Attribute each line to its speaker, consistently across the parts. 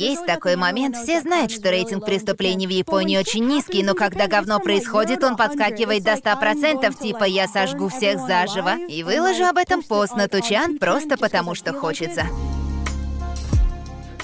Speaker 1: Есть такой момент, все знают, что рейтинг преступлений в Японии очень низкий, но когда говно происходит, он подскакивает до 100%, типа «я сожгу всех заживо» и выложу об этом пост на Тучан просто потому, что хочется.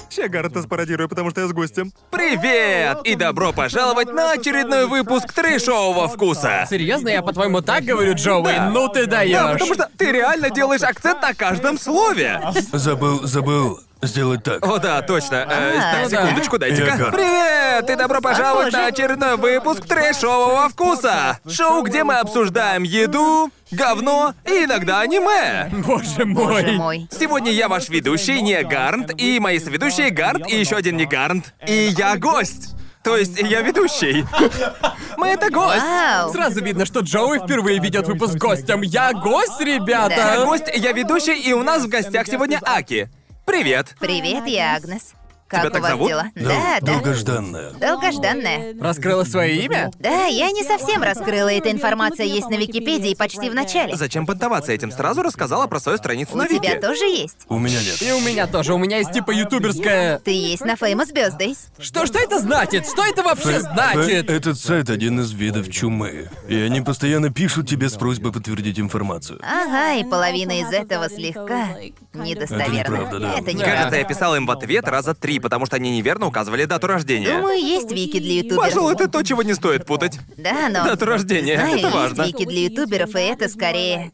Speaker 2: Чагарта спародирую, потому что я с гостем.
Speaker 3: Привет! И добро пожаловать на очередной выпуск трешового вкуса!
Speaker 4: Серьезно, я по-твоему так говорю, Джоуи?
Speaker 3: Да.
Speaker 4: Ну ты
Speaker 3: Да,
Speaker 4: даешь.
Speaker 3: потому что ты реально делаешь акцент на каждом слове.
Speaker 5: Забыл, забыл сделать так.
Speaker 3: О да, точно. Э, так,
Speaker 4: ну да.
Speaker 3: секундочку, дайте-ка.
Speaker 5: Эго.
Speaker 3: Привет! И добро пожаловать на очередной выпуск трешового вкуса. Шоу, где мы обсуждаем еду, говно и иногда аниме.
Speaker 4: Боже мой.
Speaker 1: Боже мой.
Speaker 3: Сегодня я ваш ведущий, не Гарнт, и мои соведущие Гарнт и еще один не Гарнт. И я гость. То есть я ведущий. Мы это гость.
Speaker 1: Вау.
Speaker 4: Сразу видно, что Джоуи впервые ведет выпуск гостем. Я гость,
Speaker 3: Я
Speaker 4: ребята!
Speaker 3: гость, я ведущий, и у нас в гостях сегодня Аки. Привет.
Speaker 1: Привет, я Агнес. Как
Speaker 3: так
Speaker 1: у вас
Speaker 3: зовут?
Speaker 1: дела?
Speaker 5: Дол-
Speaker 1: Да, да.
Speaker 5: долгожданное.
Speaker 1: Долгожданное.
Speaker 4: Раскрыла свое имя?
Speaker 1: Да, я не совсем раскрыла, эта информация есть на Википедии почти в начале.
Speaker 3: Зачем поддаваться этим? Сразу рассказала про свою страницу
Speaker 1: У
Speaker 3: на Вики.
Speaker 1: тебя тоже есть.
Speaker 5: У меня нет.
Speaker 4: И у меня тоже. У меня есть типа ютуберская...
Speaker 1: Ты есть на Famous Birthdays.
Speaker 4: Что, что это значит? Что это вообще значит?
Speaker 5: Э, Этот сайт один из видов чумы. И они постоянно пишут тебе с просьбой подтвердить информацию.
Speaker 1: Ага, и половина из этого слегка недостоверна.
Speaker 5: Это неправда, да.
Speaker 1: Это
Speaker 4: Да.
Speaker 1: неправда.
Speaker 3: Кажется, я писал им в ответ раза три, потому что они неверно указывали дату рождения.
Speaker 1: Думаю, есть вики для ютуберов.
Speaker 3: Пожалуй, это то, чего не стоит путать.
Speaker 1: Да, но...
Speaker 3: Дату рождения.
Speaker 1: Знаю,
Speaker 3: это
Speaker 1: есть
Speaker 3: важно.
Speaker 1: вики для ютуберов, и это скорее...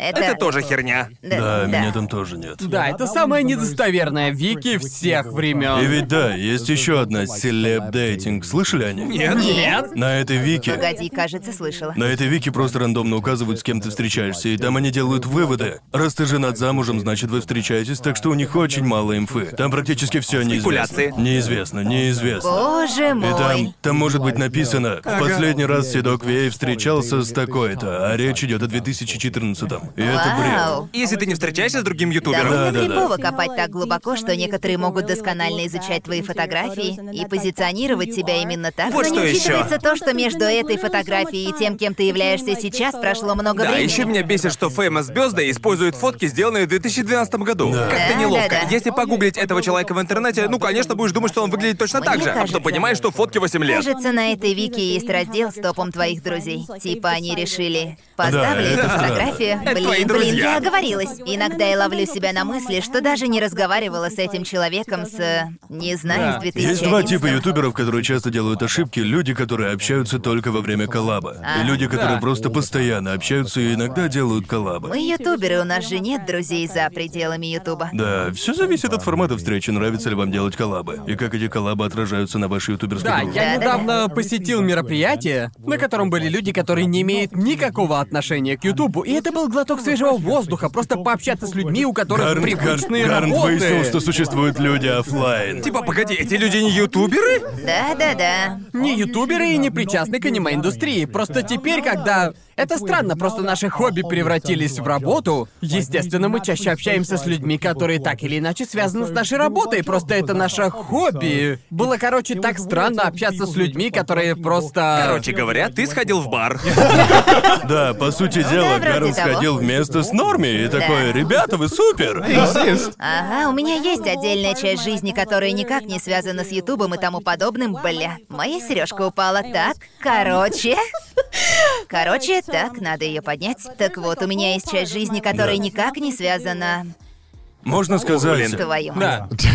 Speaker 1: Это...
Speaker 3: Это тоже херня.
Speaker 1: Да, да.
Speaker 5: Да, меня там тоже нет.
Speaker 4: Да, это самое недостоверное Вики всех
Speaker 5: И
Speaker 4: времен.
Speaker 5: ведь да, есть еще одна селеб дейтинг. Слышали они?
Speaker 4: Нет?
Speaker 5: На этой вики.
Speaker 1: Ну, Погоди, кажется, слышала.
Speaker 5: На этой вики просто рандомно указывают, с кем ты встречаешься, и там они делают выводы. Раз ты женат замужем, значит вы встречаетесь, так что у них очень мало инфы. Там практически все неизвестно.
Speaker 3: Спекуляции.
Speaker 5: Неизвестно, неизвестно.
Speaker 1: Боже
Speaker 5: И там,
Speaker 1: мой.
Speaker 5: там может быть написано, в последний раз Седок Вей встречался с такой-то, а речь идет о 2014-м. И это
Speaker 1: Вау.
Speaker 3: Если ты не встречаешься с другим ютубером.
Speaker 1: Довольно
Speaker 5: Да, да, да.
Speaker 1: крипово копать так глубоко, что некоторые могут досконально изучать твои фотографии и позиционировать тебя именно так.
Speaker 3: Вот
Speaker 1: Но
Speaker 3: что
Speaker 1: не
Speaker 3: ещё.
Speaker 1: учитывается то, что между этой фотографией и тем, кем ты являешься сейчас, прошло много
Speaker 3: Да,
Speaker 1: времени.
Speaker 3: еще меня бесит, что Famous Birthday используют фотки, сделанные в 2012 году.
Speaker 1: Да,
Speaker 3: Как-то неловко.
Speaker 1: да, да.
Speaker 3: Если погуглить этого человека в интернете, ну, конечно, будешь думать, что он выглядит точно так
Speaker 1: Мне
Speaker 3: же.
Speaker 1: кажется-
Speaker 3: Но понимаешь, что фотки 8 лет.
Speaker 1: Кажется, на этой вики есть раздел с топом твоих друзей. Типа они решили, поставлю
Speaker 5: это
Speaker 1: эту
Speaker 5: странно.
Speaker 1: фотографию.
Speaker 3: Это твои
Speaker 1: Блин, блин,
Speaker 3: друзья.
Speaker 1: я оговорилась. Иногда я ловлю себя на мысли, что даже не разговаривала с этим человеком с... э, Не знаю, с 2011
Speaker 5: Есть два типа ютуберов, которые часто делают ошибки. Люди, которые общаются только во время коллаба.
Speaker 1: А,
Speaker 5: И люди, которые
Speaker 4: Да.
Speaker 5: просто постоянно общаются и иногда делают коллабы.
Speaker 1: Мы ютуберы, у нас же нет друзей за пределами ютуба.
Speaker 5: Да, все зависит от формата встречи, нравится ли вам делать коллабы, и как эти коллабы отражаются на вашей ютуберской
Speaker 4: Да,
Speaker 5: дружбе.
Speaker 4: я
Speaker 1: Да-да-да.
Speaker 4: недавно посетил мероприятие, на котором были люди, которые не имеют никакого отношения к Ютубу, и это был глоток свежего воздуха, просто пообщаться с людьми, у которых
Speaker 5: Гарн,
Speaker 4: привычные
Speaker 5: Гарн- Гарн
Speaker 4: работы.
Speaker 5: выяснил, что существуют люди оффлайн.
Speaker 3: Типа, погоди, эти люди не ютуберы?
Speaker 1: Да-да-да.
Speaker 4: Не ютуберы и не причастны к аниме-индустрии. Просто теперь, когда... Это странно, просто наши хобби превратились в работу. Естественно, мы чаще общаемся с людьми, которые так или иначе связаны с нашей работой. Просто это наше хобби. Было, короче, так странно общаться с людьми, которые просто...
Speaker 3: А, Короче говоря, ты сходил в бар.
Speaker 5: Да, по сути дела,
Speaker 1: Ну да, вроде
Speaker 5: Гарн
Speaker 1: того.
Speaker 5: сходил вместо с Норми и такой, ребята, вы супер!
Speaker 1: Ага, у меня есть отдельная часть жизни, которая никак не связана с Ютубом и тому подобным. Бля, моя сережка упала так. Короче. Короче, так, надо ее поднять. Так вот, у меня есть часть жизни, которая
Speaker 5: Да.
Speaker 1: никак не связана.
Speaker 5: Можно сказать,
Speaker 1: Твою мать.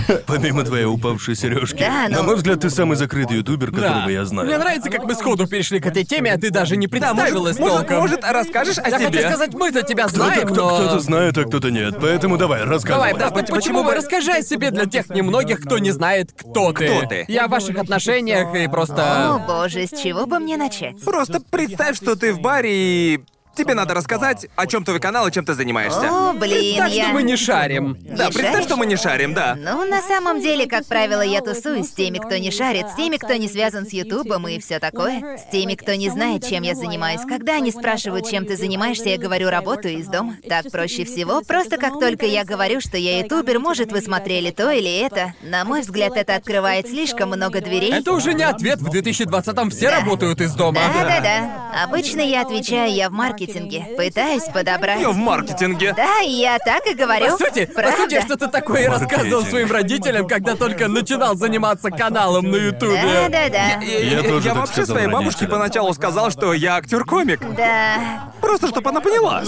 Speaker 4: Да.
Speaker 5: помимо твоей упавшей сережки,
Speaker 1: Да,
Speaker 5: на
Speaker 1: ну-
Speaker 5: мой взгляд, ты самый закрытый ютубер, которого
Speaker 4: Да.
Speaker 5: я
Speaker 4: Мне
Speaker 5: знаю.
Speaker 4: нравится, как мы сходу перешли к этой теме, а ты даже не представилась
Speaker 3: Может, может,
Speaker 4: толком.
Speaker 3: может, расскажешь о
Speaker 4: Я
Speaker 3: себе?
Speaker 4: хочу сказать, мы-то тебя
Speaker 5: Кто-то,
Speaker 4: знаем,
Speaker 5: кто-
Speaker 4: но...
Speaker 5: кто-то знает, а кто-то нет. Поэтому давай, рассказывай.
Speaker 4: Давай, просто
Speaker 3: Почему-
Speaker 4: почему
Speaker 3: почему
Speaker 4: бы расскажи о себе для тех немногих, кто не знает, кто ты.
Speaker 3: Кто ты?
Speaker 4: Я в ваших отношениях и
Speaker 1: О
Speaker 4: просто...
Speaker 1: боже, с чего бы мне начать?
Speaker 3: Просто представь, что ты в баре и... Тебе надо рассказать, о чем твой канал и чем ты занимаешься.
Speaker 1: О, блин,
Speaker 4: Так что мы
Speaker 1: я...
Speaker 4: не шарим.
Speaker 3: Да, представь,
Speaker 1: шаришь?
Speaker 3: что мы не шарим, да.
Speaker 1: Ну, на самом деле, как правило, я тусую с теми, кто не шарит, с теми, кто не связан с Ютубом и все такое, с теми, кто не знает, чем я занимаюсь. Когда они спрашивают, чем ты занимаешься, я говорю работу из дома. Так проще всего. Просто как только я говорю, что я ютубер, может, вы смотрели то или это. На мой взгляд, это открывает слишком много дверей.
Speaker 4: Это уже не ответ, в 2020-м все работают из дома.
Speaker 1: Да-да-да. Обычно я отвечаю, я в маркетинге. Пытаюсь подобрать.
Speaker 3: Я в маркетинге.
Speaker 1: Да, я так и
Speaker 4: По
Speaker 1: говорю.
Speaker 4: сути, по
Speaker 1: Правда.
Speaker 4: сути, я что-то такое рассказывал
Speaker 5: Маркетинг.
Speaker 4: своим родителям, когда только начинал заниматься каналом на Ютубе.
Speaker 1: Да, да, да.
Speaker 5: Я тоже так
Speaker 3: вообще
Speaker 5: сказал
Speaker 3: своей бабушке
Speaker 5: родителям.
Speaker 3: поначалу сказал, что я актер-комик.
Speaker 1: Да,
Speaker 3: Просто чтобы она поняла.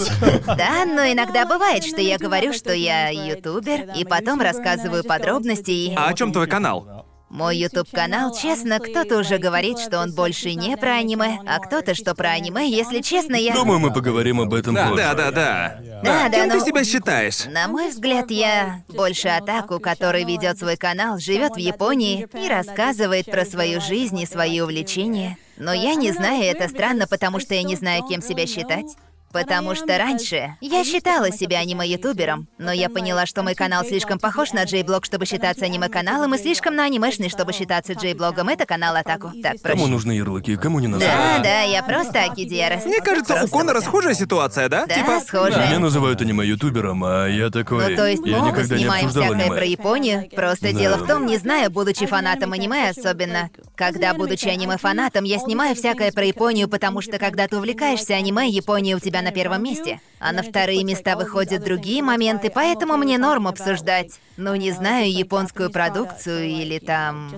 Speaker 1: да, но иногда бывает, что я говорю, что я ютубер, и потом рассказываю подробности. и-
Speaker 3: А о чем твой канал?
Speaker 1: Мой ютуб-канал, честно, кто-то уже говорит, что он больше не про аниме, а кто-то, что про аниме, если честно, я...
Speaker 5: Думаю, мы поговорим об этом
Speaker 3: Да,
Speaker 5: позже.
Speaker 3: да, да, да.
Speaker 1: Да, да,
Speaker 3: Кем ты
Speaker 1: ну-
Speaker 3: себя считаешь?
Speaker 1: На мой взгляд, я больше атаку, который ведет свой канал, живет в Японии и рассказывает про свою жизнь и свои увлечения. Но я не знаю, это странно, потому что я не знаю, кем себя считать. Потому что раньше я считала себя аниме-ютубером, но я поняла, что мой канал слишком похож на J-блог, чтобы считаться аниме-каналом, и слишком на анимешный, чтобы считаться J-блогом. Это канал Атаку. Так,
Speaker 5: Кому
Speaker 1: проще.
Speaker 5: нужны ярлыки, кому не надо.
Speaker 1: Да, А, да, я просто Акидиарас.
Speaker 3: Мне кажется, у Конора схожая ситуация, да?
Speaker 1: Да,
Speaker 3: типа,
Speaker 1: схожая.
Speaker 5: Меня называют аниме-ютубером, а я такой...
Speaker 1: Ну, то есть мы
Speaker 5: я
Speaker 1: оба
Speaker 5: никогда не
Speaker 1: снимаем
Speaker 5: обсуждал
Speaker 1: всякое
Speaker 5: аниме.
Speaker 1: про Японию. Просто
Speaker 5: Да.
Speaker 1: дело в том, не знаю, будучи фанатом аниме, особенно, когда, будучи аниме-фанатом, я снимаю всякое про Японию, потому что, когда ты увлекаешься аниме, Япония у тебя на первом месте. А на вторые места выходят другие моменты, поэтому мне норм обсуждать. Ну, не знаю, японскую продукцию или там...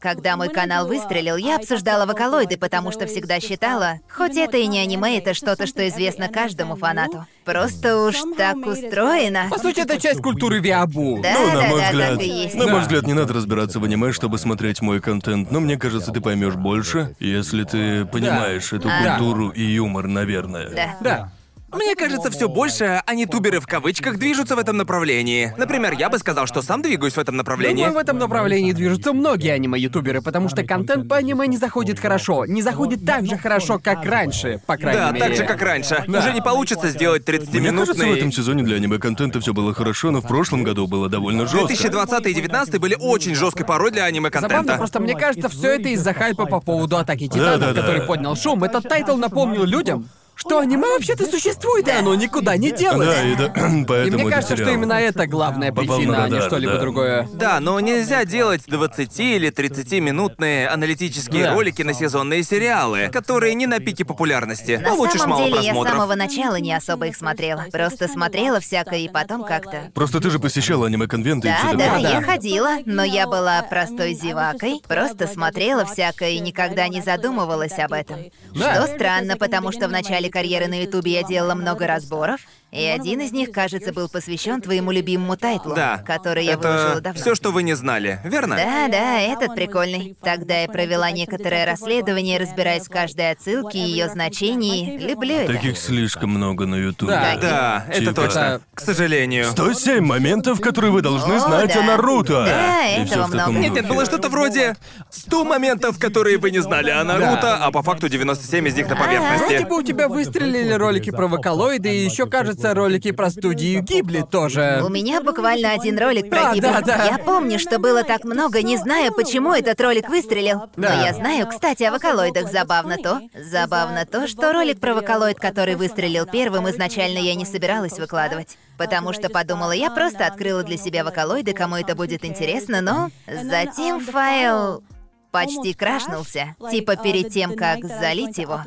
Speaker 1: Когда мой канал выстрелил, я обсуждала вокалоиды, потому что всегда считала, хоть это и не аниме, это что-то, что известно каждому фанату. Просто уж так устроено.
Speaker 4: По сути, это часть культуры Виабу.
Speaker 1: Да,
Speaker 5: Ну,
Speaker 1: да,
Speaker 5: на мой
Speaker 1: да,
Speaker 5: взгляд,
Speaker 1: так и есть.
Speaker 5: на
Speaker 1: Да.
Speaker 5: мой взгляд, не надо разбираться в аниме, чтобы смотреть мой контент, но мне кажется, ты поймешь больше, если ты понимаешь эту
Speaker 4: Да.
Speaker 5: культуру и юмор, наверное.
Speaker 1: Да.
Speaker 4: Да.
Speaker 3: Мне кажется, все больше анитуберы в кавычках движутся в этом направлении. Например, я бы сказал, что сам двигаюсь в этом направлении.
Speaker 4: Думаю, в этом направлении движутся многие аниме-ютуберы, потому что контент по аниме не заходит хорошо. Не заходит так же хорошо, как раньше, по крайней
Speaker 3: Да,
Speaker 4: мере.
Speaker 3: так же, как раньше.
Speaker 4: Да.
Speaker 3: Уже не получится сделать
Speaker 5: Мне кажется, в
Speaker 3: 30-минутный...
Speaker 5: этом сезоне для аниме-контента все было хорошо, но в прошлом году было довольно жестко.
Speaker 3: 2020 и 2019 были очень жесткой порой для
Speaker 4: Забавно,
Speaker 3: аниме-контента.
Speaker 4: просто мне кажется, все это из-за хайпа по поводу атаки титанов,
Speaker 5: Да-да-да.
Speaker 4: который поднял шум. Этот тайтл напомнил людям, что аниме вообще-то существует, и оно никуда не делось.
Speaker 5: Да, и да,
Speaker 4: И
Speaker 5: поэтому
Speaker 4: мне
Speaker 5: этот
Speaker 4: кажется, что
Speaker 5: сериал.
Speaker 4: именно это главная
Speaker 5: Попал на
Speaker 4: причина, а не
Speaker 5: радар,
Speaker 4: что-либо
Speaker 5: да.
Speaker 4: другое.
Speaker 3: Да, но нельзя делать 20 или 30-минутные аналитические
Speaker 4: Да.
Speaker 3: ролики на сезонные сериалы, которые не на пике популярности.
Speaker 1: На
Speaker 3: Получишь
Speaker 1: самом
Speaker 3: мало
Speaker 1: деле я с
Speaker 3: просмотров.
Speaker 1: самого начала не особо их смотрела. Просто смотрела всякое и потом как-то.
Speaker 5: Просто ты же посещала аниме-конвенты и
Speaker 1: Да,
Speaker 5: все
Speaker 1: да,
Speaker 5: такое.
Speaker 1: я ходила, но я была простой зевакой, просто смотрела всякое и никогда не задумывалась об этом.
Speaker 4: Да.
Speaker 1: Что странно, потому что в начале карьеры на Ютубе я делала много разборов, и один из них, кажется, был посвящен твоему любимому тайтлу,
Speaker 3: Да.
Speaker 1: который я выложила
Speaker 3: Это
Speaker 1: давно.
Speaker 3: все, что вы не знали, верно?
Speaker 1: Да, да, этот прикольный. Тогда я провела некоторое расследование, разбираясь в каждой отсылке и ее значении. Люблю это.
Speaker 5: Таких слишком много на Ютубе.
Speaker 4: Да.
Speaker 3: Да, это
Speaker 5: Типа-
Speaker 3: точно.
Speaker 4: Да.
Speaker 3: К сожалению.
Speaker 5: 107 моментов, которые вы должны
Speaker 1: О,
Speaker 5: знать
Speaker 1: да.
Speaker 5: о Наруто.
Speaker 1: Да,
Speaker 5: и все
Speaker 1: этого
Speaker 5: в таком
Speaker 1: много.
Speaker 3: Нет, нет, было что-то вроде 100 моментов, которые вы не знали о Наруто,
Speaker 4: Да.
Speaker 3: а по факту 97 из них на
Speaker 1: А,
Speaker 4: Вроде
Speaker 3: поверхности.
Speaker 4: бы у тебя выстрелили ролики про вокалоиды, и еще, кажется, ролики про студию Гибли тоже.
Speaker 5: Ну,
Speaker 1: У меня буквально один ролик
Speaker 4: Да,
Speaker 1: про гибель.
Speaker 4: да, да.
Speaker 1: Я помню, что было так много, не знаю, почему этот ролик выстрелил.
Speaker 4: Да.
Speaker 1: Но я знаю, кстати, о вокалоидах забавно то. Забавно то, что ролик про вокалоид, который выстрелил первым, изначально я не собиралась выкладывать. Потому что подумала, я просто открыла для себя вокалоиды, кому это будет интересно, но затем файл почти крашнулся, типа перед тем, как залить его.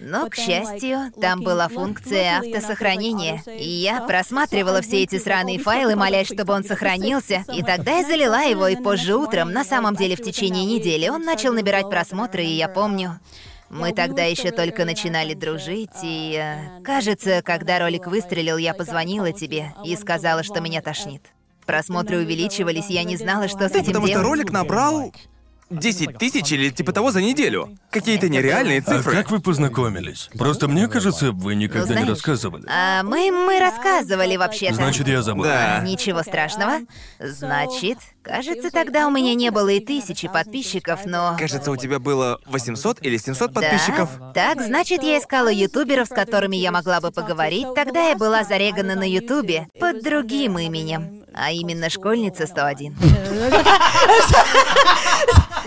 Speaker 1: Но, к счастью, там была функция автосохранения. И я просматривала все эти сраные файлы, молясь, чтобы он сохранился. И тогда я залила его, и позже утром, на самом деле в течение недели, он начал набирать просмотры, и я помню... Мы тогда еще только начинали дружить, и... э, Кажется, когда ролик выстрелил, я позвонила тебе и сказала, что меня тошнит. Просмотры увеличивались, я не знала, что с этим
Speaker 3: Потому что
Speaker 1: делать.
Speaker 3: ролик набрал 10 тысяч или типа того за неделю. Какие-то нереальные
Speaker 5: А
Speaker 3: цифры.
Speaker 5: как вы познакомились? Просто мне кажется, вы никогда
Speaker 1: знаешь,
Speaker 5: не рассказывали.
Speaker 1: А мы, мы рассказывали вообще-то.
Speaker 5: Значит, я забыл.
Speaker 3: Да.
Speaker 1: Ничего страшного. Значит, кажется, тогда у меня не было и тысячи подписчиков, но...
Speaker 3: Кажется, у тебя было 800 или 700
Speaker 1: Да.
Speaker 3: подписчиков.
Speaker 1: Так, значит, я искала ютуберов, с которыми я могла бы поговорить. Тогда я была зарегана на ютубе под другим а именем, а именно «Школьница 101».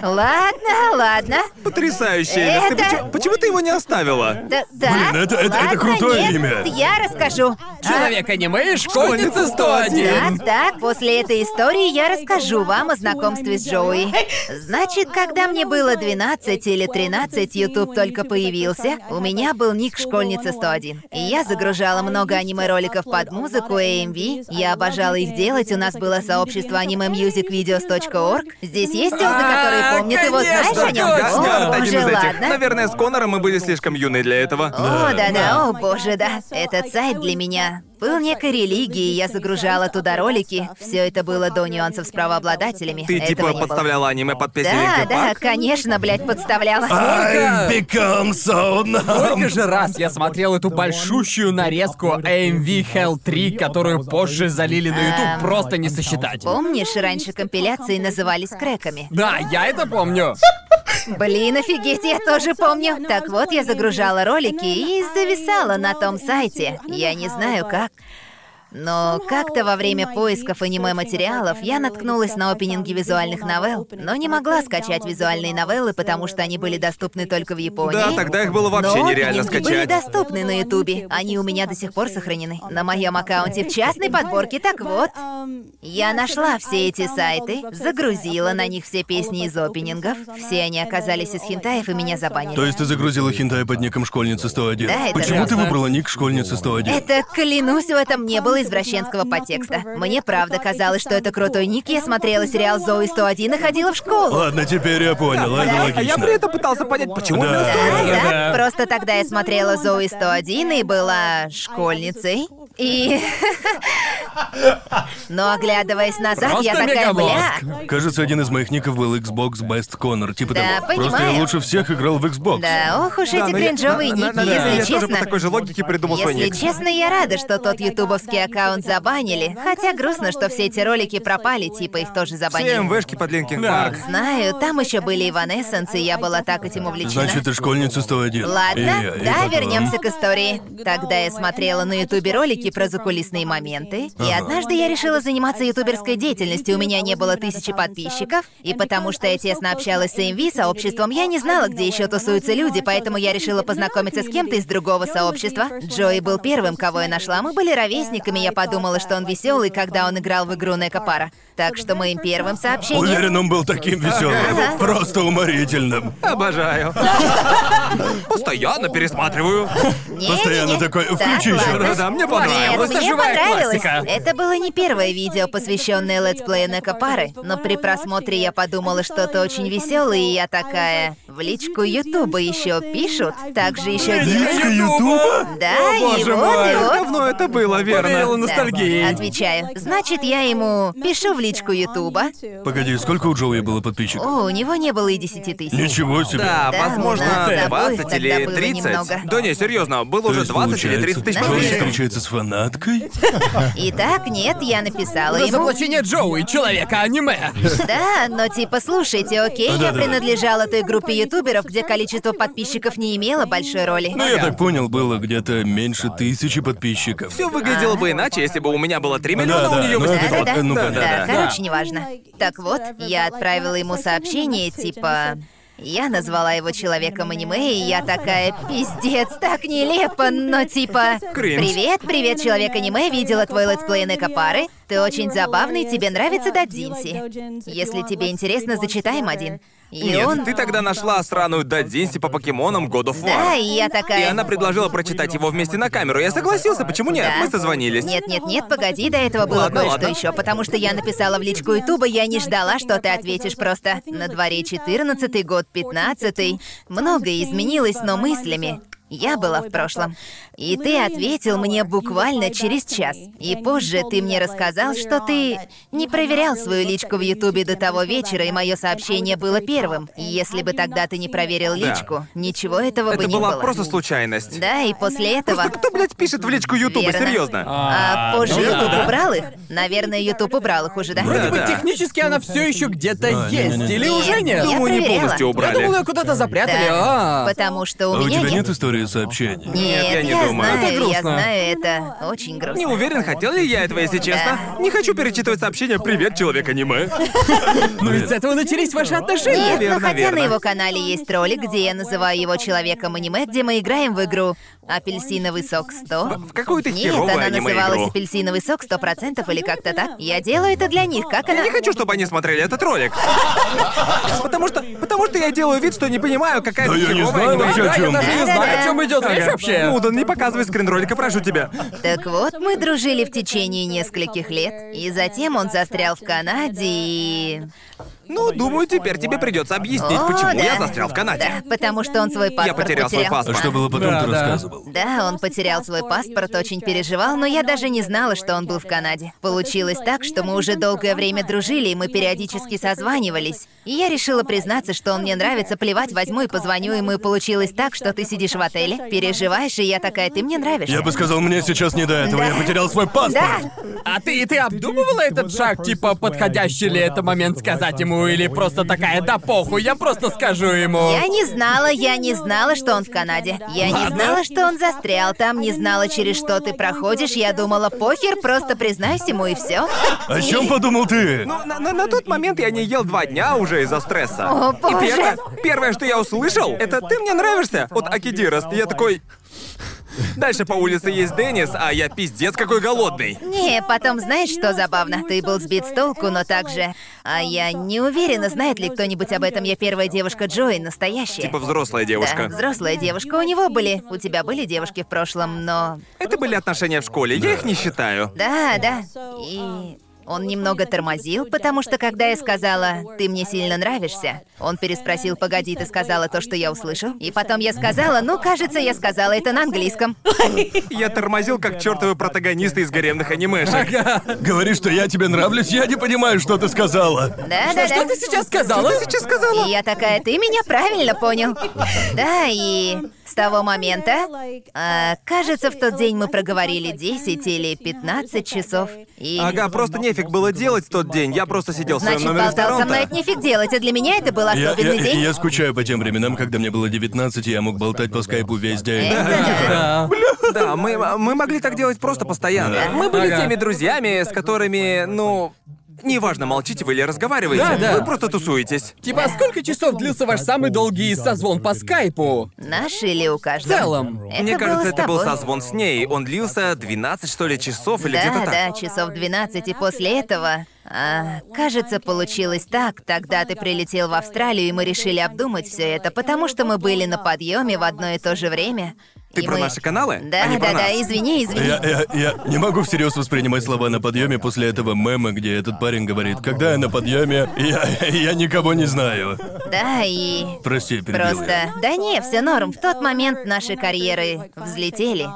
Speaker 1: Ладно, ладно.
Speaker 3: Потрясающе, Элис. Ты
Speaker 1: Это-
Speaker 3: почему, почему ты его не оставила?
Speaker 1: Да, да.
Speaker 5: Блин, это- это- это
Speaker 1: ладно,
Speaker 5: крутое
Speaker 1: нет,
Speaker 5: имя.
Speaker 1: Я расскажу.
Speaker 5: а?
Speaker 4: Человек-аниме и школьница 101.
Speaker 1: Так, так, после этой истории я расскажу вам о знакомстве с Джоуи. Значит, когда мне было 12 или 13, YouTube только появился, у меня был ник «Школьница 101». И я загружала много аниме-роликов под музыку и MV. Я обожала их делать, у нас было сообщество аниме-мьюзик-видеос.орг. Здесь есть Илда, который
Speaker 4: А,
Speaker 1: помнит его, знаешь
Speaker 4: конечно,
Speaker 1: о нем?
Speaker 4: конечно,
Speaker 1: О,
Speaker 3: один из
Speaker 1: боже,
Speaker 3: этих.
Speaker 1: ну, ладно.
Speaker 3: Наверное, с Конором мы были слишком юны для этого. Э,
Speaker 1: О, да,
Speaker 5: да.
Speaker 1: да, о боже, да. Этот сайт для меня был некой религией, я загружала туда ролики. Все это было до нюансов с правообладателями.
Speaker 3: Ты
Speaker 1: Этого не
Speaker 3: типа
Speaker 1: было.
Speaker 3: подставляла а? аниме под песни
Speaker 1: Да,
Speaker 3: Линкин
Speaker 1: да,
Speaker 3: Парк?
Speaker 1: конечно, блядь, подставляла.
Speaker 5: I've become so numb.
Speaker 4: Сколько же раз я смотрел эту большущую нарезку AMV Hell 3, которую позже залили на YouTube,
Speaker 1: Эм,
Speaker 4: просто не сосчитать.
Speaker 1: Помнишь, раньше компиляции назывались крэками?
Speaker 4: Да, я это помню.
Speaker 1: Блин, офигеть, я тоже помню. Так вот, я загружала ролики и зависала на том сайте. Я не знаю как. Но как-то во время поисков аниме-материалов я наткнулась на опенинги визуальных новелл, но не могла скачать визуальные новеллы, потому что они были доступны только в Японии.
Speaker 3: Да, тогда их было вообще
Speaker 1: Но
Speaker 3: нереально
Speaker 1: опенинги Ну, были
Speaker 3: скачать.
Speaker 1: доступны на Ютубе. Они у меня до сих пор сохранены. На моем аккаунте в частной подборке. Так вот, я нашла все эти сайты, загрузила на них все песни из опенингов. Все они оказались из хентаев и меня забанили.
Speaker 5: То есть ты загрузила хентай под ником школьницы 101?
Speaker 1: Да, это
Speaker 5: Почему ты
Speaker 4: верно.
Speaker 5: выбрала ник школьницы 101?
Speaker 1: Это, клянусь, в этом не было извращенского подтекста. Мне правда казалось, что это крутой ник. Я смотрела сериал «Зои 101» и ходила в школу.
Speaker 5: Ладно, теперь я понял, Ну, это
Speaker 3: А я при
Speaker 5: логично.
Speaker 3: этом пытался понять, почему
Speaker 5: Да.
Speaker 3: она
Speaker 1: Да,
Speaker 3: стоит.
Speaker 1: да,
Speaker 4: да.
Speaker 1: просто тогда я смотрела «Зои 101» и была школьницей. И... Но оглядываясь назад, я
Speaker 4: Просто
Speaker 1: такая, бля,
Speaker 4: мегамозг.
Speaker 5: Кажется, один из моих ников был Xbox Best Connor, типа
Speaker 1: Да,
Speaker 5: того. Просто я
Speaker 1: понимаю.
Speaker 5: лучше всех играл в Xbox.
Speaker 1: Да, ох уж
Speaker 3: Да,
Speaker 1: эти
Speaker 3: но я-
Speaker 1: кринжовые
Speaker 3: на- на-
Speaker 1: ники,
Speaker 3: наверное,
Speaker 1: если
Speaker 3: я тоже
Speaker 1: честно.
Speaker 3: по такой же логике придумал свой
Speaker 1: Если
Speaker 3: ник.
Speaker 1: честно, я рада, что тот ютубовский аккаунт забанили. Хотя грустно, что все эти ролики пропали, типа их тоже
Speaker 3: Все
Speaker 1: забанили.
Speaker 3: МВшки под Линкин
Speaker 4: Да.
Speaker 3: Парк.
Speaker 1: Знаю, там еще были Иванессенс, и я была так этим увлечена.
Speaker 5: Значит, ты школьница 101.
Speaker 1: Ладно,
Speaker 5: И- и
Speaker 1: да,
Speaker 5: потом-
Speaker 1: вернемся к истории. Тогда я смотрела на Ютубе ролики про закулисные моменты, и
Speaker 5: Ага.
Speaker 1: однажды я решила заниматься ютуберской деятельностью. У меня не было тысячи подписчиков, и потому что я тесно общалась с AMV сообществом, я не знала, где еще тусуются люди, поэтому я решила познакомиться с кем-то из другого сообщества. Джои был первым, кого я нашла. Мы были ровесниками, я подумала, что он веселый, когда он играл в игру Некопара. Так что моим первым сообщением...
Speaker 5: Уверен, он был таким веселым. Просто уморительным.
Speaker 3: Обожаю. Постоянно пересматриваю.
Speaker 1: Не,
Speaker 5: Постоянно
Speaker 1: не, не.
Speaker 5: такой,
Speaker 1: Так,
Speaker 5: «Включи еще
Speaker 1: ладно.
Speaker 5: раз».
Speaker 3: Да, мне
Speaker 1: Нет,
Speaker 3: понравилось.
Speaker 4: Просто
Speaker 1: мне
Speaker 4: живая
Speaker 1: понравилось.
Speaker 4: классика.
Speaker 1: Это было не первое видео, посвященное летсплею Нека Пары, но при просмотре я подумала, что то очень веселое, и я такая... В личку Ютуба еще пишут, так же еще делают.
Speaker 5: Личка Ютуба?
Speaker 1: Да, и
Speaker 3: Боже
Speaker 1: вот,
Speaker 3: мой,
Speaker 1: и вот.
Speaker 3: давно это было,
Speaker 4: Повеяло
Speaker 3: верно?
Speaker 1: Да,
Speaker 4: ностальгией.
Speaker 1: Отвечаю. Значит, я ему пишу в личку Ютуба.
Speaker 5: Погоди, сколько у Джоуи было подписчиков?
Speaker 1: О, у него не было и 10 тысяч.
Speaker 5: Ничего себе.
Speaker 1: Да,
Speaker 3: Да,
Speaker 1: у нас
Speaker 3: возможно,
Speaker 1: обоих
Speaker 3: 20
Speaker 1: тогда
Speaker 3: или
Speaker 1: было
Speaker 3: 30.
Speaker 1: немного.
Speaker 3: Да не, серьезно, было
Speaker 5: То
Speaker 3: уже
Speaker 5: есть,
Speaker 3: 20 или 30 тысяч
Speaker 5: получается, Джоуи
Speaker 3: подписчиков.
Speaker 5: встречается с фанаткой?
Speaker 1: Итак, нет, я написала
Speaker 4: За
Speaker 1: А ему.
Speaker 4: воплощение Джоуи, человека-аниме.
Speaker 1: Да, но типа, слушайте, окей, я
Speaker 5: Да-да-да.
Speaker 1: принадлежала той группе ютуберов, где количество подписчиков не имело большой роли.
Speaker 5: Ну, я так понял, было где-то меньше тысячи подписчиков.
Speaker 3: Все выглядело бы иначе, если бы у меня было 3 миллиона,
Speaker 5: да,
Speaker 3: у нее
Speaker 5: ну это
Speaker 3: восемь.
Speaker 5: да, ну
Speaker 1: Да-да-да.
Speaker 5: понятно.
Speaker 1: Да,
Speaker 3: да.
Speaker 1: короче, неважно. Так вот, я отправила ему сообщение, типа... Я назвала его человеком аниме, и я такая, пиздец, так нелепо, но типа...
Speaker 3: Кринж.
Speaker 1: Привет, привет, человек аниме, видела твой летсплей на Капары. Ты очень забавный, тебе нравится Дадзинси. Если тебе интересно, зачитаем один. И он...
Speaker 3: Нет, ты тогда нашла сраную Дадзинси по покемонам God of
Speaker 1: Да,
Speaker 3: War.
Speaker 1: и я такая...
Speaker 3: И она предложила прочитать его вместе на камеру. Я согласился, почему нет?
Speaker 1: Да.
Speaker 3: Мы созвонились.
Speaker 1: Нет, нет, нет, погоди, до этого было
Speaker 3: Ладно,
Speaker 1: кое-что
Speaker 3: ладно.
Speaker 1: еще, потому что я написала в личку Ютуба, я не ждала, что ты ответишь просто. На дворе 14 год 15 Многое изменилось, но мыслями. Я была в прошлом. И ты ответил мне буквально через час. И позже ты мне рассказал, что ты не проверял свою личку в Ютубе до того вечера, и мое сообщение было первым. Если бы тогда ты не проверил
Speaker 3: Да.
Speaker 1: личку, ничего этого бы
Speaker 3: Это
Speaker 1: не
Speaker 3: была
Speaker 1: было.
Speaker 3: просто случайность. А
Speaker 1: Да, и после этого...
Speaker 3: Кто, блядь, пишет в личку Ютуба,
Speaker 1: Верно.
Speaker 3: серьезно?
Speaker 1: А позже
Speaker 4: ну да.
Speaker 1: Ютуб убрал их? Наверное, Ютуб убрал их уже, да?
Speaker 4: Вроде бы
Speaker 3: Да.
Speaker 4: технически она все еще где-то
Speaker 5: А, не-не-не.
Speaker 4: есть, или уже
Speaker 1: Нет,
Speaker 4: нет?
Speaker 1: я
Speaker 3: Думаю, не
Speaker 1: проверяла.
Speaker 3: полностью
Speaker 4: Я
Speaker 3: убрали.
Speaker 4: думал, ее куда-то запрятали.
Speaker 1: Да.
Speaker 4: а.
Speaker 1: Потому что
Speaker 5: А
Speaker 1: у
Speaker 5: у
Speaker 1: меня
Speaker 5: тебя
Speaker 1: нет.
Speaker 5: нет истории истории сообщений.
Speaker 3: Нет, я не думаю.
Speaker 1: знаю,
Speaker 3: Это
Speaker 1: я
Speaker 3: грустно.
Speaker 1: знаю, это очень грустно.
Speaker 3: Не уверен, хотел ли я этого, если честно.
Speaker 1: Да.
Speaker 3: Не хочу перечитывать сообщение «Привет, человек аниме».
Speaker 4: Ну из этого начались ваши отношения.
Speaker 1: Нет,
Speaker 3: Верно,
Speaker 1: но хотя
Speaker 3: верно.
Speaker 1: на его канале есть ролик, где я называю его человеком аниме, где мы играем в игру «Апельсиновый сок 100».
Speaker 3: В какую-то
Speaker 1: Нет,
Speaker 3: херовую
Speaker 1: она называлась
Speaker 3: аниме-игру.
Speaker 1: «Апельсиновый сок 100%» или как-то так. Я делаю это для них, как она...
Speaker 3: Я не хочу, чтобы они смотрели этот ролик. Потому что, потому что я делаю вид, что не понимаю, какая
Speaker 5: Да
Speaker 3: это
Speaker 5: я не
Speaker 3: херовая
Speaker 5: знаю
Speaker 3: аниме.
Speaker 5: вообще, о
Speaker 4: Да, я
Speaker 5: чем.
Speaker 4: даже не знаю, о чем идет речь
Speaker 3: Ага.
Speaker 4: вообще.
Speaker 3: Нудан, не показывай скрин ролика, прошу тебя.
Speaker 1: Так вот, мы дружили в течение нескольких лет, и затем он застрял в Канаде и...
Speaker 3: Ну, думаю, теперь тебе придется объяснить,
Speaker 1: О,
Speaker 3: почему я
Speaker 1: да.
Speaker 3: застрял в Канаде.
Speaker 1: Да, потому что он свой паспорт
Speaker 3: потерял свой
Speaker 5: А
Speaker 3: паспорт.
Speaker 5: что было потом,
Speaker 4: Да,
Speaker 5: ты
Speaker 4: да.
Speaker 5: рассказывал?
Speaker 1: Да, он потерял свой паспорт, очень переживал, но я даже не знала, что он был в Канаде. Получилось так, что мы уже долгое время дружили, и мы периодически созванивались. И я решила признаться, что он мне нравится, плевать, возьму и позвоню ему, и получилось так, что ты сидишь в отеле, переживаешь, и я такая, ты мне нравишься.
Speaker 5: Я бы сказал, мне сейчас не до этого, я потерял свой паспорт.
Speaker 1: Да,
Speaker 4: А ты и ты обдумывала этот шаг, типа подходящий ли это момент сказать ему или просто такая да похуй, я просто скажу ему.
Speaker 1: я не знала, я не знала, что он в Канаде. Я не знала, что он застрял там, не знала, через что ты проходишь. Я думала, похер, просто признайся ему и все.
Speaker 5: О чем подумал ты?
Speaker 3: Ну, на, на- на тот момент я не ел два дня уже из-за стресса.
Speaker 1: О,
Speaker 3: И
Speaker 1: боже.
Speaker 3: первое, первое, что я услышал, это «ты мне нравишься» от Акидирас. И Я такой... Дальше по улице есть Деннис, а я пиздец какой голодный.
Speaker 1: Не, потом знаешь, что забавно? Ты был сбит с толку, но также... А я не уверена, знает ли кто-нибудь об этом. Я первая девушка Джои, настоящая.
Speaker 3: Типа взрослая
Speaker 1: Да,
Speaker 3: девушка.
Speaker 1: взрослая девушка. У него были... У тебя были девушки в прошлом, но...
Speaker 3: Это были отношения в школе, я их не считаю.
Speaker 1: Да, да. И... Он немного тормозил, потому что когда я сказала «ты мне сильно нравишься», он переспросил «погоди, ты сказала то, что я услышал?» И потом я сказала «ну, кажется, я сказала это на английском».
Speaker 3: Я тормозил как чертовы протагонисты из гаремных анимешек.
Speaker 5: Говори, что я тебе нравлюсь, я не понимаю, что ты сказала.
Speaker 1: Да-да-да.
Speaker 4: Что ты сейчас сказала?
Speaker 1: И я такая, ты меня правильно понял. Да, и с того момента, а, кажется, в тот день мы проговорили 10 или 15 часов. И
Speaker 3: Ага, просто нефиг было делать в тот день. Я просто сидел в своем
Speaker 1: значит,
Speaker 3: номере в
Speaker 1: болтал со
Speaker 3: Торонто.
Speaker 1: мной, это нефиг делать, а для меня это был
Speaker 5: Я,
Speaker 1: особенный
Speaker 5: я-
Speaker 1: день.
Speaker 5: я скучаю по тем временам, когда мне было 19, и я мог болтать по скайпу весь день.
Speaker 1: Это да.
Speaker 3: Да, мы, мы могли так делать просто постоянно.
Speaker 1: Да.
Speaker 3: Мы были
Speaker 4: Ага.
Speaker 3: теми друзьями, с которыми, ну... Неважно, молчите вы или разговариваете.
Speaker 4: Да, да.
Speaker 3: Вы просто тусуетесь.
Speaker 4: Типа, а сколько часов длился ваш самый долгий созвон по скайпу?
Speaker 1: Наш или у
Speaker 4: В
Speaker 1: каждого?
Speaker 4: целом.
Speaker 1: Это
Speaker 3: Мне
Speaker 1: было
Speaker 3: кажется,
Speaker 1: с
Speaker 3: это был
Speaker 1: тобой.
Speaker 3: созвон с ней. Он длился 12, что ли, часов или где-то
Speaker 1: Да,
Speaker 3: так.
Speaker 1: да, часов 12, и после этого... а, кажется, получилось так. Тогда ты прилетел в Австралию, и мы решили обдумать все это, потому что мы были на подъеме в одно и то же время.
Speaker 3: Ты
Speaker 1: и
Speaker 3: про
Speaker 1: мы-
Speaker 3: наши каналы?
Speaker 1: Да,
Speaker 3: а не
Speaker 1: да,
Speaker 3: про нас.
Speaker 1: да, извини, извини.
Speaker 5: Я, я- я не могу всерьез воспринимать слова на подъеме после этого мема, где этот парень говорит, когда я на подъеме, я, я никого не знаю.
Speaker 1: Да, и
Speaker 5: Прости, перебил я.
Speaker 1: просто. Да не, все норм. В тот момент наши карьеры взлетели.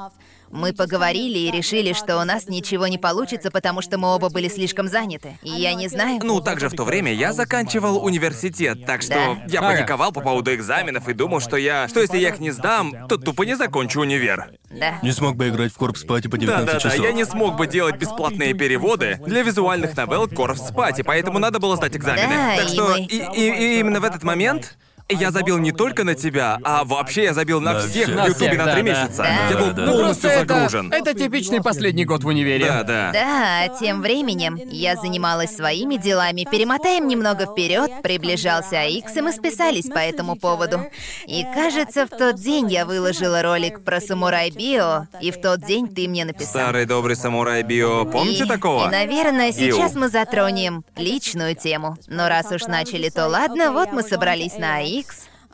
Speaker 1: Мы поговорили и решили, что у нас ничего не получится, потому что мы оба были слишком заняты. И я не знаю.
Speaker 3: Ну, также в то время я заканчивал университет, так что
Speaker 1: Да.
Speaker 3: я
Speaker 4: Ага.
Speaker 3: паниковал по поводу экзаменов и думал, что я... Что если я их не сдам, то тупо не закончу универ.
Speaker 1: Да.
Speaker 5: Не смог бы играть в корпс пати по 19
Speaker 3: Да-да-да,
Speaker 5: часов.
Speaker 3: я не смог бы делать бесплатные переводы для визуальных новелл Корф Спати, поэтому надо было сдать экзамены.
Speaker 1: Да,
Speaker 3: так
Speaker 1: и
Speaker 3: что
Speaker 1: мы-
Speaker 3: и, и- и именно в этот момент я забил не только на тебя, а вообще я забил на,
Speaker 5: На всех.
Speaker 3: всех в Ютубе на
Speaker 4: Да,
Speaker 3: три
Speaker 4: да.
Speaker 3: месяца.
Speaker 1: Да.
Speaker 3: Я был
Speaker 5: Да, да.
Speaker 4: Ну
Speaker 3: полностью
Speaker 4: просто это,
Speaker 3: загружен.
Speaker 4: это типичный последний год в универе.
Speaker 3: Да, да.
Speaker 1: Да, а тем временем я занималась своими делами. Перемотаем немного вперед, приближался АИКС, и мы списались по этому поводу. И кажется, в тот день я выложила ролик про самурай Био, и в тот день ты мне написал.
Speaker 3: Старый добрый самурай Био. Помните
Speaker 1: И-
Speaker 3: такого?
Speaker 1: И, наверное,
Speaker 3: Иу.
Speaker 1: сейчас мы затронем личную тему. Но раз уж начали, то ладно, вот мы собрались на АИКС.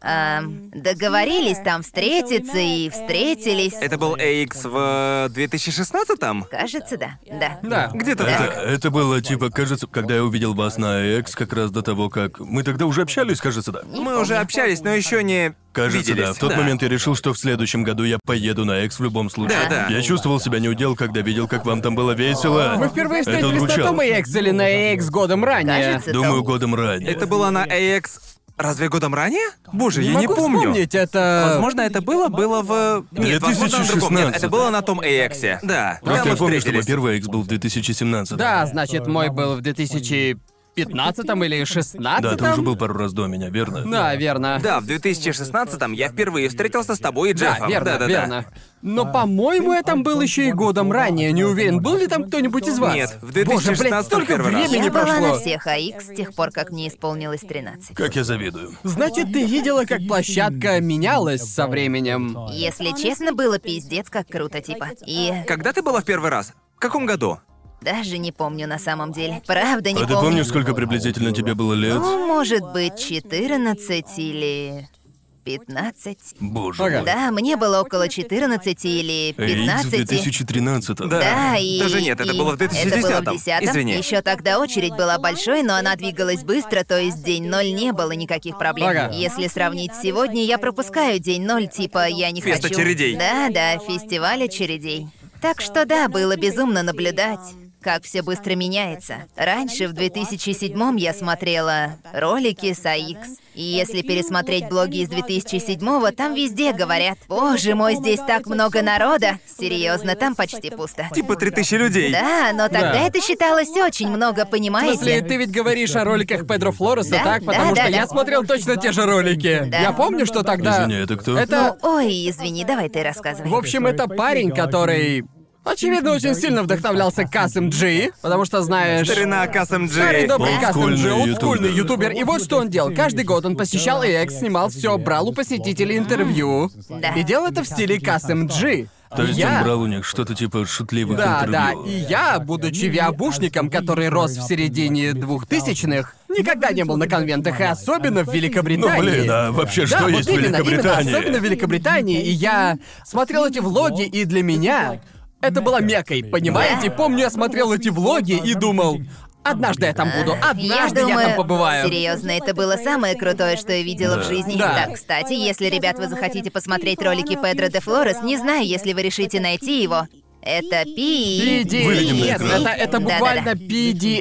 Speaker 1: Ам, договорились там встретиться и встретились.
Speaker 3: Это был AX в 2016-м?
Speaker 1: Кажется, да. Да.
Speaker 4: Да.
Speaker 3: Где-то
Speaker 5: Это,
Speaker 3: так.
Speaker 5: это было типа, кажется, когда я увидел вас на AX, как раз до того, как. Мы тогда уже общались, кажется, да.
Speaker 3: Мы уже общались, но еще не
Speaker 5: Кажется,
Speaker 3: виделись.
Speaker 5: да. В тот момент я решил, что в следующем году я поеду на X в любом случае.
Speaker 3: Да, да.
Speaker 5: Я чувствовал себя неудел, когда видел, как вам там было весело.
Speaker 4: Мы впервые
Speaker 5: Это
Speaker 4: встретились на
Speaker 5: вручало.
Speaker 4: том AX или на AX годом ранее.
Speaker 1: Кажется,
Speaker 5: Думаю,
Speaker 1: там-
Speaker 5: годом ранее.
Speaker 3: Это была на AX... Разве годом ранее? Боже, я не
Speaker 4: Могу
Speaker 3: помню.
Speaker 4: вспомнить, это...
Speaker 3: Возможно, это было было в... Нет, возможно, на другом. Нет,
Speaker 5: 2016.
Speaker 3: это было на том AX. Да.
Speaker 4: Ну,
Speaker 5: Просто
Speaker 3: Там
Speaker 5: я
Speaker 3: мы
Speaker 5: помню, что мой
Speaker 3: встретились.
Speaker 5: первый X был в 2017.
Speaker 4: Да, значит, мой был в 2000... 15 или 16
Speaker 5: Да, ты уже был пару раз до меня, верно?
Speaker 4: Да, верно.
Speaker 3: Да, в 2016-м я впервые встретился с тобой и
Speaker 4: Да,
Speaker 3: Джеффом.
Speaker 4: верно,
Speaker 3: Да-да-да.
Speaker 4: верно. Но, по-моему, я там был еще и годом ранее. Не уверен, был ли там кто-нибудь из вас?
Speaker 3: Нет, в
Speaker 4: Боже,
Speaker 3: 2016
Speaker 4: блядь, столько
Speaker 3: первый раз.
Speaker 1: Я
Speaker 4: времени
Speaker 1: была на
Speaker 4: прошло.
Speaker 1: всех АИК с тех пор, как мне исполнилось 13.
Speaker 5: Как я завидую.
Speaker 4: Значит, ты видела, как площадка менялась со временем.
Speaker 1: Если честно, было пиздец, как круто, типа. И
Speaker 3: Когда ты была в первый раз? В каком году?
Speaker 1: даже не помню на самом деле. Правда, не
Speaker 5: А ты
Speaker 1: помню.
Speaker 5: помнишь, сколько приблизительно тебе было лет?
Speaker 1: Ну, может быть, 14 или 15.
Speaker 5: Боже
Speaker 4: Ага.
Speaker 5: мой.
Speaker 1: Да, мне было около 14 или
Speaker 5: Эй, в
Speaker 1: 15.
Speaker 5: 2013
Speaker 1: Да, и...
Speaker 3: Даже нет, это было в 2010-м. Извини.
Speaker 1: Еще тогда очередь была большой, но она двигалась быстро, то есть день ноль не было никаких проблем.
Speaker 4: Ага.
Speaker 1: Если сравнить с сегодня, я пропускаю день ноль, типа я не
Speaker 3: Фест
Speaker 1: хочу...
Speaker 3: очередей.
Speaker 1: Да, да, фестиваль очередей. Так что да, было безумно наблюдать, как все быстро меняется. Раньше, в 2007 я смотрела ролики с АИКС. И если пересмотреть блоги из 2007-го, там везде говорят, «Боже мой, здесь так много народа!» Серьезно, там почти пусто.
Speaker 3: Типа 3000 людей.
Speaker 1: Да, но тогда
Speaker 4: Да.
Speaker 1: это считалось очень много,
Speaker 4: В смысле,
Speaker 1: понимаете?
Speaker 4: ты ведь говоришь о роликах Педро Флореса,
Speaker 1: Да,
Speaker 4: так?
Speaker 1: да,
Speaker 4: Потому
Speaker 1: да,
Speaker 4: что
Speaker 1: да.
Speaker 4: я смотрел точно те же ролики.
Speaker 1: Да.
Speaker 4: Я помню, что тогда...
Speaker 5: Извини, это кто?
Speaker 4: Это...
Speaker 1: Ну, ой, извини, давай ты рассказывай.
Speaker 4: В общем, это парень, который... Очевидно, очень сильно вдохновлялся Касом Джи, потому что, знаешь...
Speaker 3: Старина Касом
Speaker 4: Старый
Speaker 3: Джей.
Speaker 4: добрый Касом Джи,
Speaker 5: Олдскульный
Speaker 4: олдскульный
Speaker 5: ютубер.
Speaker 4: ютубер. И вот что он делал. Каждый год он посещал EX, снимал все, брал у посетителей интервью.
Speaker 1: Да.
Speaker 4: И делал это в стиле Касом Джи.
Speaker 5: То есть
Speaker 4: я...
Speaker 5: он брал у них что-то типа шутливых
Speaker 4: Да, да.
Speaker 5: интервью.
Speaker 4: И я, будучи виабушником, который рос в середине двухтысячных, никогда не был на конвентах, и особенно в
Speaker 5: Ну,
Speaker 4: Великобритании.
Speaker 5: блин, а вообще
Speaker 4: Да,
Speaker 5: что
Speaker 4: вот
Speaker 5: есть в
Speaker 4: именно, именно,
Speaker 5: Великобритании?
Speaker 4: особенно в Великобритании, и я смотрел эти влоги, и для меня это было мекой, понимаете? Помню, я смотрел эти влоги и думал, однажды я там буду, однажды я,
Speaker 1: думаю,
Speaker 4: там побываю.
Speaker 1: Серьезно, это было самое крутое, что я видела
Speaker 5: Да.
Speaker 1: в жизни.
Speaker 4: Да.
Speaker 1: кстати, если, ребят, вы захотите посмотреть ролики Педро де Флорес, не знаю, если вы решите найти его. Это пи...
Speaker 4: PD.
Speaker 5: Выведем на
Speaker 4: Нет,
Speaker 5: экран.
Speaker 4: это, это
Speaker 1: Да-да-да.
Speaker 4: буквально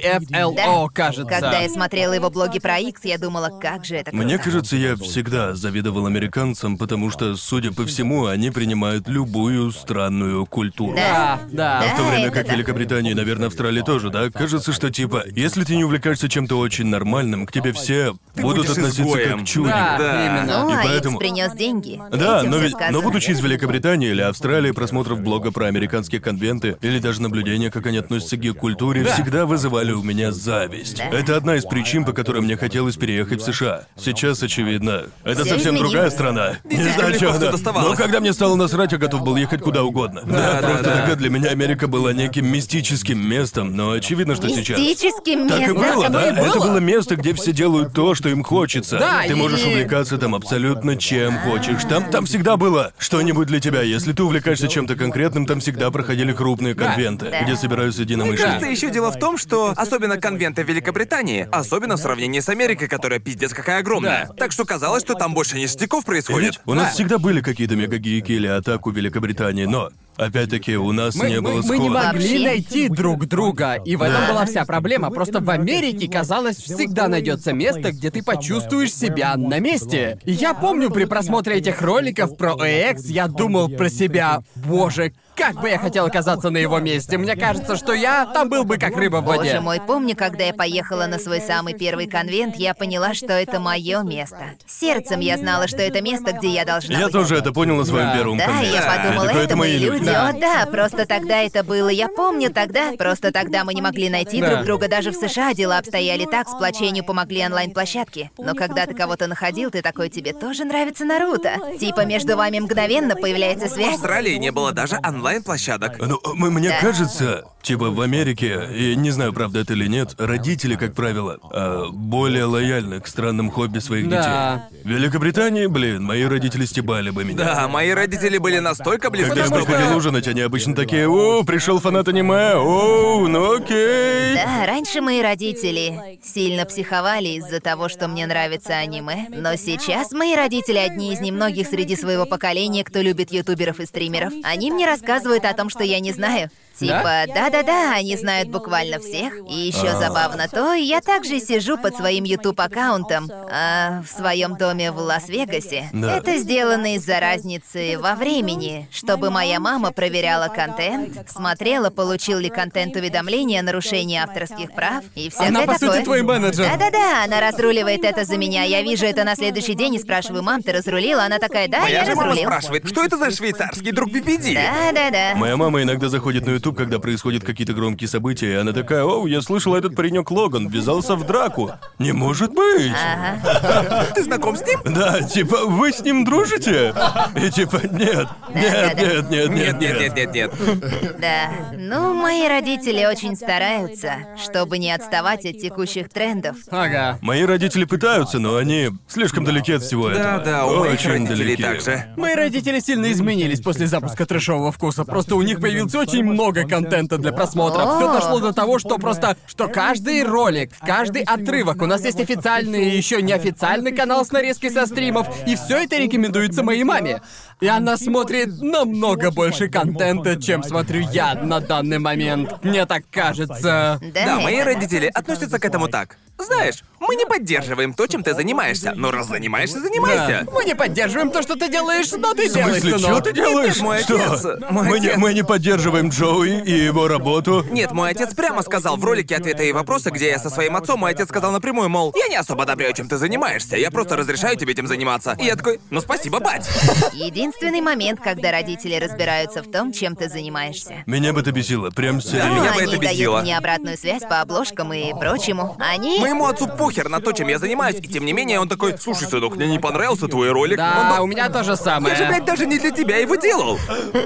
Speaker 4: PDFLO,
Speaker 1: Да.
Speaker 4: кажется.
Speaker 1: Когда я смотрела его блоги про X, я думала, как же это круто.
Speaker 5: Мне кажется, я всегда завидовал американцам, потому что, судя по всему, они принимают любую странную культуру.
Speaker 4: Да, да.
Speaker 5: А в то время
Speaker 1: это
Speaker 5: как в
Speaker 1: да.
Speaker 5: Великобритании, и, наверное, Австралии тоже, да? Кажется, что типа, если ты не увлекаешься чем-то очень нормальным, к тебе все будут
Speaker 3: будешь
Speaker 5: относиться
Speaker 3: изгоем.
Speaker 5: как чудик.
Speaker 4: Да,
Speaker 3: Да.
Speaker 4: именно.
Speaker 1: Ну,
Speaker 5: И
Speaker 1: а
Speaker 5: поэтому-
Speaker 1: X принес деньги.
Speaker 5: Да,
Speaker 1: Этим
Speaker 5: но,
Speaker 1: всё
Speaker 5: ведь,
Speaker 1: сказано.
Speaker 5: но будучи из Великобритании или Австралии, просмотров блога про американские конвенты или даже наблюдения, как они относятся к геокультуре, всегда вызывали у меня зависть. Это одна из причин, по которой мне хотелось переехать в США. Сейчас, очевидно, это
Speaker 1: Всё
Speaker 5: совсем
Speaker 1: изменилось.
Speaker 5: другая страна. Не
Speaker 3: Действительно,
Speaker 5: знаю, что
Speaker 3: легко всё
Speaker 5: она.
Speaker 3: доставалось.
Speaker 5: Но когда мне стало насрать, я готов был ехать куда угодно. Да,
Speaker 3: да,
Speaker 5: просто
Speaker 3: да.
Speaker 5: тогда для меня Америка была неким мистическим местом, но очевидно, что сейчас.
Speaker 1: Мистическим
Speaker 5: Так и
Speaker 1: местом.
Speaker 5: было, да?
Speaker 4: оно и
Speaker 5: Это
Speaker 4: было.
Speaker 5: было место, где все делают то, что им хочется.
Speaker 4: Да,
Speaker 5: Ты можешь
Speaker 4: и- А.
Speaker 5: увлекаться там абсолютно чем хочешь. Там, там всегда было что-нибудь для тебя. Если ты увлекаешься чем-то конкретным, там всегда проходили крупные конвенты,
Speaker 1: Да.
Speaker 5: где собираются единомышленники.
Speaker 3: Кажется, еще дело в том, что особенно конвенты в Великобритании, особенно в сравнении с Америкой, которая пиздец какая огромная. Так что казалось, что там больше ништяков происходит.
Speaker 5: Ведь у нас всегда были какие-то мегагики или атаку Великобритании, но опять-таки у нас
Speaker 4: Мы,
Speaker 5: не
Speaker 4: мы-
Speaker 5: было
Speaker 4: мы не
Speaker 5: схода.
Speaker 4: могли
Speaker 1: Вообще.
Speaker 4: найти друг друга, и в этом
Speaker 5: Да.
Speaker 4: была вся проблема. Просто в Америке, казалось, всегда найдется место, где ты почувствуешь себя на месте. И я помню, при просмотре этих роликов про EX, я думал про себя, боже, как бы я хотел оказаться на его месте. Мне кажется, что я там был бы как рыба в воде.
Speaker 1: Боже мой, помню, когда я поехала на свой самый первый конвент, я поняла, что это мое место. Сердцем я знала, что это место, где я должна
Speaker 5: Я
Speaker 1: быть.
Speaker 5: тоже это понял на своем
Speaker 4: Да.
Speaker 5: первом
Speaker 1: Да,
Speaker 5: конвенте.
Speaker 1: я подумала,
Speaker 5: такой,
Speaker 1: это, мои люди.
Speaker 4: Да.
Speaker 1: О, да, просто тогда это было. Я помню тогда, просто тогда мы не могли найти
Speaker 4: Да.
Speaker 1: друг друга. Даже в США дела обстояли так, сплочению помогли онлайн-площадки. Но когда ты кого-то находил, ты такой, тебе тоже нравится Наруто. Типа между вами мгновенно появляется
Speaker 3: В
Speaker 1: связь.
Speaker 3: Австралии не было даже онлайн-площадок.
Speaker 5: Ну, м- мне кажется, типа в Америке, и не знаю, правда это или нет, родители, как правило, э, более лояльны к странным хобби своих
Speaker 4: Да.
Speaker 5: детей. В Великобритании, блин, мои родители стебали бы меня.
Speaker 3: Да, мои родители были настолько близки,
Speaker 5: Когда я
Speaker 4: Потому что-
Speaker 5: приходил ужинать, они обычно такие, о, пришел фанат аниме, о, ну окей.
Speaker 1: Да, раньше мои родители сильно психовали из-за того, что мне нравится аниме, но сейчас мои родители одни из немногих среди своего поколения, кто любит ютуберов и стримеров. Они мне рассказывают о том, что я не знаю. Типа, да-да-да, они знают буквально всех. И еще забавно то, я также сижу под своим YouTube-аккаунтом а, в своем доме в Лас-Вегасе.
Speaker 5: Да.
Speaker 1: Это сделано из-за разницы во времени, чтобы моя мама проверяла контент, смотрела, получил ли контент уведомления о нарушении авторских прав и всякое
Speaker 4: Она, по
Speaker 1: такое.
Speaker 4: сути, твой менеджер.
Speaker 1: Да-да-да, она разруливает это за меня. Я вижу это на следующий день и спрашиваю, мам, ты разрулила? Она такая, да, я
Speaker 3: Моя же мама
Speaker 1: разрулил.
Speaker 3: спрашивает, что это за швейцарский друг BPD?
Speaker 1: Да-да-да.
Speaker 5: Моя мама иногда заходит на YouTube, когда происходят какие-то громкие события, и она такая, «О, я слышала, этот паренек Логан ввязался в драку». Не может быть!
Speaker 3: Ты знаком с ним?
Speaker 5: Да, типа, вы с ним дружите? И типа, нет,
Speaker 1: да,
Speaker 5: нет,
Speaker 1: да.
Speaker 5: нет, нет, нет,
Speaker 3: Нет, нет, нет, нет, нет.
Speaker 1: Да. Ну, мои родители очень стараются, чтобы не отставать от текущих трендов.
Speaker 4: Ага.
Speaker 5: Мои родители пытаются, но они слишком далеки от всего
Speaker 3: Да,
Speaker 5: этого.
Speaker 3: да, у моих
Speaker 5: Очень
Speaker 3: родителей
Speaker 5: далеки.
Speaker 3: так же.
Speaker 4: Мои родители сильно изменились после запуска трэшового вкуса. Просто у них появился очень много контента для
Speaker 5: А.
Speaker 4: просмотра. Все
Speaker 1: О.
Speaker 4: дошло до того, что просто, что каждый ролик, каждый отрывок, у нас есть официальный и еще неофициальный канал с нарезки со стримов, и все это рекомендуется моей маме. И она смотрит намного больше контента, чем смотрю я на данный момент. Мне так
Speaker 1: Да,
Speaker 4: кажется.
Speaker 3: Да,
Speaker 1: это
Speaker 3: мои
Speaker 1: да.
Speaker 3: родители относятся к этому так. Знаешь, мы не поддерживаем то, чем ты занимаешься, но раз занимаешься, занимайся.
Speaker 4: Да. Мы не поддерживаем то, что ты делаешь, но ты
Speaker 5: В смысле,
Speaker 4: делаешь,
Speaker 5: что
Speaker 4: сынок.
Speaker 5: ты делаешь?
Speaker 3: Нет, мой
Speaker 5: что?
Speaker 3: отец, мой
Speaker 5: мы, не,
Speaker 3: отец.
Speaker 5: мы не поддерживаем Джоуи и его работу.
Speaker 3: Нет, мой отец прямо сказал в ролике ответы и вопросы, где я со своим отцом, мой отец сказал напрямую, мол, я не особо одобряю, чем ты занимаешься, я просто разрешаю тебе этим заниматься. И я такой, ну спасибо, бать.
Speaker 1: Единственный момент, когда родители разбираются в том, чем ты занимаешься.
Speaker 5: Меня бы это бесило, прям серьезно.
Speaker 3: меня бы это
Speaker 1: они
Speaker 3: бесило.
Speaker 1: дают мне обратную связь по обложкам и прочему. Они...
Speaker 3: Моему отцу похер на то, чем я занимаюсь, и тем не менее он такой, слушай, сынок, мне не понравился твой ролик.
Speaker 4: Да,
Speaker 3: Он
Speaker 4: у меня э, то же
Speaker 3: так,
Speaker 4: самое.
Speaker 3: Я же, блядь, даже не для тебя его делал.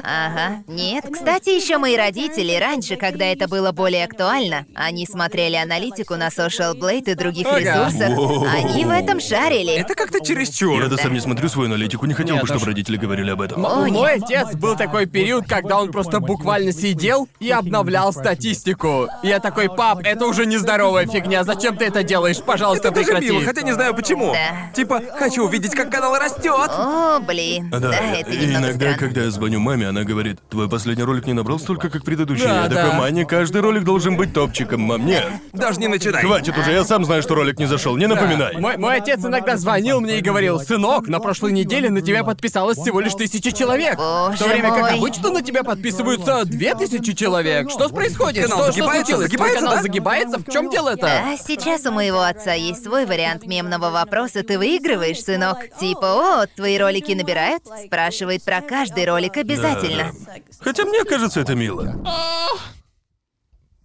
Speaker 1: Ага. Нет, кстати, еще мои родители раньше, когда это было более актуально, они смотрели аналитику на Social Blade и других
Speaker 4: Ага.
Speaker 1: ресурсах.
Speaker 5: Воу.
Speaker 1: Они в этом шарили.
Speaker 3: Это как-то чересчур.
Speaker 5: Я да сам не смотрю свою аналитику, не хотел
Speaker 4: Нет,
Speaker 5: бы, чтобы
Speaker 4: аж-
Speaker 5: родители говорили об этом.
Speaker 4: М- ну,
Speaker 1: О,
Speaker 4: Мой отец был такой период, когда он просто буквально сидел и обновлял статистику. И Я такой, пап, это уже нездоровая фигня, зачем ты это делаешь? Пожалуйста,
Speaker 3: Это даже
Speaker 4: прекрати.
Speaker 3: мило, хотя не знаю почему.
Speaker 1: Да.
Speaker 3: Типа, хочу увидеть, как канал растет.
Speaker 4: А?
Speaker 1: О, блин.
Speaker 5: Да,
Speaker 1: это
Speaker 5: и
Speaker 1: немного
Speaker 5: иногда,
Speaker 1: странно.
Speaker 5: когда я звоню маме, она говорит, твой последний ролик не набрал столько, как предыдущий.
Speaker 4: Да,
Speaker 5: я
Speaker 4: да.
Speaker 5: такой, Маня, каждый ролик должен быть топчиком, мам, нет.
Speaker 3: Даже не начинай.
Speaker 5: Хватит уже, я сам знаю, что ролик не зашел, не напоминай.
Speaker 4: Мой, мой отец иногда звонил мне и говорил, сынок, на прошлой неделе на тебя подписалось всего лишь тысяча человек. в то
Speaker 1: Боже
Speaker 4: время как
Speaker 1: мой.
Speaker 4: обычно на тебя подписываются две тысячи человек. Что происходит?
Speaker 3: Канал
Speaker 4: что, что
Speaker 3: загибается,
Speaker 4: случилось? Твой
Speaker 3: загибается,
Speaker 4: канал
Speaker 3: да?
Speaker 4: загибается? В чем дело-то?
Speaker 1: А сейчас у моего отца есть свой вариант мемного вопроса. Ты выигрываешь, сынок? Типа, о, твои ролики набирают? Спрашивает про каждый ролик обязательно.
Speaker 5: Хотя мне кажется, это мило.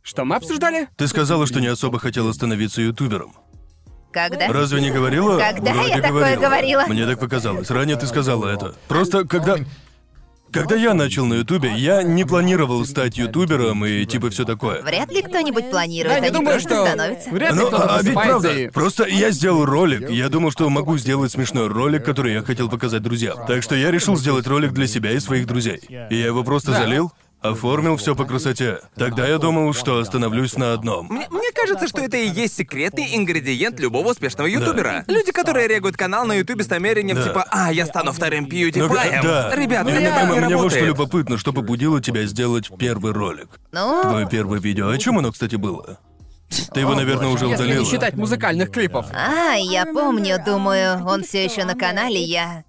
Speaker 4: Что мы обсуждали?
Speaker 5: Ты сказала, что не особо хотела становиться ютубером.
Speaker 1: Когда?
Speaker 5: Разве не говорила?
Speaker 1: Когда
Speaker 5: Вроде
Speaker 1: я такое говорила?
Speaker 5: Мне так показалось. Ранее ты сказала это. Просто когда... Когда я начал на Ютубе, я не планировал стать ютубером и типа все такое.
Speaker 1: Вряд ли кто-нибь планирует,
Speaker 4: Я не
Speaker 1: они
Speaker 4: думаю,
Speaker 1: просто
Speaker 4: что...
Speaker 1: становятся.
Speaker 4: Вряд ли
Speaker 5: Ну,
Speaker 4: кто-то
Speaker 5: а ведь
Speaker 4: просыпается
Speaker 5: правда,
Speaker 4: и-
Speaker 5: просто я сделал ролик. Я думал, что могу сделать смешной ролик, который я хотел показать друзьям. Так что я решил сделать ролик для себя и своих друзей. И я его просто залил, оформил все по красоте. Тогда я думал, что остановлюсь на одном.
Speaker 3: Мне, мне кажется, что это и есть секретный ингредиент любого успешного ютубера. Люди, которые регают канал на ютубе с намерением
Speaker 5: Да.
Speaker 3: типа «А, я стану вторым
Speaker 5: Ну,
Speaker 3: PewDiePie».
Speaker 5: да.
Speaker 3: Ребят,
Speaker 5: Ну,
Speaker 3: это
Speaker 5: я-
Speaker 3: так не
Speaker 5: мне вот что
Speaker 3: работает.
Speaker 5: любопытно, что побудило тебя сделать первый ролик.
Speaker 1: Ну,
Speaker 5: Твое первое видео. О чем оно, кстати, было? Ты его, наверное, уже
Speaker 4: Если не
Speaker 5: удалила.
Speaker 4: считать музыкальных клипов.
Speaker 1: а, я помню, думаю, он все еще на канале, я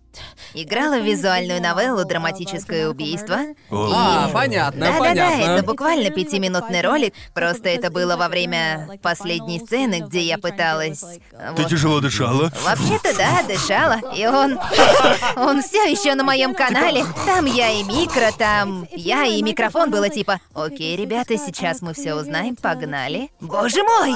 Speaker 1: играла в визуальную новеллу «Драматическое убийство».
Speaker 5: О,
Speaker 4: А, понятно,
Speaker 1: Да-да-да,
Speaker 4: понятно.
Speaker 1: это буквально пятиминутный ролик, просто это было во время последней сцены, где я пыталась... э,
Speaker 5: Ты
Speaker 1: вот,
Speaker 5: тяжело дышала?
Speaker 1: Вообще-то да, дышала. И он... Он все еще на моем канале. Там я и микро, там я и микрофон было типа... Окей, ребята, сейчас мы все узнаем, погнали. Боже мой!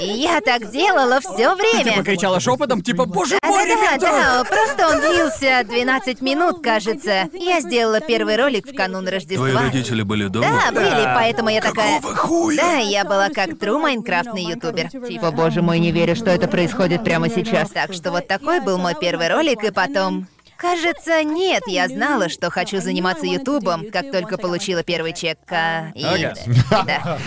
Speaker 1: И я так делала все время.
Speaker 4: Типа кричала шепотом, типа, боже мой,
Speaker 1: Да, да,
Speaker 4: ребята!
Speaker 1: да, просто он длился 12 минут, кажется. Я сделала первый ролик в канун
Speaker 5: Твои
Speaker 1: Рождества.
Speaker 5: родители были дома?
Speaker 1: Да, были, поэтому я такая...
Speaker 5: Какого хуя?
Speaker 1: Да, я была как тру майнкрафтный ютубер. Типа, боже мой, не верю, что это происходит прямо сейчас. Так что вот такой был мой первый ролик, и потом... Кажется, нет, я знала, что хочу заниматься Ютубом, как только получила первый чек. а, и-
Speaker 4: Ага.
Speaker 1: да.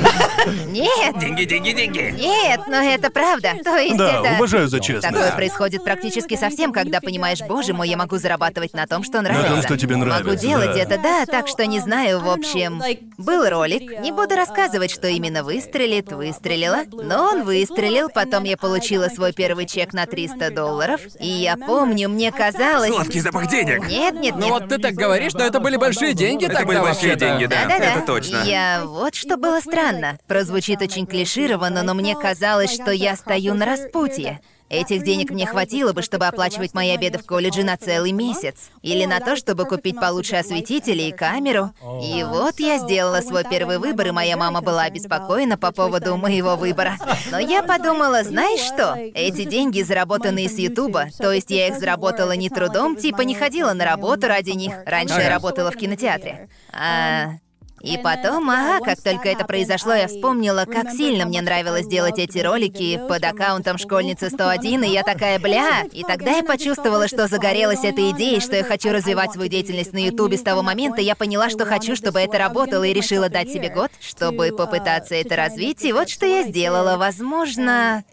Speaker 1: Нет,
Speaker 3: Деньги, деньги, деньги.
Speaker 1: нет, но это правда. То есть
Speaker 5: Да,
Speaker 1: это...
Speaker 5: уважаю за честность.
Speaker 1: Такое происходит практически совсем, когда понимаешь, боже мой, я могу зарабатывать на том, что нравится.
Speaker 5: том, что тебе
Speaker 1: Могу
Speaker 5: нравится,
Speaker 1: делать
Speaker 5: да.
Speaker 1: это, да, так что не знаю, в общем. Был ролик, не буду рассказывать, что именно выстрелит, выстрелила, но он выстрелил, потом я получила свой первый чек на 300 долларов, и я помню, мне казалось...
Speaker 3: Сладкий запах денег.
Speaker 1: Нет, нет,
Speaker 4: Ну
Speaker 1: нет.
Speaker 4: вот ты так говоришь, но это были большие деньги
Speaker 3: Это
Speaker 4: тогда
Speaker 3: были большие
Speaker 4: вообще-то.
Speaker 3: деньги, да.
Speaker 1: Да-да-да.
Speaker 3: Это точно.
Speaker 1: Я вот что было странно. Прозвучит очень клишированно, но мне казалось, что я стою на распутье. Этих денег мне хватило бы, чтобы оплачивать мои обеды в колледже на целый месяц. Или на то, чтобы купить получше осветители и камеру. И вот я сделала свой первый выбор, и моя мама была обеспокоена по поводу моего выбора. Но я подумала, знаешь что? Эти деньги, заработанные с Ютуба, то есть я их заработала не трудом, типа не ходила на работу ради них. Раньше я
Speaker 4: Ага.
Speaker 1: работала в кинотеатре. А, и потом, ага, как только это произошло, я вспомнила, как сильно мне нравилось делать эти ролики под аккаунтом «Школьница 101», и я такая, бля. И тогда я почувствовала, что загорелась эта идея, и что я хочу развивать свою деятельность на Ютубе с того момента, я поняла, что хочу, чтобы это работало, и решила дать себе год, чтобы попытаться это развить, и вот что я сделала. Возможно,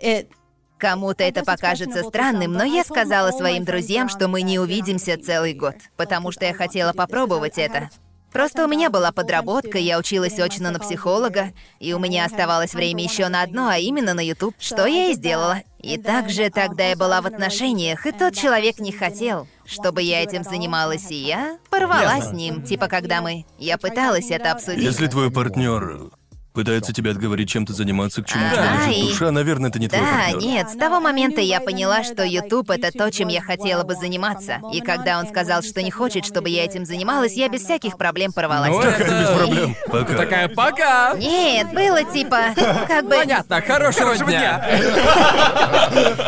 Speaker 1: Кому-то это покажется странным, но я сказала своим друзьям, что мы не увидимся целый год, потому что я хотела попробовать это. Просто у меня была подработка, я училась очно на психолога, и у меня оставалось время еще на одно, а именно на YouTube, что я и сделала. И также тогда я была в отношениях, и тот человек не хотел, чтобы я этим занималась, и я порвала с ним, типа когда мы... Я пыталась это обсудить.
Speaker 5: Если твой партнер пытается тебя отговорить чем-то заниматься, к чему у
Speaker 1: Ага,
Speaker 5: тебя
Speaker 1: и-
Speaker 5: лежит душа, наверное, это не твой
Speaker 1: Да,
Speaker 5: партнер.
Speaker 1: нет, с того момента я поняла, что YouTube это то, чем я хотела бы заниматься. И когда он сказал, что не хочет, чтобы я этим занималась, я без всяких проблем порвалась.
Speaker 4: Ну, это-
Speaker 5: Без проблем. Пока.
Speaker 4: Такая пока!
Speaker 1: Нет, было типа, как бы...
Speaker 4: Понятно, хорошего дня!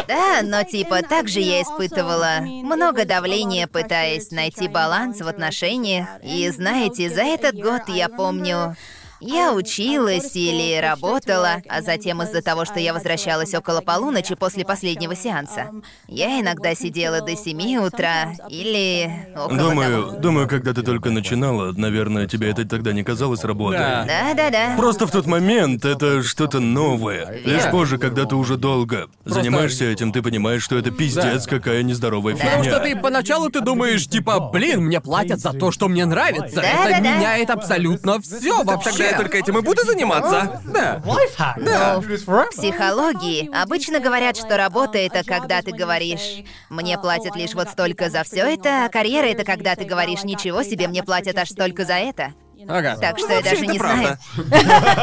Speaker 1: Да, но типа также я испытывала много давления, пытаясь найти баланс в отношениях. И знаете, за этот год я помню... Я училась или работала, а затем из-за того, что я возвращалась около полуночи после последнего сеанса, я иногда сидела до 7 утра или около
Speaker 5: Думаю,
Speaker 1: того.
Speaker 5: думаю, когда ты только начинала, наверное, тебе это тогда не казалось работой.
Speaker 4: Да.
Speaker 1: Да-да-да.
Speaker 5: Просто в тот момент это что-то новое. Лишь позже, когда ты уже долго занимаешься этим, ты понимаешь, что это пиздец, какая нездоровая
Speaker 4: Потому что
Speaker 5: фигня.
Speaker 4: ты поначалу ты думаешь, типа, блин, мне платят за то, что мне нравится.
Speaker 1: Да,
Speaker 4: это
Speaker 1: да, да.
Speaker 4: меняет абсолютно все вообще.
Speaker 3: Тогда я только этим и буду заниматься. Да.
Speaker 1: Ну, в психологии обычно говорят, что работа это когда ты говоришь, мне платят лишь вот столько за все это, а карьера это когда ты говоришь, ничего себе, мне платят аж столько за это.
Speaker 4: Ага.
Speaker 1: Так что я
Speaker 3: Вообще,
Speaker 1: даже
Speaker 3: это
Speaker 1: не знаю.
Speaker 3: правда.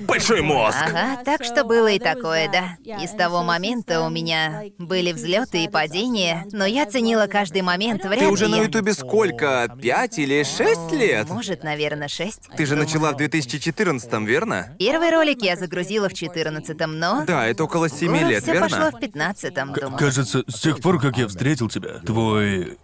Speaker 3: Большой мозг.
Speaker 1: Ага, так что было и такое, да. И с того момента у меня были взлеты и падения, но я ценила каждый момент, вряд
Speaker 3: Ты
Speaker 1: ли
Speaker 3: уже на
Speaker 1: я-
Speaker 3: Ютубе сколько? Пять или шесть лет?
Speaker 1: Может, наверное, шесть.
Speaker 3: Ты же начала в 2014, верно?
Speaker 1: Первый ролик я загрузила в 14-м, но...
Speaker 3: Да, это около семи лет,
Speaker 1: все
Speaker 3: верно?
Speaker 1: пошло в 15-м, думаю.
Speaker 5: Кажется, с тех пор, как я встретил тебя, твой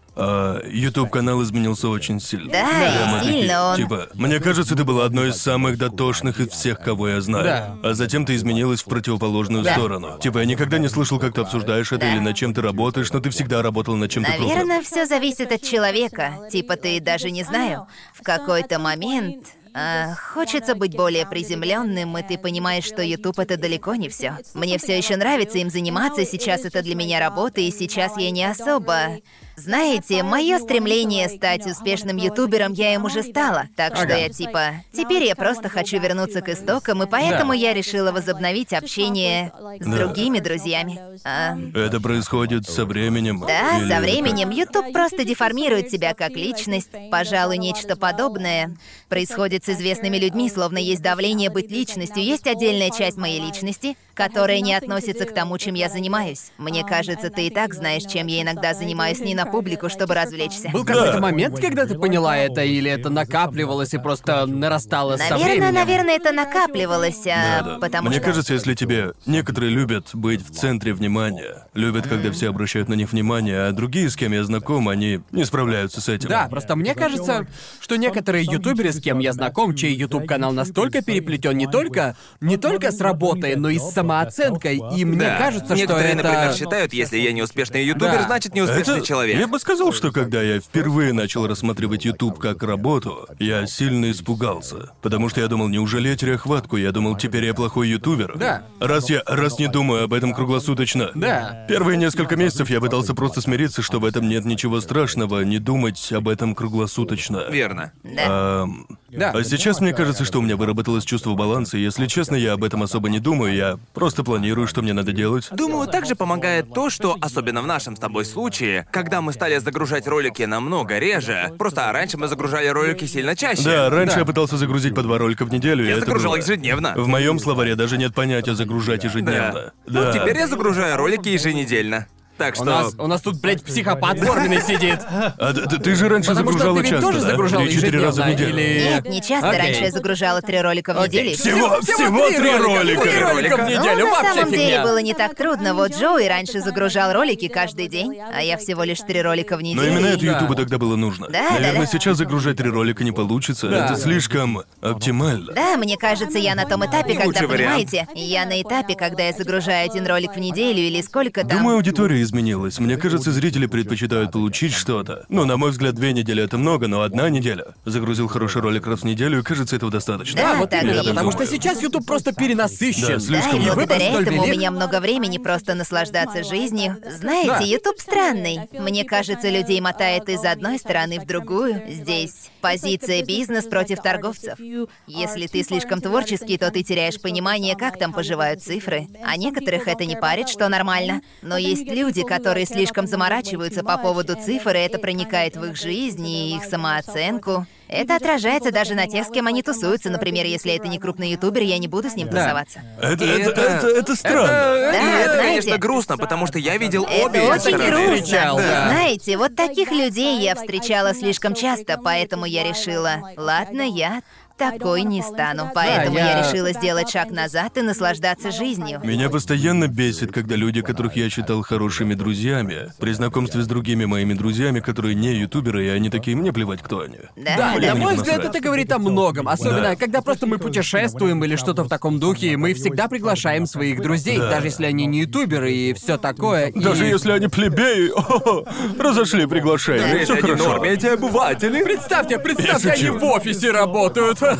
Speaker 5: YouTube канал изменился очень сильно.
Speaker 1: Да,
Speaker 5: Прямо
Speaker 1: и
Speaker 5: такие,
Speaker 1: сильно он.
Speaker 5: Типа, мне кажется, ты была одной из самых дотошных из всех, кого я знаю.
Speaker 4: Да.
Speaker 5: А затем ты изменилась в противоположную
Speaker 1: Да.
Speaker 5: сторону. Типа, я никогда не слышал, как ты обсуждаешь это
Speaker 1: Да.
Speaker 5: или над чем ты работаешь, но ты всегда работал над чем-то крупным.
Speaker 1: Наверное, все зависит от человека. Типа ты даже не знаю. В какой-то момент а, хочется быть более приземленным, и ты понимаешь, что YouTube это далеко не все. Мне все еще нравится им заниматься, сейчас это для меня работа, и сейчас я не особо. Знаете, мое стремление стать успешным ютубером я им уже стала, так что
Speaker 4: Ага.
Speaker 1: я типа теперь я просто хочу вернуться к истокам, и поэтому я решила возобновить общение с
Speaker 5: Да.
Speaker 1: другими друзьями. А,
Speaker 5: Это происходит со временем.
Speaker 1: да,
Speaker 5: или
Speaker 1: со
Speaker 5: как?
Speaker 1: временем YouTube просто деформирует тебя как личность. Пожалуй, нечто подобное происходит с известными людьми, словно есть давление быть личностью. Есть отдельная часть моей личности, которая не относится к тому, чем я занимаюсь. Мне кажется, ты и так знаешь, чем я иногда занимаюсь не на публику, чтобы развлечься.
Speaker 4: Был какой-то момент, когда ты поняла это, или это накапливалось и просто нарастало со
Speaker 1: Наверное,
Speaker 4: временем?
Speaker 1: наверное, это накапливалось, а,
Speaker 5: Да-да.
Speaker 1: потому
Speaker 5: Мне
Speaker 1: что...
Speaker 5: кажется, если тебе... Некоторые любят быть в центре внимания. Любят, когда все обращают на них внимание, а другие, с кем я знаком, они не справляются с этим.
Speaker 4: Да, просто мне кажется, что некоторые ютуберы, с кем я знаком, чей ютуб канал настолько переплетен не только не только с работой, но и с самооценкой, и мне
Speaker 3: Да.
Speaker 4: кажется, что
Speaker 3: Некоторые, например,
Speaker 4: это...
Speaker 3: считают, если я не успешный ютубер,
Speaker 4: Да.
Speaker 3: значит неуспешный
Speaker 5: Это-
Speaker 3: человек.
Speaker 5: Я бы сказал, что когда я впервые начал рассматривать YouTube как работу, я сильно испугался. Потому что я думал, неужели я теряю хватку? Я думал, теперь я плохой ютубер.
Speaker 4: Да.
Speaker 5: Раз я раз не думаю об этом круглосуточно.
Speaker 4: Да.
Speaker 5: Первые несколько месяцев я пытался просто смириться, что в этом нет ничего страшного, не думать об этом круглосуточно.
Speaker 3: Верно.
Speaker 1: Да.
Speaker 4: Да.
Speaker 5: А сейчас мне кажется, что у меня выработалось чувство баланса, и если честно, я об этом особо не думаю, я просто планирую, что мне надо делать.
Speaker 3: Думаю, также помогает то, что, особенно в нашем с тобой случае, когда мы стали загружать ролики намного реже, просто раньше мы загружали ролики сильно чаще.
Speaker 5: Да, раньше я пытался загрузить по два ролика в неделю. и
Speaker 3: Я
Speaker 5: это
Speaker 3: загружал
Speaker 5: было-
Speaker 3: ежедневно.
Speaker 5: В моем словаре даже нет понятия загружать
Speaker 3: Да.
Speaker 5: ежедневно.
Speaker 3: Ну, теперь я загружаю ролики еженедельно. Так что...
Speaker 4: У нас, у нас тут, блядь, психопат Горбиный сидит.
Speaker 5: А т- т- ты же раньше
Speaker 4: Потому что
Speaker 5: загружала
Speaker 4: ты ведь
Speaker 5: часто,
Speaker 4: тоже
Speaker 5: да?
Speaker 4: загружал
Speaker 5: Или четыре раза в
Speaker 4: ежедневно,
Speaker 5: неделю.
Speaker 4: или-
Speaker 1: Нет, не часто.
Speaker 4: Окей.
Speaker 1: Раньше я загружала три ролика в неделю. и всё.
Speaker 5: Всего, всего три ролика.
Speaker 4: Три ролика в
Speaker 1: Ну,
Speaker 4: неделю,
Speaker 1: на
Speaker 4: вообще
Speaker 1: самом
Speaker 4: фигня.
Speaker 1: деле было не так трудно. Вот Джоуи раньше загружал ролики каждый день, а я всего лишь три ролика в
Speaker 5: Но
Speaker 1: неделю.
Speaker 5: именно это
Speaker 1: и-
Speaker 5: Ютубу тогда было нужно.
Speaker 1: Да, да,
Speaker 5: Наверное,
Speaker 1: да.
Speaker 5: сейчас загружать три ролика не получится. Это слишком оптимально.
Speaker 1: Да, мне кажется, я на том этапе,
Speaker 3: Не
Speaker 1: когда,
Speaker 3: лучший вариант.
Speaker 1: понимаете, я на этапе, когда я загружаю один ролик в неделю или сколько там.
Speaker 5: Думаю, аудитория изменилась. Мне кажется, зрители предпочитают получить что-то. Ну, на мой взгляд, две недели это много, но одна неделя. Загрузил хороший ролик раз в неделю, и кажется, этого достаточно.
Speaker 1: Да,
Speaker 4: А, вот
Speaker 1: так и
Speaker 4: именно,
Speaker 1: есть.
Speaker 4: потому что
Speaker 5: Думаю.
Speaker 4: сейчас YouTube просто перенасыщен.
Speaker 5: Да,
Speaker 1: Да,
Speaker 5: слишком
Speaker 1: и
Speaker 5: много.
Speaker 4: выбор
Speaker 1: благодаря
Speaker 4: столь
Speaker 1: этому у
Speaker 4: велик.
Speaker 1: меня много времени просто наслаждаться жизнью.
Speaker 4: Да.
Speaker 1: Знаете, Ютуб странный. Мне кажется, людей мотает из одной стороны в другую. Здесь позиция бизнес против торговцев. Если ты слишком творческий, то ты теряешь понимание, как там поживают цифры. А некоторых это не парит, что нормально. Но есть люди, которые слишком заморачиваются по поводу цифр, и это проникает в их жизнь и их самооценку. Это отражается даже на тех, с кем они тусуются. Например, если это не крупный ютубер, я не буду с ним
Speaker 4: Да.
Speaker 1: тусоваться.
Speaker 5: Это,
Speaker 3: И
Speaker 5: это,
Speaker 3: это-
Speaker 5: это, это странно.
Speaker 4: Э,
Speaker 3: И это,
Speaker 1: знаете,
Speaker 3: конечно, грустно, потому что я видел обе
Speaker 1: Это
Speaker 3: эти
Speaker 1: очень
Speaker 3: стороны.
Speaker 1: грустно.
Speaker 4: встречал,
Speaker 1: И
Speaker 3: Да.
Speaker 1: Знаете, вот таких людей я встречала слишком часто, поэтому я решила, ладно, я такой не стану. Поэтому
Speaker 4: Да,
Speaker 1: я...
Speaker 4: я-
Speaker 1: решила сделать шаг назад и наслаждаться жизнью.
Speaker 5: Меня постоянно бесит, когда люди, которых я считал хорошими друзьями, при знакомстве с другими моими друзьями, которые не ютуберы, и они такие, мне плевать, кто они.
Speaker 1: Да,
Speaker 4: Да,
Speaker 1: да.
Speaker 4: на мой
Speaker 5: мне
Speaker 4: взгляд,
Speaker 5: насрать.
Speaker 4: это говорит о многом. Особенно,
Speaker 5: Да.
Speaker 4: когда просто мы путешествуем или что-то в таком духе, и мы всегда приглашаем своих друзей,
Speaker 5: Да.
Speaker 4: даже если они не ютуберы и все такое. и-
Speaker 5: Даже если они плебеи, разошли приглашение,
Speaker 3: Если
Speaker 5: все
Speaker 3: они
Speaker 5: хорошо.
Speaker 3: норм, эти обыватели.
Speaker 4: Представьте, представьте,
Speaker 5: Я
Speaker 4: они
Speaker 5: шучу.
Speaker 4: в офисе работают. Я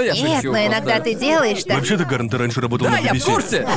Speaker 1: Нет,
Speaker 4: шучу
Speaker 1: но
Speaker 4: просто.
Speaker 1: иногда ты делаешь так.
Speaker 5: Вообще-то, Гарн, ты раньше работал
Speaker 4: Да,
Speaker 5: на
Speaker 4: я
Speaker 5: BBC.
Speaker 4: в курсе.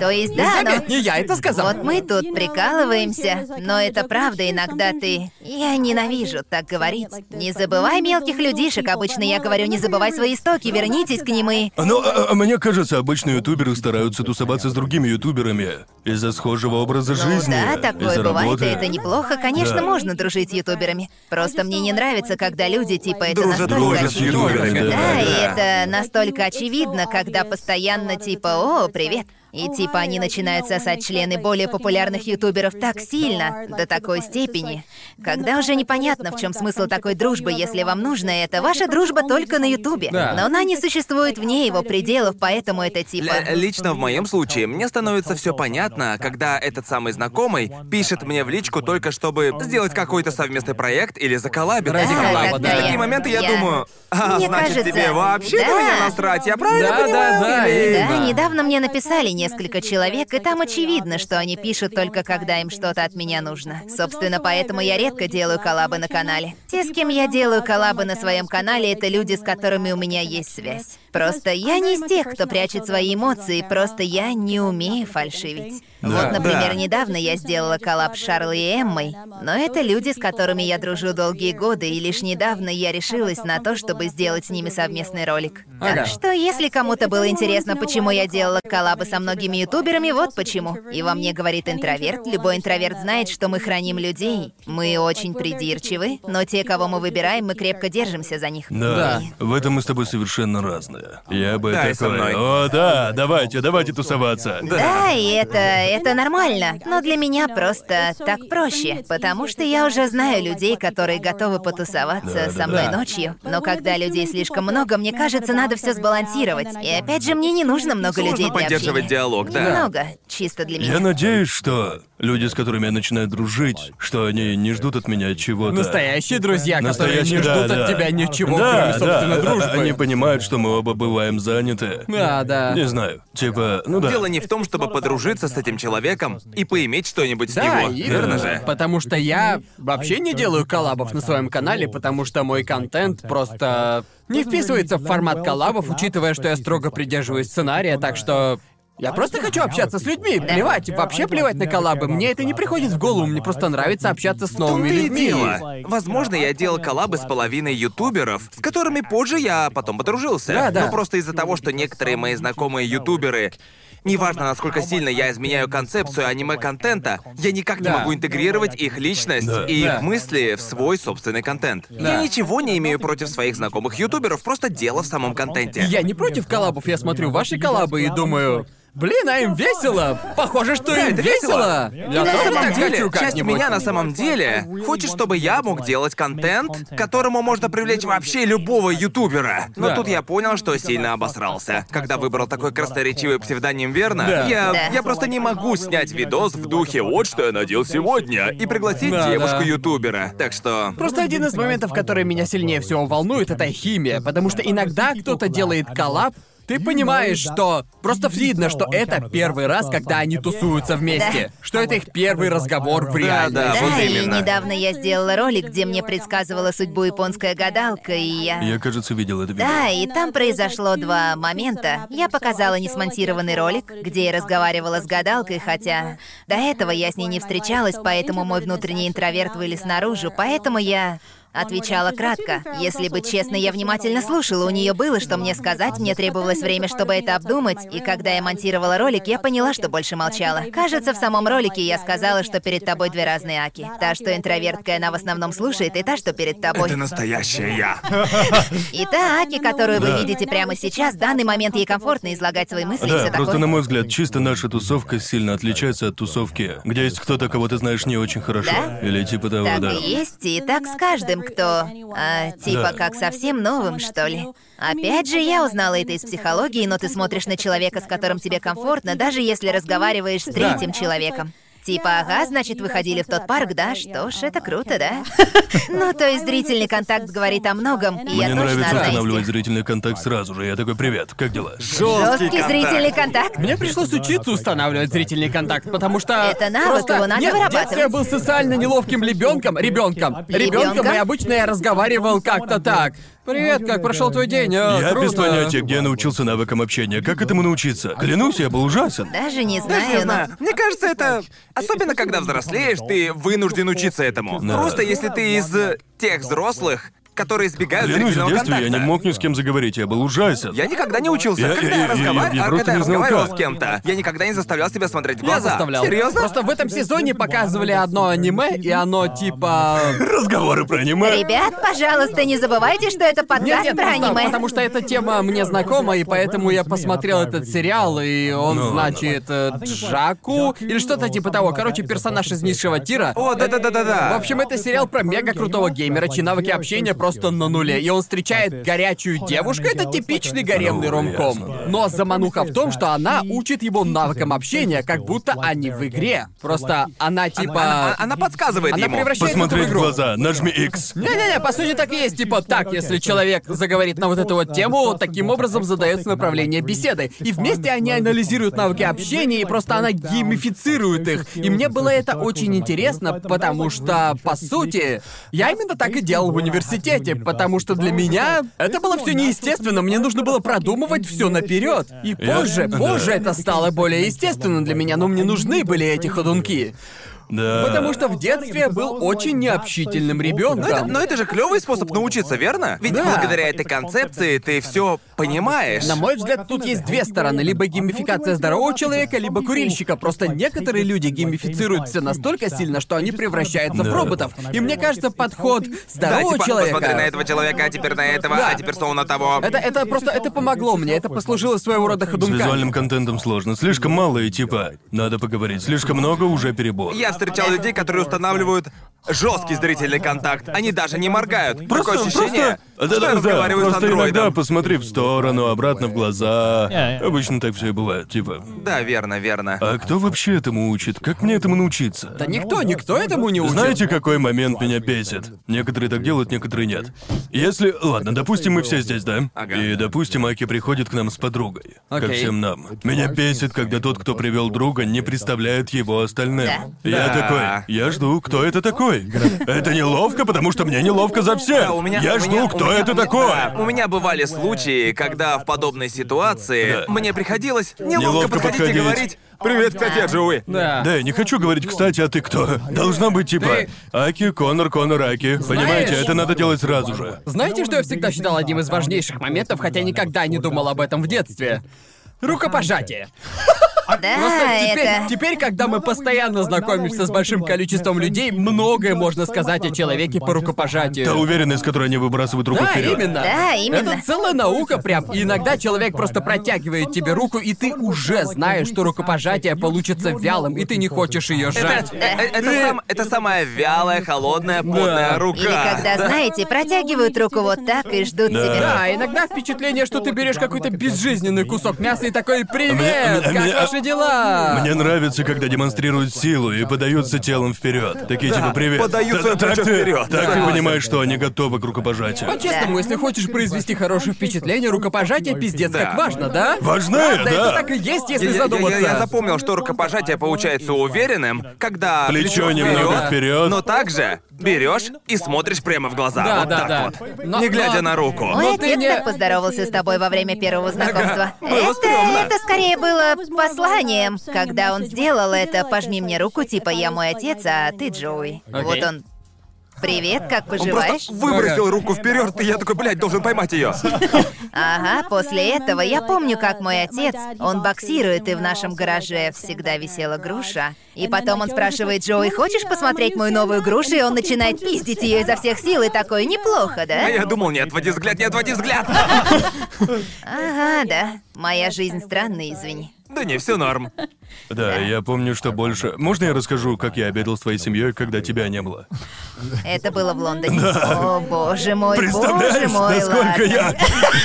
Speaker 1: То есть, да, но...
Speaker 4: Заметь, не я это сказал.
Speaker 1: Вот мы тут прикалываемся, но это правда, иногда ты... Я ненавижу так говорить. Не забывай мелких людишек, обычно я говорю, не забывай свои истоки, вернитесь к ним и...
Speaker 5: Ну, а- а мне кажется, обычные ютуберы стараются тусоваться с другими ютуберами из-за схожего образа жизни.
Speaker 1: Ну Да, такое
Speaker 5: из-за
Speaker 1: бывает,
Speaker 5: работы.
Speaker 1: и это неплохо. Конечно,
Speaker 5: Да.
Speaker 1: можно дружить с ютуберами. Просто мне не нравится, когда люди типа это
Speaker 3: Дружат
Speaker 1: настолько
Speaker 5: дружат
Speaker 3: только
Speaker 5: с
Speaker 3: с
Speaker 1: очевидно.
Speaker 5: ютуберами,
Speaker 3: ютуберами.
Speaker 5: да,
Speaker 1: Да, и
Speaker 3: Да.
Speaker 1: это настолько очевидно, когда постоянно типа «О, привет». И типа они начинают сосать члены более популярных ютуберов так сильно, до такой степени, когда уже непонятно, в чем смысл такой дружбы, если вам нужно это. Ваша дружба только на ютубе,
Speaker 4: Да.
Speaker 1: но она не существует вне его пределов, поэтому это типа...
Speaker 3: Л- лично в моем случае мне становится все понятно, когда этот самый знакомый пишет мне в личку только чтобы сделать какой-то совместный проект или заколабиться.
Speaker 4: Ради
Speaker 1: Да,
Speaker 4: коллаба,
Speaker 1: тогда
Speaker 4: да.
Speaker 3: В такие
Speaker 1: я-
Speaker 3: моменты я,
Speaker 1: я-
Speaker 3: думаю, а,
Speaker 1: Мне
Speaker 3: значит,
Speaker 1: кажется,
Speaker 3: тебе вообще
Speaker 1: да.
Speaker 3: на меня насрать, я правильно
Speaker 4: Да, да,
Speaker 3: понимаю?
Speaker 4: да,
Speaker 3: Или-
Speaker 4: и-
Speaker 1: Да, недавно мне написали несколько человек, и там очевидно, что они пишут только когда им что-то от меня нужно. Собственно, поэтому я редко делаю коллабы на канале. Те, с кем я делаю коллабы на своем канале, это люди, с которыми у меня есть связь. Просто я не из тех, кто прячет свои эмоции, просто я не умею фальшивить.
Speaker 3: Да,
Speaker 1: вот, например,
Speaker 3: да.
Speaker 1: недавно я сделала коллаб с Шарлой и Эммой, но это люди, с которыми я дружу долгие годы, и лишь недавно я решилась на то, чтобы сделать с ними совместный ролик.
Speaker 4: Ага.
Speaker 1: Так что, если кому-то было интересно, почему я делала коллабы со многими ютуберами, вот почему. И во мне говорит интроверт. Любой интроверт знает, что мы храним людей. Мы очень придирчивы, но те, кого мы выбираем, мы крепко держимся за них.
Speaker 5: Да.
Speaker 4: Да.
Speaker 5: В этом мы с тобой совершенно разные. Я бы
Speaker 3: Да,
Speaker 5: такой.
Speaker 3: и со мной.
Speaker 5: О, да, давайте, давайте тусоваться.
Speaker 1: Да, и это, это нормально. Но для меня просто так проще, потому что я уже знаю людей, которые готовы потусоваться
Speaker 5: Да, да,
Speaker 1: со мной
Speaker 4: да.
Speaker 1: ночью. Но когда людей слишком много, мне кажется, надо все сбалансировать. И опять же, мне не нужно много
Speaker 3: Сложно
Speaker 1: людей для
Speaker 3: поддерживать
Speaker 1: общения.
Speaker 3: диалог, да.
Speaker 1: Немного, чисто для меня.
Speaker 5: Я надеюсь, что люди, с которыми я начинаю дружить, что они не ждут от меня чего-то.
Speaker 4: Настоящие друзья, которые не
Speaker 5: Настоящие, да,
Speaker 4: ждут
Speaker 5: да.
Speaker 4: от тебя ничего,
Speaker 5: Да,
Speaker 4: кроме, собственно,
Speaker 5: да,
Speaker 4: дружбы.
Speaker 5: Они понимают, что мы оба бываем заняты.
Speaker 4: Да, да.
Speaker 5: Не знаю, типа, ну да.
Speaker 3: Дело не в том, чтобы подружиться с этим человеком и поиметь что-нибудь с
Speaker 4: Да,
Speaker 3: него,
Speaker 4: и-
Speaker 3: верно же?
Speaker 4: Потому что я вообще не делаю коллабов на своем канале, потому что мой контент просто не вписывается в формат коллабов, учитывая, что я строго придерживаюсь сценария, так что... Я просто хочу общаться с людьми, плевать, вообще плевать на коллабы. Мне это не приходит в голову, мне просто нравится общаться с
Speaker 3: В том-то
Speaker 4: новыми
Speaker 3: и
Speaker 4: людьми.
Speaker 3: дело. Возможно, я делал коллабы с половиной ютуберов, с которыми позже я потом подружился.
Speaker 4: Да, да.
Speaker 3: Но просто из-за того, что некоторые мои знакомые ютуберы... Неважно, насколько сильно я изменяю концепцию аниме-контента, я никак не
Speaker 4: Да.
Speaker 3: могу интегрировать их личность и
Speaker 4: Да.
Speaker 3: их мысли в свой собственный контент. Я ничего не имею против своих знакомых ютуберов, просто дело в самом контенте.
Speaker 4: Я не против коллабов, я смотрю ваши коллабы и думаю... Блин, а им весело! Похоже, что им
Speaker 3: это
Speaker 4: весело!
Speaker 3: весело.
Speaker 4: Я
Speaker 3: на
Speaker 4: тоже
Speaker 3: самом
Speaker 4: так
Speaker 3: деле,
Speaker 4: хочу
Speaker 3: часть
Speaker 4: как-нибудь.
Speaker 3: меня на самом деле хочет, чтобы я мог делать контент, к которому можно привлечь вообще любого ютубера. Но
Speaker 4: Да.
Speaker 3: тут я понял, что сильно обосрался. Когда выбрал такой красноречивый псевдоним верно,
Speaker 4: Да.
Speaker 3: я,
Speaker 1: Да.
Speaker 3: я просто не могу снять видос в духе «Вот что я надел сегодня» и пригласить
Speaker 4: Да, да.
Speaker 3: девушку-ютубера. Так что...
Speaker 4: Просто один из моментов, который меня сильнее всего волнует, это химия, потому что иногда кто-то делает коллаб, ты понимаешь, что просто видно, что это первый раз, когда они тусуются вместе, что это их первый разговор в реальности.
Speaker 3: да,
Speaker 1: Да,
Speaker 3: вот
Speaker 1: и
Speaker 3: именно.
Speaker 1: недавно я сделала ролик, где мне предсказывала судьбу японская гадалка, и я...
Speaker 5: Я, кажется, видел это видео.
Speaker 1: Да, и там произошло два момента. Я показала несмонтированный ролик, где я разговаривала с гадалкой, хотя до этого я с ней не встречалась, поэтому мой внутренний интроверт вылез наружу, поэтому я отвечала кратко. Если быть честной, я внимательно слушала, у нее было что мне сказать, мне требовалось время, чтобы это обдумать, и когда я монтировала ролик, я поняла, что больше молчала. Кажется, в самом ролике я сказала, что перед тобой две разные Аки. Та, что интровертка, она в основном слушает, и та, что перед тобой.
Speaker 3: Это настоящее я.
Speaker 1: И та Аки, которую вы
Speaker 5: Да.
Speaker 1: видите прямо сейчас, в данный момент ей комфортно излагать свои мысли и
Speaker 5: Да,
Speaker 1: все
Speaker 5: просто
Speaker 1: такое.
Speaker 5: на мой взгляд, чисто наша тусовка сильно отличается от тусовки, где есть кто-то, кого ты знаешь не очень хорошо.
Speaker 1: Да?
Speaker 5: Или типа того,
Speaker 1: Так
Speaker 5: да.
Speaker 1: и есть, и так с каждым, кто... а, типа
Speaker 5: Да.
Speaker 1: как совсем новым, что ли. Опять же, я узнала это из психологии, но ты смотришь на человека, с которым тебе комфортно, даже если разговариваешь с третьим человеком. Типа, ага, значит, вы ходили в тот парк, да? Что ж, это круто, да? Ну, то есть зрительный контакт говорит о многом, и я точно
Speaker 5: Мне нравится
Speaker 1: одна из
Speaker 5: устанавливать
Speaker 1: тех.
Speaker 5: зрительный контакт сразу же. Я такой, привет, как дела?
Speaker 1: Жесткий зрительный контакт.
Speaker 4: Мне пришлось учиться устанавливать зрительный контакт, потому что
Speaker 1: Это навык,
Speaker 4: просто...
Speaker 1: его надо
Speaker 4: Нет, в детстве
Speaker 1: вырабатывать.
Speaker 4: я был социально неловким ребенком, ребенком, ребенком,
Speaker 1: Ребёнком?
Speaker 4: и обычно я разговаривал как-то так. Привет, как прошел твой день? Э,
Speaker 5: Я без
Speaker 4: круто».
Speaker 5: понятия, где я научился навыкам общения. Как этому научиться? Клянусь, я был ужасен.
Speaker 1: Даже не
Speaker 3: Даже не
Speaker 1: знаю, но...
Speaker 3: знаю. Мне кажется, это... Особенно, когда взрослеешь, ты вынужден учиться этому.
Speaker 5: Да.
Speaker 3: Просто если ты из э, тех взрослых, которые избегают
Speaker 5: Клянусь, в
Speaker 3: зрительного
Speaker 5: детстве я
Speaker 3: контакта.
Speaker 5: не мог ни с кем заговорить, я был ужасен.
Speaker 3: Я никогда не учился.
Speaker 5: Я-
Speaker 3: когда
Speaker 5: я-
Speaker 3: я,
Speaker 5: я- я-
Speaker 3: разговар-
Speaker 5: я
Speaker 3: а,
Speaker 5: просто
Speaker 3: когда я
Speaker 5: не знал,
Speaker 3: разговаривал
Speaker 5: как.
Speaker 3: с кем-то, я никогда не заставлял себя смотреть в
Speaker 4: Я
Speaker 3: глаза.
Speaker 4: заставлял.
Speaker 3: Серьезно?
Speaker 4: Просто в этом сезоне показывали одно аниме, и оно типа...
Speaker 5: Разговоры про аниме.
Speaker 1: Ребят, пожалуйста, не забывайте, что это подкаст
Speaker 4: Нет,
Speaker 1: про
Speaker 4: просто
Speaker 1: аниме.
Speaker 4: Потому что эта тема мне знакома, и поэтому я посмотрел этот сериал, и он,
Speaker 5: Ну,
Speaker 4: значит, э, Джаку, или что-то типа того. Короче, персонаж из низшего тира.
Speaker 3: О, да-да-да-да-да.
Speaker 4: Э, В общем, это сериал про мега крутого геймера, чьи навыки общения просто на нуле. И он встречает горячую девушку. Это типичный гаремный
Speaker 5: Ну,
Speaker 4: ромком.
Speaker 5: ясно, да.
Speaker 4: Но замануха в том, что она учит его навыкам общения, как будто они в игре. Просто она
Speaker 3: Она,
Speaker 4: типа...
Speaker 3: она подсказывает
Speaker 4: Она
Speaker 3: ему.
Speaker 4: превращает это в
Speaker 5: Посмотреть в
Speaker 4: игру.
Speaker 5: глаза, нажми X.
Speaker 4: Не-не-не, по сути так и есть. Типа, так, если человек заговорит на вот эту вот тему, таким образом задается направление беседы. И вместе они анализируют навыки общения, и просто она геймифицирует их. И мне было это очень интересно, потому что, по сути, я именно так и делал в университете, потому что для меня это было все неестественно, мне нужно было продумывать все наперед. И
Speaker 5: Я-
Speaker 4: позже,
Speaker 5: да.
Speaker 4: позже это стало более естественно для меня, но мне нужны были эти ходунки.
Speaker 5: Да.
Speaker 4: Потому что в детстве я был очень необщительным
Speaker 3: Но Ну, это,
Speaker 4: ребенком.
Speaker 3: но это же клевый способ научиться, верно? Ведь
Speaker 4: Да.
Speaker 3: благодаря этой концепции ты все понимаешь.
Speaker 4: На мой взгляд, тут есть две стороны. Либо геймификация здорового человека, либо курильщика. Просто некоторые люди геймифицируют все настолько сильно, что они превращаются в
Speaker 5: Да.
Speaker 4: роботов. И мне кажется, подход
Speaker 3: да,
Speaker 4: здорового
Speaker 3: типа, посмотри на
Speaker 4: человека...
Speaker 3: этого человека, а теперь на этого,
Speaker 4: Да.
Speaker 3: а теперь снова на того.
Speaker 4: Это, это просто, это помогло мне, это послужило своего рода
Speaker 5: С
Speaker 4: ходунком.
Speaker 5: визуальным контентом сложно. Слишком мало и типа, надо поговорить. Слишком много уже перебор.
Speaker 3: Я встречал людей, которые устанавливают жесткий зрительный контакт. Они даже не моргают.
Speaker 5: Просто,
Speaker 3: Такое ощущение.
Speaker 5: просто Да-да-да,
Speaker 3: разговариваю с
Speaker 5: просто иногда
Speaker 3: андроидом.
Speaker 5: посмотри в сторону, обратно в глаза.
Speaker 6: Я- я-
Speaker 5: Обычно так все и бывает, типа.
Speaker 3: Да, верно, верно.
Speaker 5: А кто вообще этому учит? Как мне этому научиться?
Speaker 4: Да никто, никто этому не учит.
Speaker 5: Знаете, какой момент меня бесит? Некоторые так делают, некоторые нет. Если... Ладно, допустим, мы все здесь, да?
Speaker 3: Ага.
Speaker 5: И, допустим, Аки приходит к нам с подругой. Ко
Speaker 4: Окей.
Speaker 5: всем нам. Меня бесит, когда тот, кто привел друга, не представляет его остальным. Я
Speaker 3: Да.
Speaker 5: такой, я жду, кто это такой? Это неловко, потому что мне неловко за всех.
Speaker 3: Да, А у меня-
Speaker 5: я
Speaker 3: у
Speaker 5: жду,
Speaker 3: меня-
Speaker 5: кто
Speaker 3: у меня-
Speaker 5: это
Speaker 3: у меня-
Speaker 5: такой.
Speaker 3: да, у меня бывали случаи, когда в подобной ситуации
Speaker 5: Да.
Speaker 3: мне приходилось неловко,
Speaker 5: Неловко
Speaker 3: подходить, и
Speaker 5: подходить.
Speaker 3: говорить «Привет, коте, Джоуи!»
Speaker 4: Да.
Speaker 5: Да, я не хочу говорить, кстати, а ты кто? Должно быть типа
Speaker 4: Ты-
Speaker 5: Аки, Конор, Конор, Аки. Понимаете, это надо делать сразу же.
Speaker 4: Знаете, что я всегда считал одним из важнейших моментов, хотя никогда не думал об этом в детстве? Рукопожатие. А
Speaker 1: Да,
Speaker 4: Просто теперь,
Speaker 1: это...
Speaker 4: теперь, когда мы постоянно знакомимся с большим количеством людей, многое можно сказать о человеке по рукопожатию.
Speaker 5: Та уверенность, с которой они выбрасывают руку
Speaker 4: Да,
Speaker 5: вперед.
Speaker 4: именно.
Speaker 1: Да, именно.
Speaker 4: Это целая наука прям. И иногда человек просто протягивает тебе руку, и ты уже знаешь, что рукопожатие получится вялым, и ты не хочешь ее
Speaker 3: Это,
Speaker 4: сжать.
Speaker 3: э- э- это сам- это самая вялая, холодная, потная рука.
Speaker 1: Или когда,
Speaker 3: Да.
Speaker 1: знаете, протягивают руку вот так и ждут
Speaker 5: Да.
Speaker 1: тебя.
Speaker 4: Да, иногда впечатление, что ты берешь какой-то безжизненный кусок мяса и такой
Speaker 5: мне-
Speaker 4: «Привет! Как
Speaker 5: мне-
Speaker 4: ваши дела?»
Speaker 5: Мне нравится, когда демонстрируют силу и подаются телом вперед. Такие типа привет.
Speaker 3: подаются
Speaker 5: Та- так
Speaker 3: плечо
Speaker 5: ты-
Speaker 3: вперед.
Speaker 5: Так ты
Speaker 3: Согласен.
Speaker 5: понимаешь, что они готовы к рукопожатию.
Speaker 4: По-честному,
Speaker 1: Да.
Speaker 4: если хочешь произвести хорошее впечатление, рукопожатие пиздец
Speaker 3: Да.
Speaker 4: как важно, да?
Speaker 5: Важно,
Speaker 4: Правда,
Speaker 5: да.
Speaker 4: это так и есть,
Speaker 3: Я-
Speaker 4: если
Speaker 3: я- я,
Speaker 4: задуматься.
Speaker 3: я запомнил, что рукопожатие получается уверенным, когда
Speaker 5: Плечо немного вперед.
Speaker 3: но также берешь и смотришь прямо в глаза.
Speaker 4: Да,
Speaker 3: вот
Speaker 4: да,
Speaker 3: так
Speaker 4: да.
Speaker 3: вот.
Speaker 4: Но-
Speaker 3: не глядя
Speaker 4: но-
Speaker 3: на руку.
Speaker 1: Мой
Speaker 4: Но ты
Speaker 1: отец
Speaker 4: не-
Speaker 1: так поздоровался с тобой во время первого знакомства.
Speaker 3: Было
Speaker 1: это,
Speaker 3: стрёмно.
Speaker 1: это скорее было посланием. Когда он сделал это, пожми мне руку, типа я мой отец, а ты Джоуи.
Speaker 4: Окей.
Speaker 1: Вот он. Привет, как
Speaker 3: Он
Speaker 1: поживаешь?
Speaker 3: просто выбросил руку вперед, и я такой, блядь, должен поймать ее.
Speaker 1: Ага, после этого я помню, как мой отец, он боксирует, и в нашем гараже всегда висела груша. И потом он спрашивает Джоуи, хочешь посмотреть мою новую грушу? И он начинает пиздить ее изо всех сил, и такой, неплохо,
Speaker 3: А
Speaker 1: да?
Speaker 3: я думал, не отводи взгляд, не отводи взгляд.
Speaker 1: Ага, да. Моя жизнь странная, извини.
Speaker 3: Да не, все норм.
Speaker 5: Да, я помню, что больше. Можно я расскажу, как я обедал с твоей семьей, когда тебя не было?
Speaker 1: Это было в Лондоне. О, боже мой, боже
Speaker 5: Представляешь,
Speaker 1: мой,
Speaker 5: насколько
Speaker 1: ладно.
Speaker 5: я.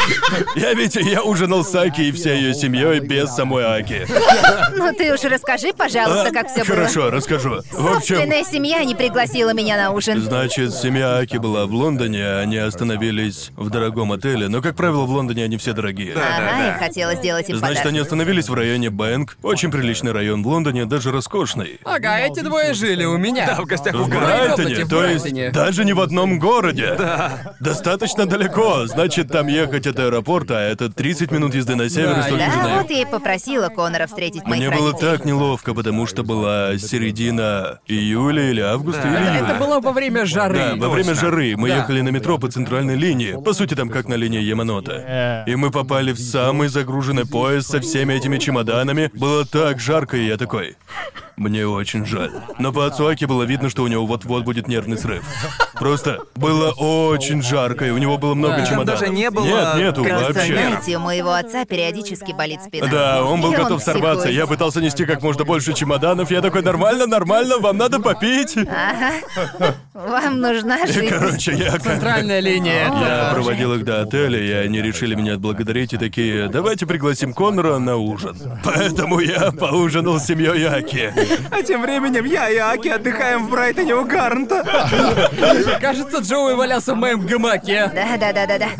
Speaker 5: Я ведь я ужинал с Аки и всей ее семьей без самой Аки. А,
Speaker 1: Ну ты уж расскажи, пожалуйста, как все было.
Speaker 5: Хорошо, расскажу. В общем.
Speaker 1: Собственная семья не пригласила меня на ужин.
Speaker 5: Значит, семья Аки была в Лондоне, а они остановились в дорогом отеле, но, как правило, в Лондоне они все дорогие.
Speaker 1: Ага,
Speaker 3: да.
Speaker 1: и хотела сделать им
Speaker 5: Значит,
Speaker 1: подарок.
Speaker 5: они остановились в районе Бэнк. Очень приличный район в Лондоне, даже роскошный.
Speaker 4: Ага, эти двое жили у меня.
Speaker 3: Да, в гостях у
Speaker 5: В
Speaker 3: Гара.
Speaker 5: Брайтоне,
Speaker 4: в
Speaker 5: то есть
Speaker 4: Брайтоне.
Speaker 5: даже не в одном городе. Достаточно далеко. Значит, там ехать от аэропорта, а это 30 минут езды на север и
Speaker 4: Да,
Speaker 5: столько же на
Speaker 1: Да,
Speaker 5: юг.
Speaker 1: вот я и попросила Конора встретить моих
Speaker 5: Мне было
Speaker 1: родителей.
Speaker 5: так неловко, потому что была середина июля или августа, или
Speaker 4: Это,
Speaker 5: июля.
Speaker 4: это было во время жары.
Speaker 5: Да, во время
Speaker 3: Точно.
Speaker 5: жары мы
Speaker 4: Да.
Speaker 5: ехали на метро по центральной линии, по сути там как на линии Яманота. И мы попали в самый загруженный поезд со всеми этими чемоданами. Было так жарко, и я такой. Мне очень жаль. Но по отцу Аки было видно, что у него вот-вот будет нервный срыв. Просто было очень жарко, и у него было много
Speaker 4: Да. Там
Speaker 5: чемоданов.
Speaker 3: даже не было
Speaker 5: Нет, нету
Speaker 1: Просто,
Speaker 5: вообще.
Speaker 1: знаете, у моего отца периодически болит спина.
Speaker 5: Да, он был
Speaker 1: И
Speaker 5: готов сорваться.
Speaker 1: психует.
Speaker 5: Я пытался нести как можно больше чемоданов. Я такой, нормально, нормально, вам надо попить.
Speaker 1: Вам нужна
Speaker 5: И,
Speaker 1: жизнь.
Speaker 5: короче, я как
Speaker 4: Центральная линия.
Speaker 5: Я проводил их до отеля, и они решили меня отблагодарить и такие, давайте пригласим Конора на ужин. Поэтому я поужинал с семьей Аки.
Speaker 3: А тем временем я и Аки отдыхаем в Брайтоне у Гарнта.
Speaker 4: Кажется, Джоуи валялся в моем гамаке.
Speaker 1: Да, да, да, да, да.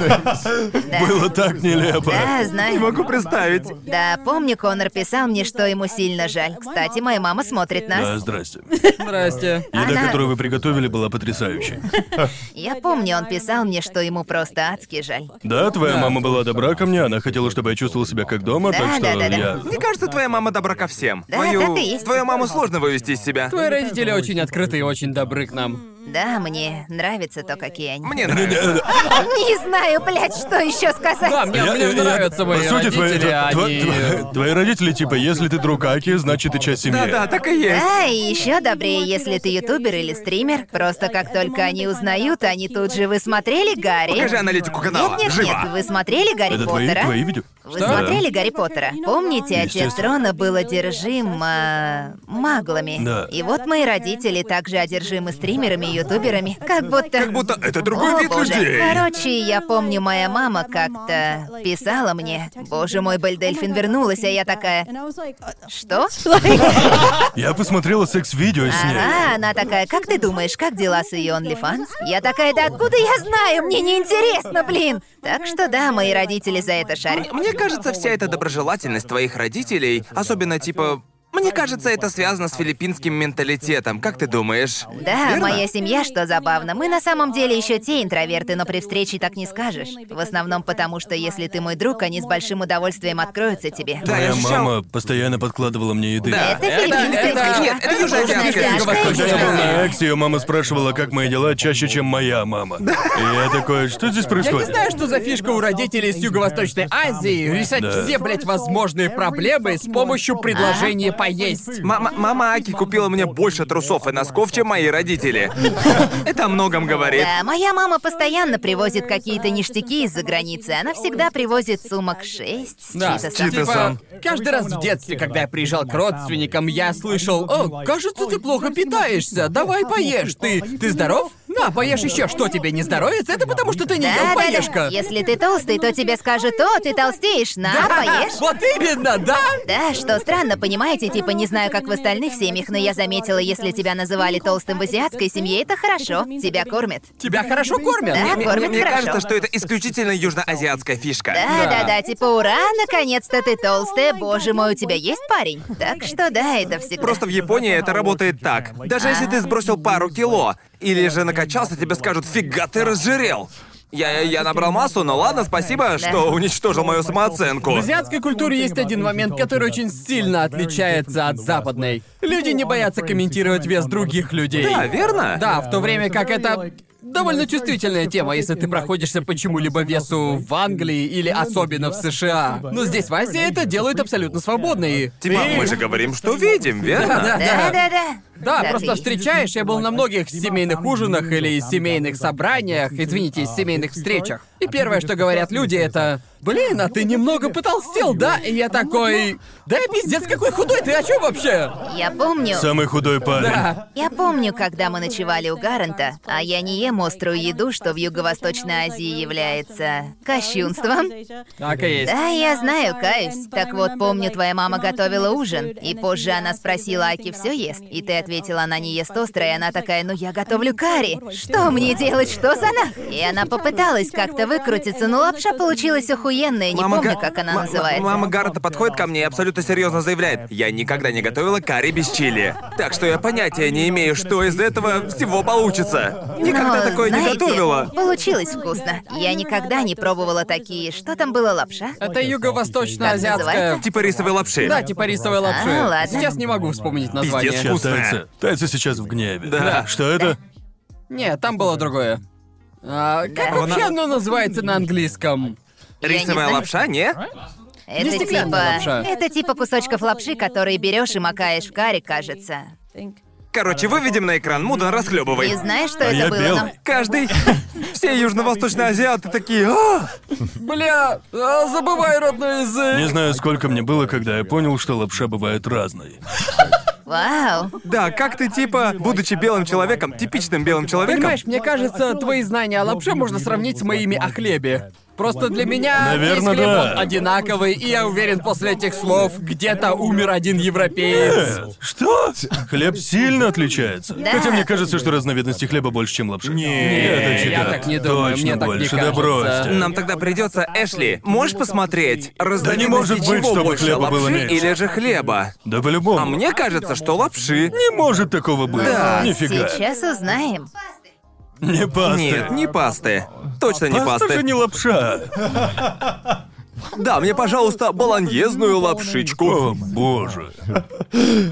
Speaker 5: Было так нелепо.
Speaker 1: Да, знаю.
Speaker 3: Могу представить.
Speaker 1: Да, помню, Конор писал мне, что ему сильно жаль. Кстати, моя мама смотрит
Speaker 5: Да,
Speaker 1: нас.
Speaker 5: здрасте.
Speaker 4: Здрасте.
Speaker 5: Еда,
Speaker 1: Она-
Speaker 5: которую вы приготовили, была потрясающей.
Speaker 1: Я помню, он писал мне, что ему просто адски жаль.
Speaker 5: Да, твоя мама была добра ко мне, она хотела, чтобы я чувствовал себя как дома,
Speaker 1: Да,
Speaker 5: так что
Speaker 1: да, да, да.
Speaker 5: я...
Speaker 3: Мне кажется, твоя мама добра ко всем.
Speaker 1: Да,
Speaker 3: твою...
Speaker 1: так и есть.
Speaker 3: твою маму сложно вывести из себя.
Speaker 4: Твои родители очень открыты и очень добры к нам.
Speaker 1: Да, мне нравится то, какие они.
Speaker 3: Мне нравится.
Speaker 1: Не знаю, блядь, что еще сказать.
Speaker 4: Да, мне,
Speaker 5: Я-
Speaker 4: мне
Speaker 5: я- я- По
Speaker 4: нравятся мои
Speaker 5: сути, твои-
Speaker 4: родители,
Speaker 5: тво-
Speaker 4: они...
Speaker 5: тво- твои родители, типа, если ты друг Аки, значит ты часть семьи.
Speaker 3: Да, так и есть.
Speaker 1: Да, и еще добрее, если ты ютубер или стример. Просто как только они узнают, они тут же вы смотрели Гарри.
Speaker 3: Покажи аналитику канала.
Speaker 1: Нет, нет,
Speaker 3: Живо.
Speaker 1: нет, вы смотрели Гарри
Speaker 5: Это твои,
Speaker 1: Поттера?
Speaker 5: твои видео?
Speaker 1: Вы
Speaker 4: Что?
Speaker 1: смотрели Гарри Поттера? Помните, отец
Speaker 5: Естественно.
Speaker 1: Рона был одержим э, маглами.
Speaker 5: Да.
Speaker 1: И вот мои родители также одержимы стримерами и ютуберами. Как будто...
Speaker 3: Как будто это другой
Speaker 1: О,
Speaker 3: вид
Speaker 1: боже.
Speaker 3: людей.
Speaker 1: Короче, я помню, моя мама как-то писала мне, «Боже мой, Бельдельфин вернулась», а я такая, «Что?»
Speaker 5: Я посмотрела секс-видео с ней.
Speaker 1: Ага, она такая, как ты думаешь, как дела с ее OnlyFans? Я такая, да откуда я знаю? Мне неинтересно, блин! Так что да, мои родители за это шарят.
Speaker 3: Мне кажется, вся эта доброжелательность твоих родителей, особенно типа... Мне кажется, это связано с филиппинским менталитетом. Как ты думаешь?
Speaker 1: Да,
Speaker 3: Верно?
Speaker 1: моя семья, что забавно. Мы на самом деле еще те интроверты, но при встрече так не скажешь. В основном потому, что если ты мой друг, они с большим удовольствием откройятся тебе.
Speaker 3: Да, я
Speaker 5: Моя
Speaker 3: ощущал-
Speaker 5: мама постоянно подкладывала мне еды.
Speaker 3: Да,
Speaker 1: Это филиппинская
Speaker 3: это-
Speaker 1: семья.
Speaker 3: нет, это южноазиатская
Speaker 1: Южноазиатская
Speaker 3: семья.
Speaker 5: Когда я был
Speaker 1: семья.
Speaker 5: на эксе, ее мама спрашивала, как мои дела, чаще, чем моя мама. И я такой, что здесь
Speaker 4: Я не
Speaker 5: происходит?
Speaker 4: знаю, что за фишка у родителей из Юго-Восточной Азии решать
Speaker 5: Да.
Speaker 4: все, блядь, возможные проблемы с помощью
Speaker 1: А?
Speaker 4: предложения поесть.
Speaker 3: Мама, мама Аки купила мне больше трусов и носков, чем мои родители. Это о многом говорит.
Speaker 1: Да, моя мама постоянно привозит какие-то ништяки из-за границы. Она всегда привозит сумок 6
Speaker 4: Да,
Speaker 3: Читасом.
Speaker 4: типа, каждый раз в детстве, когда я приезжал к родственникам, я слышал, «О, кажется, ты плохо питаешься, давай поешь, ты, ты здоров? На, поешь еще, что тебе не здоровится? Это потому, что ты не ел поешка».
Speaker 1: Если ты толстый, то тебе скажут, о, ты толстеешь, на, поешь.
Speaker 4: Вот именно, да?
Speaker 1: Да, что странно, понимаете, типа, не знаю, как в остальных семьях, но я заметила, если тебя называли толстым в азиатской семье, это хорошо, тебя кормят.
Speaker 4: Тебя хорошо кормят.
Speaker 1: Да.
Speaker 4: Мне-
Speaker 3: Мне,
Speaker 1: кормят
Speaker 3: мне
Speaker 1: хорошо.
Speaker 3: кажется, что это исключительно южноазиатская фишка.
Speaker 1: Да, да, да, типа, ура, наконец-то ты толстая, боже мой, у тебя есть парень? Так что да, это всегда.
Speaker 3: Просто в Японии это работает так. Даже если ты сбросил пару кило или же накачался, тебе скажут, фига ты разжирел. Я, я набрал массу, но ладно, спасибо, что уничтожил мою самооценку.
Speaker 4: В азиатской культуре есть один момент, который очень сильно отличается от западной. Люди не боятся комментировать вес других людей.
Speaker 3: Да, верно?
Speaker 4: Да, в то время как это довольно чувствительная тема, если ты проходишься почему-либо весу в Англии или особенно в США. Но здесь в Азии это делают абсолютно свободно и...
Speaker 3: Типа,
Speaker 4: и-
Speaker 3: мы же говорим, что видим, верно?
Speaker 4: Да,
Speaker 1: Да,
Speaker 4: да,
Speaker 1: да, да.
Speaker 4: Да,
Speaker 1: Так и
Speaker 4: просто
Speaker 1: есть.
Speaker 4: встречаешь, я был на многих семейных ужинах или семейных собраниях, извините, семейных встречах.
Speaker 1: а
Speaker 4: И первое, что говорят люди, это «Блин, а ты
Speaker 1: Ну,
Speaker 4: немного потолстел, да?» И я такой «Да я пиздец, какой худой, ты о чем вообще?»
Speaker 1: Я помню.
Speaker 5: Самый худой парень.
Speaker 4: Да.
Speaker 1: Я помню, когда мы ночевали у Гаррента, а я не ем острую еду, что в Юго-Восточной Азии является кощунством.
Speaker 4: Так и есть.
Speaker 1: Да, я знаю, каюсь. Так вот, помню, твоя мама готовила ужин, и позже она спросила, Аки все ест? И ты ответила, она не ест острое, и она такая, ну я готовлю карри. Что мне делать, что за нах? И она попыталась как-то выкрутиться, но лапша получилась охуенная, не помню,
Speaker 3: Га-
Speaker 1: как она
Speaker 3: ма- ма-
Speaker 1: называется.
Speaker 3: Мама Гаррета подходит ко мне и абсолютно серьезно заявляет: Я никогда не готовила карри без чили. Так что я понятия не имею, что из этого всего получится. Никогда
Speaker 1: Но,
Speaker 3: такое не
Speaker 1: Ну, знаете,
Speaker 3: готовила.
Speaker 1: Получилось вкусно. Я никогда не пробовала такие. Что там было, лапша?
Speaker 4: Это юго-восточно-азиатская...
Speaker 1: называется?
Speaker 3: Типа рисовой лапши.
Speaker 4: Да, типа рисовой лапши.
Speaker 1: А, ладно.
Speaker 4: Сейчас не могу вспомнить название.
Speaker 3: Пиздец.
Speaker 5: Сейчас
Speaker 3: Вкусная.
Speaker 5: тайцы. Тайцы сейчас в гневе.
Speaker 3: Да.
Speaker 5: Что это?
Speaker 4: Не, там было другое. А, как
Speaker 1: Да.
Speaker 4: вообще оно называется на английском?
Speaker 1: Я не
Speaker 3: Рисовая
Speaker 1: знаю.
Speaker 3: лапша, не?
Speaker 1: Это
Speaker 4: стеклянная
Speaker 1: типа...
Speaker 4: лапша.
Speaker 1: Это типа кусочков лапши, которые берешь и макаешь в карри, кажется.
Speaker 3: Короче, выведем на экран, мудан расхлебывай.
Speaker 1: Не знаешь, что
Speaker 5: А
Speaker 1: это
Speaker 5: я
Speaker 1: было?
Speaker 5: белый.
Speaker 1: нам?
Speaker 3: Каждый. Все южно-восточные азиаты такие. «А,
Speaker 4: Бля, а, забывай э, родной язык.
Speaker 5: Не знаю, сколько мне было, когда я понял, что лапша бывает разной.
Speaker 1: Вау.
Speaker 3: Да, как ты типа, будучи белым человеком, типичным белым человеком.
Speaker 4: Понимаешь, мне кажется, твои знания о лапше можно сравнить с моими о хлебе. Просто для меня
Speaker 5: Наверное,
Speaker 4: весь хлеб,
Speaker 5: да.
Speaker 4: он одинаковый, и я уверен, после этих слов где-то умер один европеец.
Speaker 5: Э. Что? Хлеб сильно отличается. Хотя мне кажется, что разновидности хлеба больше, чем лапши. Нет, это
Speaker 4: я
Speaker 5: читак.
Speaker 4: так не думаю,
Speaker 5: Точно
Speaker 4: мне так не
Speaker 5: больше. да
Speaker 4: кажется.
Speaker 5: бросьте.
Speaker 3: Нам тогда придется, Эшли, можешь посмотреть, разновидности
Speaker 5: не может быть,
Speaker 3: чего
Speaker 5: чтобы
Speaker 3: больше,
Speaker 5: хлеба было
Speaker 3: лапши
Speaker 5: меньше.
Speaker 3: или же хлеба?
Speaker 5: Да по-любому.
Speaker 3: А мне кажется, что лапши.
Speaker 5: Не может такого быть.
Speaker 3: Да.
Speaker 5: Нифига.
Speaker 1: Сейчас узнаем.
Speaker 5: Не пасты.
Speaker 3: Нет, не пасты. Точно не
Speaker 5: Паста же
Speaker 3: пасты.
Speaker 5: не лапша.
Speaker 3: Да, мне, пожалуйста, баланьезную лапшичку.
Speaker 5: О, боже.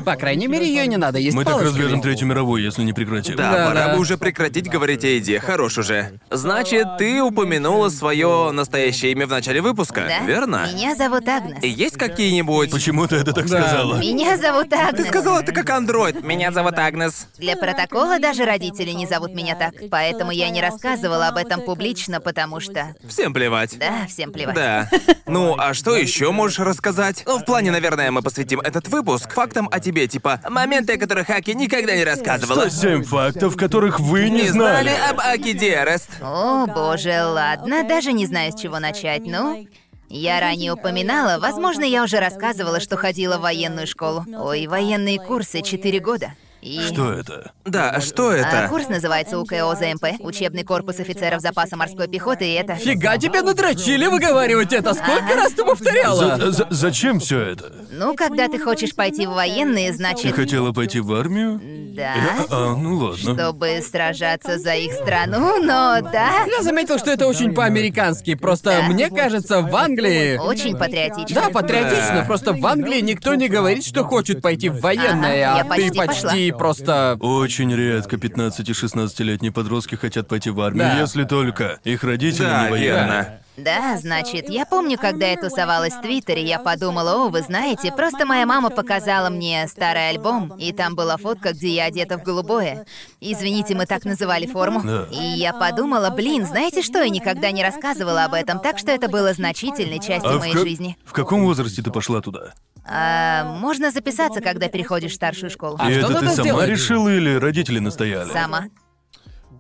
Speaker 4: По крайней мере, ее не надо есть
Speaker 5: Мы так
Speaker 4: палочками.
Speaker 5: развяжем Третью мировую, если не прекратим.
Speaker 3: Да,
Speaker 4: Да,
Speaker 3: пора
Speaker 4: да.
Speaker 3: бы уже прекратить говорить о еде, хорош уже. Значит, ты упомянула свое настоящее имя в начале выпуска,
Speaker 1: Да?
Speaker 3: верно?
Speaker 1: Меня зовут Агнес.
Speaker 3: И Есть какие-нибудь...
Speaker 5: Почему ты это так сказала?
Speaker 1: Меня зовут Агнес.
Speaker 3: Ты сказала, это как андроид. Меня зовут Агнес.
Speaker 1: Для протокола даже родители не зовут меня так, поэтому я не рассказывала об этом публично, потому что...
Speaker 3: Всем плевать.
Speaker 1: Да, всем плевать.
Speaker 3: Да. Ну, а что еще можешь рассказать? Ну, в плане, наверное, мы посвятим этот выпуск фактам о тебе, типа моменты, о которых Аки никогда не рассказывала.
Speaker 5: 107 фактов, которых вы не,
Speaker 3: Не знали а- об Аки Диэрест.
Speaker 1: О, боже, ладно, даже не знаю, с чего начать. Ну, я ранее упоминала, возможно, я уже рассказывала, что ходила в военную школу. Ой, военные курсы, 4 года. И...
Speaker 5: Что это?
Speaker 3: Да, а что это?
Speaker 1: А, курс называется УКО ЗМП, учебный корпус офицеров запаса морской пехоты, и это...
Speaker 4: Фига тебе надрочили выговаривать это? Сколько раз ты повторяла?
Speaker 5: За- за- зачем все это?
Speaker 1: Ну, когда ты хочешь пойти в военные,
Speaker 5: Ты
Speaker 1: значит...
Speaker 5: хотела пойти в армию?
Speaker 1: Да,
Speaker 5: А, ну ладно.
Speaker 1: чтобы сражаться за их страну, но да,
Speaker 4: Я заметил, что это очень по-американски. Просто мне кажется, в Англии...
Speaker 1: очень патриотично.
Speaker 4: Да, патриотично.
Speaker 3: Да.
Speaker 4: Просто в Англии никто не говорит, что хочет пойти в военное,
Speaker 1: Ага, я
Speaker 4: а ты
Speaker 1: почти пошла.
Speaker 4: почти просто...
Speaker 5: Очень редко 15-16-летние подростки хотят пойти в армию,
Speaker 4: Да.
Speaker 5: если только их родители
Speaker 3: Да,
Speaker 5: не военные.
Speaker 3: верно.
Speaker 1: Да, значит, я помню, когда я тусовалась в Твиттере, я подумала, о, вы знаете, просто моя мама показала мне старый альбом, и там была фотка, где я одета в голубое. Извините, мы так называли форму.
Speaker 5: Да.
Speaker 1: И я подумала, блин, знаете что, я никогда не рассказывала об этом, так что это было значительной частью
Speaker 5: А в,
Speaker 1: моей
Speaker 5: ка-
Speaker 1: жизни.
Speaker 5: в каком возрасте ты пошла туда?
Speaker 1: А, можно записаться, когда переходишь в старшую школу.
Speaker 4: А
Speaker 5: И
Speaker 4: что
Speaker 5: это ты
Speaker 4: надо
Speaker 5: сама
Speaker 4: сделать?
Speaker 5: решила или родители настояли?
Speaker 1: Сама.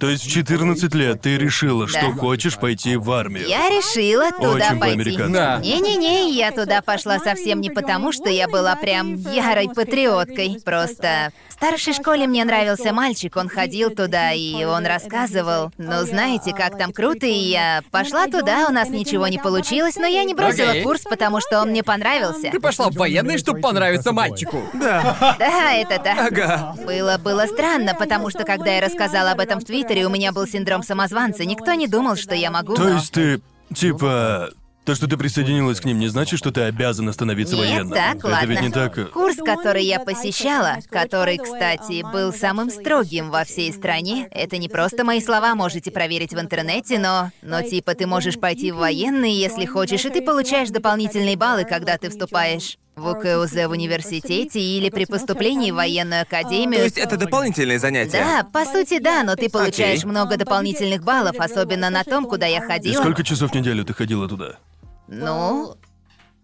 Speaker 5: То есть в 14 лет ты решила,
Speaker 1: Да.
Speaker 5: что хочешь пойти в армию.
Speaker 1: Я решила туда
Speaker 5: Очень
Speaker 1: пойти.
Speaker 5: по-американски.
Speaker 4: Да.
Speaker 1: Не-не-не, я туда пошла совсем не потому, что я была прям ярой патриоткой. Просто в старшей школе мне нравился мальчик, он ходил туда, и он рассказывал, ну знаете, как там круто, и я пошла туда, у нас ничего не получилось, но я не бросила
Speaker 4: Окей.
Speaker 1: курс, потому что он мне понравился.
Speaker 4: Ты пошла в военные, чтобы понравиться мальчику.
Speaker 1: Да, это так.
Speaker 3: Ага.
Speaker 1: Было, было странно, потому что когда я рассказала об этом в Твиттере, у меня был синдром самозванца. Никто не думал, что я могу.
Speaker 5: То
Speaker 1: но-
Speaker 5: есть ты, типа, то, что ты присоединилась к ним, не значит, что ты обязана становиться
Speaker 1: Нет,
Speaker 5: военным.
Speaker 1: так,
Speaker 5: это
Speaker 1: ладно.
Speaker 5: ведь не так. э,
Speaker 1: Курс, который я посещала, который, кстати, был самым строгим во всей стране, это не просто мои слова, можете проверить в интернете, но... Но типа ты можешь пойти в военные, если хочешь, и ты получаешь дополнительные баллы, когда ты вступаешь в УКУЗ в университете или при поступлении в военную
Speaker 3: То
Speaker 1: академию.
Speaker 3: есть это дополнительные занятия?
Speaker 1: Да, по сути, да, но ты получаешь
Speaker 3: Окей.
Speaker 1: много дополнительных баллов, особенно на том, куда я
Speaker 5: И
Speaker 1: ходила.
Speaker 5: сколько часов в неделю ты ходила туда?
Speaker 1: Ну,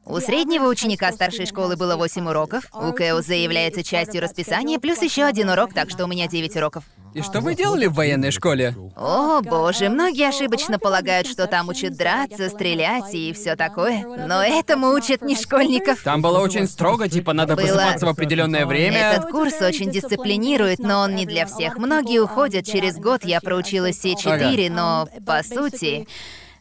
Speaker 1: у среднего ученика старшей школы было 8 уроков, у КЭУЗ является частью расписания, плюс еще один урок, так что у меня 9 уроков.
Speaker 4: И что вы делали в военной школе?
Speaker 1: О, боже, многие ошибочно полагают, что там учат драться, стрелять и все такое. Но этому учат не школьников.
Speaker 4: Там было очень строго, типа надо
Speaker 1: Было.
Speaker 4: просыпаться в определенное время.
Speaker 1: Этот курс очень дисциплинирует, но он не для всех. Многие уходят, через год я проучила все четыре, но, по сути,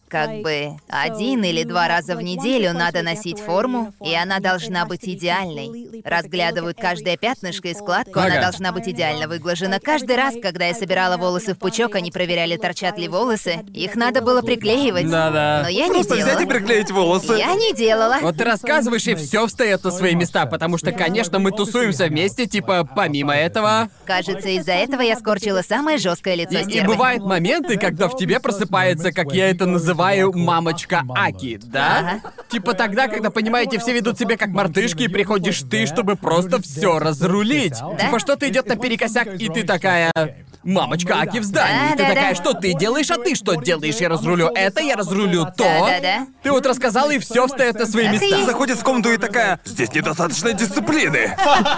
Speaker 1: как бы один или два раза в неделю надо носить форму, и она должна быть идеальной. Разглядывают каждое пятнышко и складку, она
Speaker 4: Ага.
Speaker 1: должна быть идеально выглажена. Каждый раз, когда я собирала волосы в пучок, они проверяли, торчат ли волосы. Их надо было приклеивать.
Speaker 4: Да-да.
Speaker 1: Но я не
Speaker 3: Просто взять и
Speaker 1: делала.
Speaker 3: приклеить волосы.
Speaker 1: Я не делала.
Speaker 4: Вот ты рассказываешь, и все встает на свои места, потому что, конечно, мы тусуемся вместе, типа, помимо этого.
Speaker 1: Кажется, из-за этого я скорчила самое жесткое лицо
Speaker 4: И, и
Speaker 1: стервы.
Speaker 4: бывают моменты, когда в тебе просыпается, как я это называю, мамочка Аки, да? Типа тогда, когда, понимаете, все ведут себя как мартышки, и приходишь ты, чтобы просто все разрулить. Типа что-то идет наперекосяк, и ты такая... Мамочка Аки в здании. И ты
Speaker 1: Да-да-да.
Speaker 4: такая, что ты делаешь, а ты что делаешь? Я разрулю это, я разрулю то.
Speaker 1: Да-да-да.
Speaker 4: Ты вот рассказала, и все встает на свои
Speaker 1: Так и
Speaker 4: места.
Speaker 1: есть.
Speaker 3: Заходит в комнату и такая, здесь недостаточно дисциплины.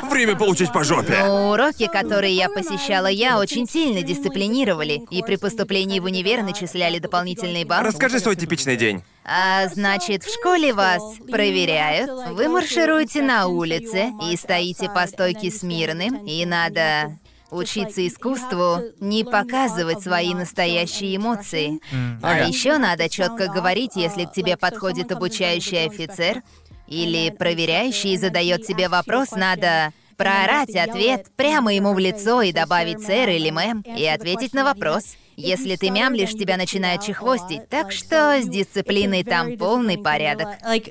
Speaker 3: Время получить по жопе.
Speaker 1: Но уроки, которые я посещала, я очень сильно дисциплинировали, и при поступлении в универ начисляли дополнительные баллы.
Speaker 3: Расскажи свой типичный день.
Speaker 1: А значит, в школе вас проверяют, вы маршируете на улице и стоите по стойке смирным, и надо учиться искусству не показывать свои настоящие эмоции. А
Speaker 4: Ага.
Speaker 1: еще надо четко говорить, если к тебе подходит обучающий офицер или проверяющий и задает тебе вопрос, надо проорать ответ прямо ему в лицо и добавить «сэр» или «мэм» и ответить на вопрос. Если ты мямлишь, тебя начинают чехвостить, так что с дисциплиной там полный порядок.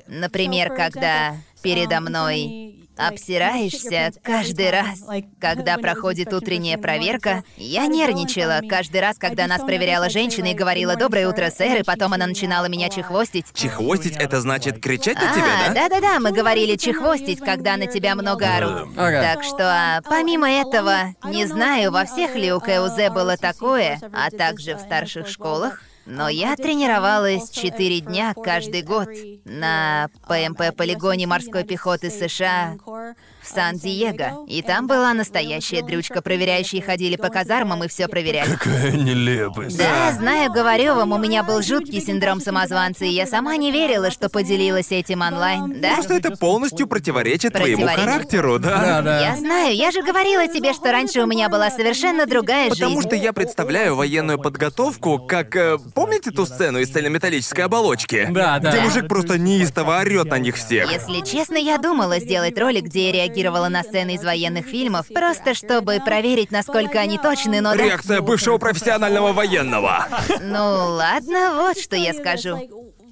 Speaker 1: Например, когда передо мной обсираешься каждый раз, когда проходит утренняя проверка. Я нервничала каждый раз, когда нас проверяла женщина и говорила «Доброе утро, сэр», и потом она начинала меня чехвостить.
Speaker 3: Чехвостить это значит кричать на
Speaker 1: А,
Speaker 3: тебя, да?
Speaker 1: да-да-да, мы говорили чехвостить, когда на тебя много орут.
Speaker 4: Ага.
Speaker 1: Так что, а, помимо этого, не знаю, во всех ли у КУЗ было такое, а также в а старших школах, Но я тренировалась 4 дня каждый год на ПМП-полигоне морской пехоты США в Сан-Диего. И там была настоящая дрючка. Проверяющие ходили по казармам и все проверяли.
Speaker 5: Какая нелепость.
Speaker 1: Да, знаю, говорю вам, у меня был жуткий синдром самозванца, и я сама не верила, что поделилась этим онлайн. Да?
Speaker 3: Потому что это полностью противоречит твоему
Speaker 1: Противоречит.
Speaker 3: характеру, да?
Speaker 1: Я знаю, я же говорила тебе, что раньше у меня была совершенно другая
Speaker 3: Потому
Speaker 1: жизнь.
Speaker 3: что я представляю военную подготовку как... э, помните ту сцену из цельнометаллической оболочки?
Speaker 4: Да, да.
Speaker 3: Где мужик просто неистово орёт на них всех.
Speaker 1: Если честно, я думала сделать ролик, где я реагировала на сцены из военных фильмов, просто чтобы проверить, насколько они точны, но да.
Speaker 3: Реакция бывшего профессионального военного.
Speaker 1: Ну ладно, вот что я скажу.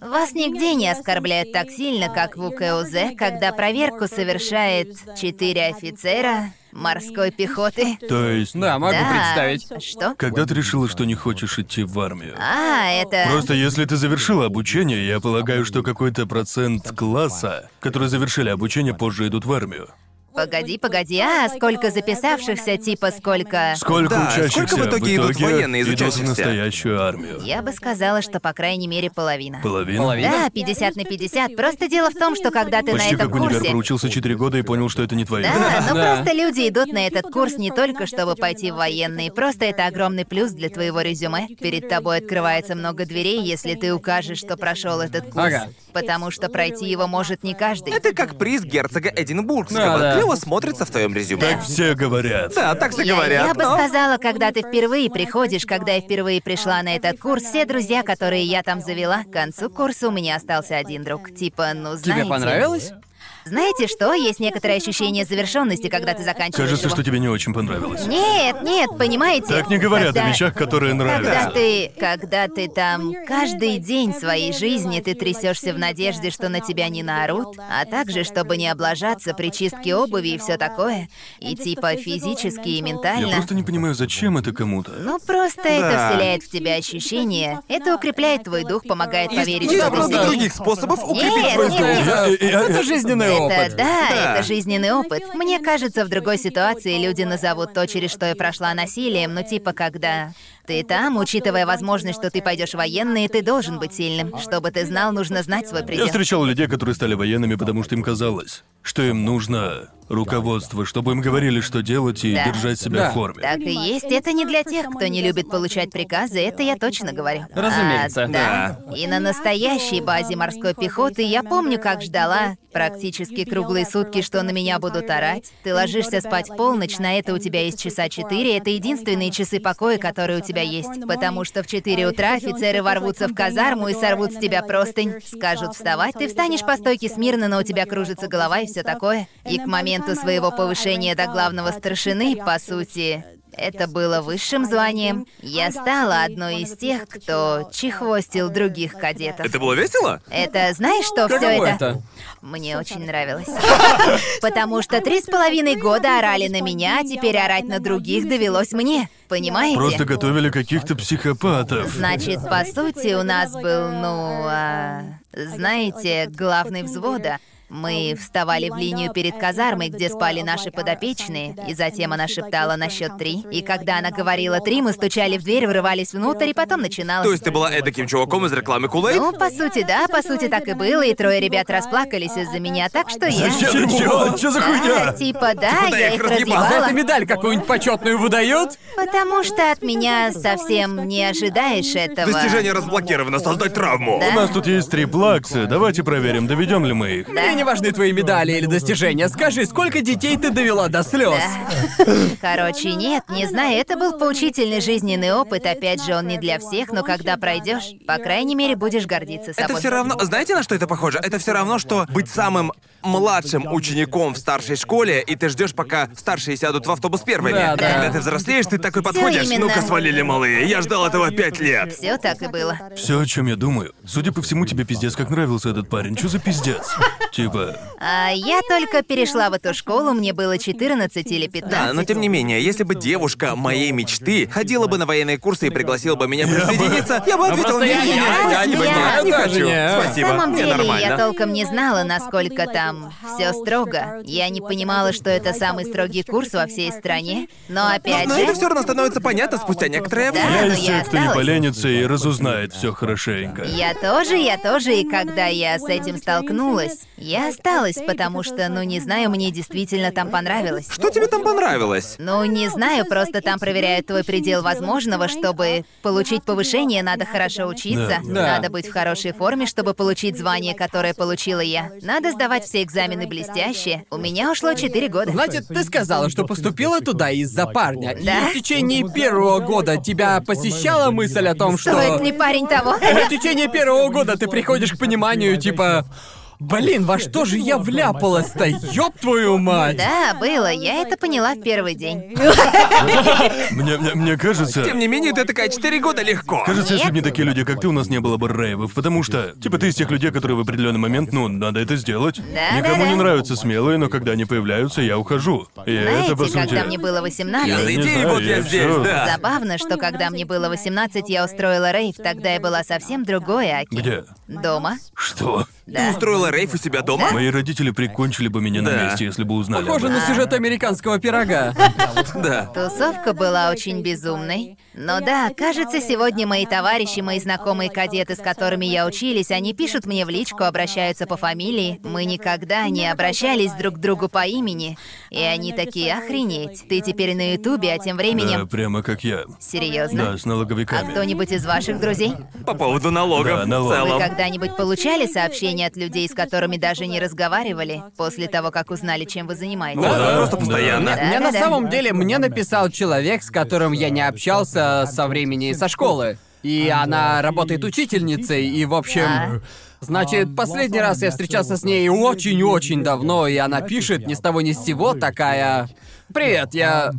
Speaker 1: Вас нигде не оскорбляют так сильно, как в УКУЗ, когда проверку совершает четыре офицера морской пехоты.
Speaker 5: То есть,
Speaker 4: Да, могу
Speaker 1: Да.
Speaker 4: представить.
Speaker 1: Что?
Speaker 5: когда ты решила, что не хочешь идти в армию?
Speaker 1: А, это...
Speaker 5: Просто если ты завершила обучение, я полагаю, что какой-то процент класса, которые завершили обучение, позже идут в армию.
Speaker 1: Погоди, погоди, а сколько записавшихся, типа сколько...
Speaker 5: Сколько
Speaker 3: Да,
Speaker 5: учащихся
Speaker 3: сколько в итоге идут военные из
Speaker 5: идут в
Speaker 3: учащихся?
Speaker 5: настоящую армию?
Speaker 1: Я бы сказала, что по крайней мере половина.
Speaker 5: Половина?
Speaker 4: Половина?
Speaker 1: Да, 50 на 50. Просто дело в том, что когда ты
Speaker 5: Почти
Speaker 1: на этом
Speaker 5: как универ
Speaker 1: курсе...
Speaker 5: проучился 4 года и понял, что это не твое.
Speaker 1: Да, но
Speaker 4: Да.
Speaker 1: просто люди идут на этот курс не только чтобы пойти в военные, просто это огромный плюс для твоего резюме. Перед тобой открывается много дверей, если ты укажешь, что прошел этот курс.
Speaker 4: Ага.
Speaker 1: Потому что пройти его может не каждый.
Speaker 3: Это как приз герцога Эдинбургского.
Speaker 4: Да, да.
Speaker 3: Клево смотрится в твоем резюме.
Speaker 5: Так все говорят.
Speaker 3: Да, так все
Speaker 1: Я-
Speaker 3: говорят.
Speaker 1: Я бы
Speaker 3: но-
Speaker 1: сказала, когда ты впервые приходишь, когда я впервые пришла на этот курс, все друзья, которые я там завела, к концу курса у меня остался один друг. Типа, ну знаете...
Speaker 4: Тебе понравилось?
Speaker 1: Знаете что? Есть некоторое ощущение завершенности, когда ты заканчиваешь
Speaker 5: Кажется,
Speaker 1: его.
Speaker 5: что тебе не очень понравилось.
Speaker 1: Нет, нет, понимаете?
Speaker 5: Так не говорят
Speaker 1: Когда-
Speaker 5: о вещах, которые
Speaker 1: Когда
Speaker 5: нравятся.
Speaker 1: ты, когда ты там каждый день своей жизни ты трясешься в надежде, что на тебя не наорут, а также чтобы не облажаться при чистке обуви и все такое, и типа физически и
Speaker 5: Я
Speaker 1: ментально.
Speaker 5: просто не понимаю, зачем это кому-то.
Speaker 1: Ну просто это
Speaker 3: Да.
Speaker 1: вселяет в тебя ощущение, это укрепляет твой дух, помогает
Speaker 3: Есть,
Speaker 1: поверить,
Speaker 3: есть
Speaker 1: что ты
Speaker 3: много
Speaker 1: сильный.
Speaker 3: других способов укрепить
Speaker 1: Э, Нет,
Speaker 3: свой
Speaker 1: нет,
Speaker 3: дух.
Speaker 1: нет.
Speaker 5: Я- я-
Speaker 4: Это жизненный
Speaker 1: Это
Speaker 4: опыт.
Speaker 1: да,
Speaker 3: Да.
Speaker 1: это жизненный опыт. Мне кажется, в другой ситуации люди назовут то, через что я прошла насилием, но типа когда ты там, учитывая возможность, что ты пойдешь военный, ты должен быть сильным. Чтобы ты знал, нужно знать свой
Speaker 5: Я
Speaker 1: предел.
Speaker 5: встречал людей, которые стали военными, потому что им казалось, что им нужно руководство, чтобы им говорили, что делать и
Speaker 1: Да.
Speaker 5: держать себя
Speaker 4: Да.
Speaker 5: в форме.
Speaker 1: Так и есть. Это не для тех, кто не любит получать приказы, это я точно говорю.
Speaker 4: Разумеется.
Speaker 1: А, да. И на настоящей базе морской пехоты я помню, как ждала практически круглые сутки, что на меня будут орать. Ты ложишься спать в полночь, на это у тебя есть часа четыре. Это единственные часы покоя, которые у тебя есть. Потому что в 4 утра офицеры ворвутся в казарму и сорвут с тебя простынь. Скажут вставать, ты встанешь по стойке смирно, но у тебя кружится голова и все такое. И к моменту своего повышения до главного старшины, по сути, это было высшим званием. Я стала одной из тех, кто чехвостил других кадетов.
Speaker 3: Это было весело?
Speaker 1: Это знаешь, что все
Speaker 4: Каково
Speaker 1: это?
Speaker 4: это?
Speaker 1: Мне очень нравилось. Потому что три с половиной года орали на меня, а теперь орать на других довелось мне. Понимаете?
Speaker 5: Просто готовили каких-то психопатов.
Speaker 1: Значит, по сути, у нас был, ну, а, знаете, главный взвода. Мы вставали в линию перед казармой, где спали наши подопечные, и затем она шептала на счет три. И когда она говорила три, мы стучали в дверь, врывались внутрь, и потом начиналось.
Speaker 3: То есть ты была эдаким чуваком из рекламы Кулейд?
Speaker 1: Ну, по сути, да, по сути, так и было, и трое ребят расплакались из-за меня, так что я...
Speaker 5: Зачем? Чё? Чё за
Speaker 1: Да,
Speaker 5: хуйня?
Speaker 1: типа, да,
Speaker 3: да,
Speaker 1: я
Speaker 3: их
Speaker 1: их
Speaker 3: разъебала.
Speaker 1: разъебала,
Speaker 4: Эта медаль какую-нибудь почетную выдает?
Speaker 1: потому что от меня совсем не ожидаешь этого.
Speaker 3: Достижение разблокировано, создать травму.
Speaker 5: У нас тут есть три плаксы, давайте проверим, доведем ли мы их.
Speaker 4: Мне не важны твои медали или достижения. Скажи, сколько детей ты довела до слез?
Speaker 3: э.
Speaker 1: Короче, нет, не знаю, это был поучительный жизненный опыт, опять же, он не для всех, но когда пройдешь, по крайней мере, будешь гордиться собой.
Speaker 3: Это все равно, знаете, на что это похоже? Это все равно, что быть самым младшим учеником в старшей школе, и ты ждешь, пока старшие сядут в автобус первыми.
Speaker 4: Да, да.
Speaker 3: Когда ты взрослеешь, ты такой подходишь.
Speaker 1: именно.
Speaker 3: Ну-ка свалили малые, я ждал этого пять лет.
Speaker 1: Все так и было.
Speaker 5: Все, о чем я думаю. Судя по всему, тебе пиздец, как нравился этот парень. Чё за пиздец? типа...
Speaker 1: А я только перешла в эту школу, мне было 14 или 15.
Speaker 3: Да, ну, но тем не менее, если бы девушка моей мечты ходила бы на военные курсы и пригласила бы меня присоединиться, я бы ответил,
Speaker 4: просто я-
Speaker 3: не,
Speaker 1: я-
Speaker 3: я не
Speaker 1: я-
Speaker 3: возьму,
Speaker 1: я-
Speaker 3: не хочу.
Speaker 4: я-
Speaker 1: На
Speaker 3: Спасибо,
Speaker 1: самом
Speaker 3: мне
Speaker 1: деле, я
Speaker 3: нормально.
Speaker 1: толком не знала, насколько там все строго. Я не понимала, что это самый строгий курс во всей стране. Но опять
Speaker 3: Но
Speaker 1: же...
Speaker 3: Ну, это все равно становится понятно спустя некоторое
Speaker 1: Да,
Speaker 5: Я
Speaker 1: но
Speaker 3: время.
Speaker 5: из тех, кто не
Speaker 1: осталась.
Speaker 5: поленится и разузнает все хорошенько.
Speaker 1: Я тоже, я тоже, и когда я с этим столкнулась, я осталась, потому что, ну не знаю, мне действительно там понравилось.
Speaker 3: Что тебе там понравилось?
Speaker 1: Ну, не знаю, просто там проверяют твой предел возможного, чтобы получить повышение, надо хорошо учиться,
Speaker 4: Да.
Speaker 1: надо быть в хорошей форме, чтобы получить звание, которое получила я. Надо сдавать все экзамены блестяще. У меня ушло 4 года.
Speaker 4: Значит, ты сказала, что поступила туда из-за парня.
Speaker 1: Да.
Speaker 4: И в течение первого года тебя посещала мысль о том, что...
Speaker 1: Стоит ли парень того?
Speaker 4: В течение первого года ты приходишь к пониманию, типа... Блин, во что же я вляпалась-то, ёб твою мать!
Speaker 1: Да, было. Я это поняла в первый день.
Speaker 5: Мне, мне, мне кажется...
Speaker 3: Тем не менее, ты такая 4 года легко.
Speaker 5: Кажется, если
Speaker 1: Нет.
Speaker 5: бы не такие люди, как ты, у нас не было бы рейвов, потому что, типа, ты из тех людей, которые в определенный момент, ну, надо это сделать.
Speaker 1: Да,
Speaker 5: Никому
Speaker 1: да, да.
Speaker 5: не нравятся смелые, но когда они появляются, я ухожу. И это, по
Speaker 1: Знаете,
Speaker 5: сути...
Speaker 1: когда мне было
Speaker 3: Я
Speaker 1: 18,
Speaker 3: за
Speaker 5: не
Speaker 3: идеей,
Speaker 5: знаю,
Speaker 3: вот я
Speaker 5: я
Speaker 3: здесь,
Speaker 5: всё-
Speaker 3: да.
Speaker 1: Забавно, что когда мне было 18, я устроила рейв, тогда я была совсем другой, Аки.
Speaker 5: Где?
Speaker 1: Дома.
Speaker 5: Что?
Speaker 1: Да.
Speaker 3: Устроила рейв у себя дома?
Speaker 5: Мои родители прикончили бы меня
Speaker 3: Да.
Speaker 5: на месте, если бы узнали. об
Speaker 4: Похоже
Speaker 5: этом.
Speaker 4: на сюжет американского пирога.
Speaker 3: Да.
Speaker 1: Тусовка была очень безумной. Но да, кажется, сегодня мои товарищи, мои знакомые кадеты, с которыми я учились, они пишут мне в личку, обращаются по фамилии. Мы никогда не обращались друг к другу по имени. И они такие, охренеть, ты теперь на Ютубе, а тем
Speaker 5: Да,
Speaker 1: временем...
Speaker 5: прямо как я.
Speaker 1: Серьезно?
Speaker 5: Да, с
Speaker 1: А
Speaker 5: налоговиками.
Speaker 1: кто-нибудь из ваших друзей?
Speaker 3: По поводу налогов
Speaker 5: Да,
Speaker 3: в
Speaker 5: налогов.
Speaker 1: Вы
Speaker 3: целом.
Speaker 1: когда-нибудь получали сообщения от людей, с которыми даже не разговаривали, после того, как узнали, чем вы занимаетесь?
Speaker 3: Да,
Speaker 5: Да,
Speaker 3: просто
Speaker 5: да.
Speaker 3: постоянно.
Speaker 1: Да.
Speaker 4: Мне на самом деле, мне написал человек, с которым я не общался со времени со школы. И она работает учительницей, и, в общем... Значит, последний раз я встречался с ней очень-очень давно, и она пишет ни с того ни с сего такая... «Привет, я...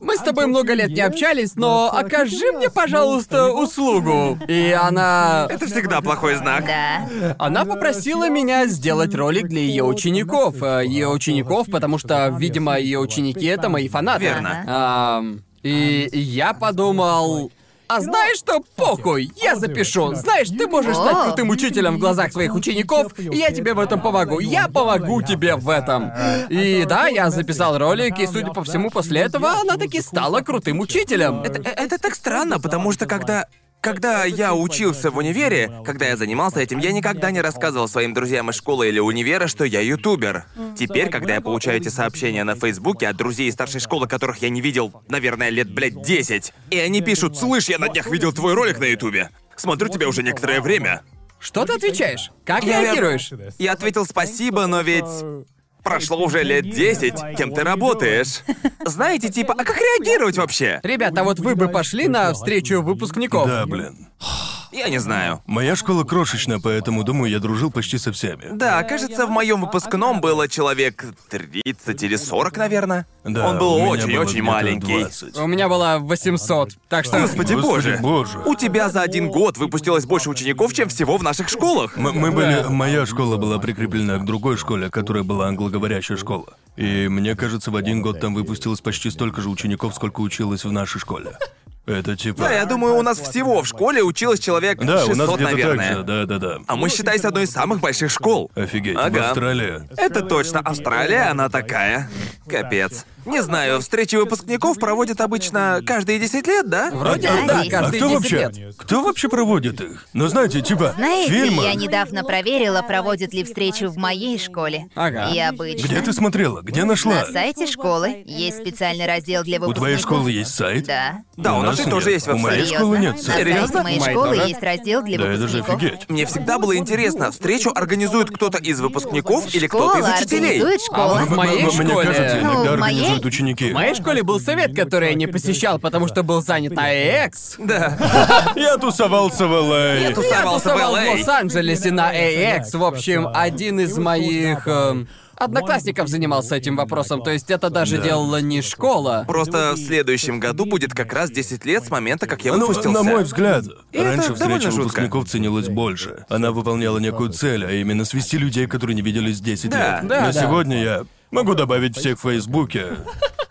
Speaker 4: Мы с тобой много лет не общались, но окажи мне, пожалуйста, услугу». И она...
Speaker 3: Это всегда плохой знак.
Speaker 1: Да.
Speaker 4: Она попросила меня сделать ролик для ее учеников. э, Ее учеников, потому что, видимо, ее ученики это мои фанаты.
Speaker 3: Верно.
Speaker 4: Ам, и и я подумал. А знаешь что, похуй, я запишу. Знаешь, ты можешь стать
Speaker 1: О.
Speaker 4: крутым учителем в глазах своих учеников, и я тебе в этом помогу. Я помогу тебе в этом. И да, я записал ролик, и судя по всему, после этого она таки стала крутым учителем.
Speaker 3: Э, Это так странно, потому что когда... Когда я учился в универе, когда я занимался этим, я никогда не рассказывал своим друзьям из школы или универа, что я ютубер. Теперь, когда я получаю эти сообщения на Фейсбуке от друзей из старшей школы, которых я не видел, наверное, лет, блядь, 10, и они пишут, «Слышь, я на днях видел твой ролик на ютубе. Смотрю тебя уже некоторое время».
Speaker 4: Что ты отвечаешь? Как
Speaker 3: Я-
Speaker 4: реагируешь?
Speaker 3: Я ответил «Спасибо, но ведь прошло уже лет 10, кем ты работаешь?» Знаете, типа, а как реагировать вообще?
Speaker 4: Ребята, а вот вы бы пошли на встречу выпускников.
Speaker 5: Да, блин.
Speaker 3: Я не знаю.
Speaker 5: Моя школа крошечная, поэтому, думаю, я дружил почти со всеми.
Speaker 3: Да, кажется, в моем выпускном было человек 30 или 40, наверное.
Speaker 5: Да,
Speaker 3: Он был
Speaker 5: у меня было
Speaker 3: очень-очень
Speaker 5: где-то
Speaker 3: маленький.
Speaker 5: 20.
Speaker 4: У меня была 800, так что...
Speaker 3: Господи боже.
Speaker 5: Господи боже.
Speaker 3: У тебя за один год выпустилось больше учеников, чем всего в наших школах.
Speaker 5: М- Мы были... Моя школа была прикреплена к другой школе, которая была англоговорящая школа. И мне кажется, в один год там выпустилось почти столько же учеников, сколько училось в нашей школе. Это
Speaker 3: Да, я
Speaker 5: типа...
Speaker 3: думаю, у нас всего в школе училось человек
Speaker 5: Да, у нас
Speaker 3: 600,
Speaker 5: где-то так
Speaker 3: наверное.
Speaker 5: же, Э, да-да-да.
Speaker 3: А мы, считай, с одной из самых больших школ.
Speaker 5: Офигеть, в
Speaker 3: Ага.
Speaker 5: Австралии.
Speaker 3: Это точно Австралия, она такая. Капец. Не знаю, встречи выпускников проводят обычно каждые 10 лет, да?
Speaker 4: Вроде
Speaker 1: Да,
Speaker 4: бы да,
Speaker 1: есть.
Speaker 5: А
Speaker 4: каждые
Speaker 5: кто
Speaker 4: 10
Speaker 5: вообще?
Speaker 4: лет.
Speaker 5: Кто вообще проводит их? Ну, знаете, типа,
Speaker 1: Знаете,
Speaker 5: фильмы...
Speaker 1: я недавно проверила, проводят ли встречу в моей школе.
Speaker 4: Ага.
Speaker 1: И обычно.
Speaker 5: Где ты смотрела? Где нашла?
Speaker 1: На сайте школы есть специальный раздел для
Speaker 5: У
Speaker 1: выпускников.
Speaker 5: твоей школы есть сайт?
Speaker 1: Да.
Speaker 3: Да, у
Speaker 5: нас
Speaker 3: нашей тоже
Speaker 5: нет.
Speaker 3: есть веб-сайт.
Speaker 5: У моей
Speaker 1: Серьезно?
Speaker 5: школы нет
Speaker 1: На
Speaker 5: сайта.
Speaker 1: сайте
Speaker 4: Серьезно?
Speaker 1: моей
Speaker 4: У моей
Speaker 1: школы
Speaker 4: тоже.
Speaker 1: есть раздел для
Speaker 5: Да это же
Speaker 1: выпускников.
Speaker 5: офигеть.
Speaker 3: Мне всегда было интересно, встречу организует кто-то из выпускников или кто-то из
Speaker 1: Школа
Speaker 3: учителей.
Speaker 1: организует школа.
Speaker 4: А в моей
Speaker 5: М- Мне
Speaker 4: школе-
Speaker 5: кажется,
Speaker 1: Ну,
Speaker 5: иногда
Speaker 1: в моей-
Speaker 5: организуют ученики.
Speaker 4: В моей школе был совет, который я не посещал, потому что был занят А на AX.
Speaker 3: Да.
Speaker 5: Я тусовался в А.
Speaker 3: Я
Speaker 5: Л.А.
Speaker 4: Ну, Я
Speaker 3: тусовался в
Speaker 4: тусовал в
Speaker 3: LA.
Speaker 4: Лос-Анджелесе на AX. В общем, один из моих эм, Одноклассников занимался этим вопросом, то есть это даже
Speaker 5: Да.
Speaker 4: делала не школа.
Speaker 3: Просто в следующем году будет как раз 10 лет с момента, как я
Speaker 5: Ну,
Speaker 3: выпустился.
Speaker 5: на мой взгляд,
Speaker 3: И это
Speaker 5: раньше
Speaker 3: довольно
Speaker 5: встреча
Speaker 3: жутко.
Speaker 5: выпускников ценилась больше. Она выполняла некую цель, а именно свести людей, которые не виделись 10
Speaker 3: Да,
Speaker 5: лет.
Speaker 4: да,
Speaker 5: Но
Speaker 4: да.
Speaker 5: сегодня я могу добавить всех в Фейсбуке,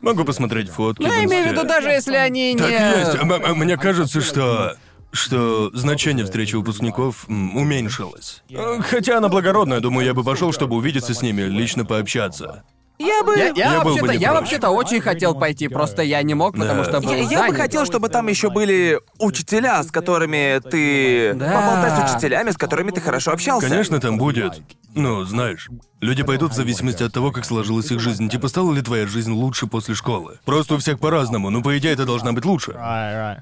Speaker 5: могу посмотреть фотки. в
Speaker 4: Ну, Я имею в виду,
Speaker 5: Инсте.
Speaker 4: даже если они не...
Speaker 5: Так и есть. М- м- Мне кажется, что что значение встречи выпускников м, уменьшилось. Э, Хотя она благородная, думаю, я бы пошел, чтобы увидеться с ними, лично пообщаться.
Speaker 3: Я бы...
Speaker 4: Я, я
Speaker 5: Я был бы
Speaker 4: вообще-то,
Speaker 5: не
Speaker 4: я
Speaker 5: прочь.
Speaker 4: вообще-то очень хотел пойти, просто я не мог, потому
Speaker 5: Да.
Speaker 4: что был
Speaker 3: Я, я бы
Speaker 4: занят.
Speaker 3: хотел, чтобы там еще были учителя, с которыми ты
Speaker 4: Да.
Speaker 3: поболтай с учителями, с которыми ты хорошо общался.
Speaker 5: Конечно, там будет. Ну, знаешь, люди пойдут в зависимости от того, как сложилась их жизнь. Типа, стала ли твоя жизнь лучше после школы? Просто у всех по-разному, но по идее это должна быть лучше.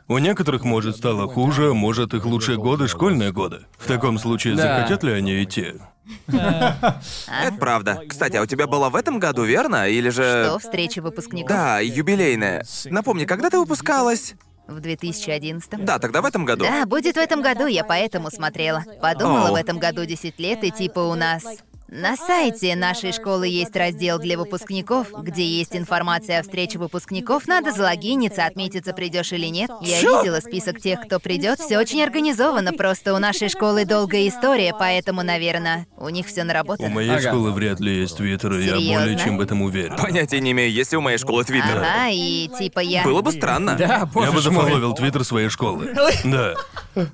Speaker 5: У некоторых, может, стало хуже, может, их лучшие годы — школьные годы. В таком случае,
Speaker 4: Да.
Speaker 5: захотят ли они идти?
Speaker 3: Это правда. Кстати, а у тебя была в этом году, верно? Или же...
Speaker 1: Что, встреча выпускников?
Speaker 3: Да, юбилейная. Напомни, когда ты выпускалась?
Speaker 1: В 2011
Speaker 3: Да, тогда в этом году.
Speaker 1: Да, будет в этом году, я поэтому смотрела. Подумала,
Speaker 3: Оу.
Speaker 1: в этом году 10 лет, и типа у нас... На сайте нашей школы есть раздел для выпускников, где есть информация о встрече выпускников. Надо залогиниться, отметиться, придешь или нет. Я
Speaker 3: Чё?
Speaker 1: видела список тех, кто придет. Все очень организовано. Просто у нашей школы долгая история, поэтому, наверное, у них все
Speaker 5: У
Speaker 1: наработано.
Speaker 5: моей
Speaker 4: Ага.
Speaker 5: школы вряд ли есть твиттер, и я более
Speaker 1: Серьёзно?
Speaker 5: чем в этом уверен.
Speaker 3: Понятия не имею, есть ли у моей школы твиттер.
Speaker 1: Ага, и типа я
Speaker 3: Было бы странно.
Speaker 4: Да,
Speaker 5: Я бы
Speaker 4: боже мой.
Speaker 5: зафоловил твиттер своей школы. Да.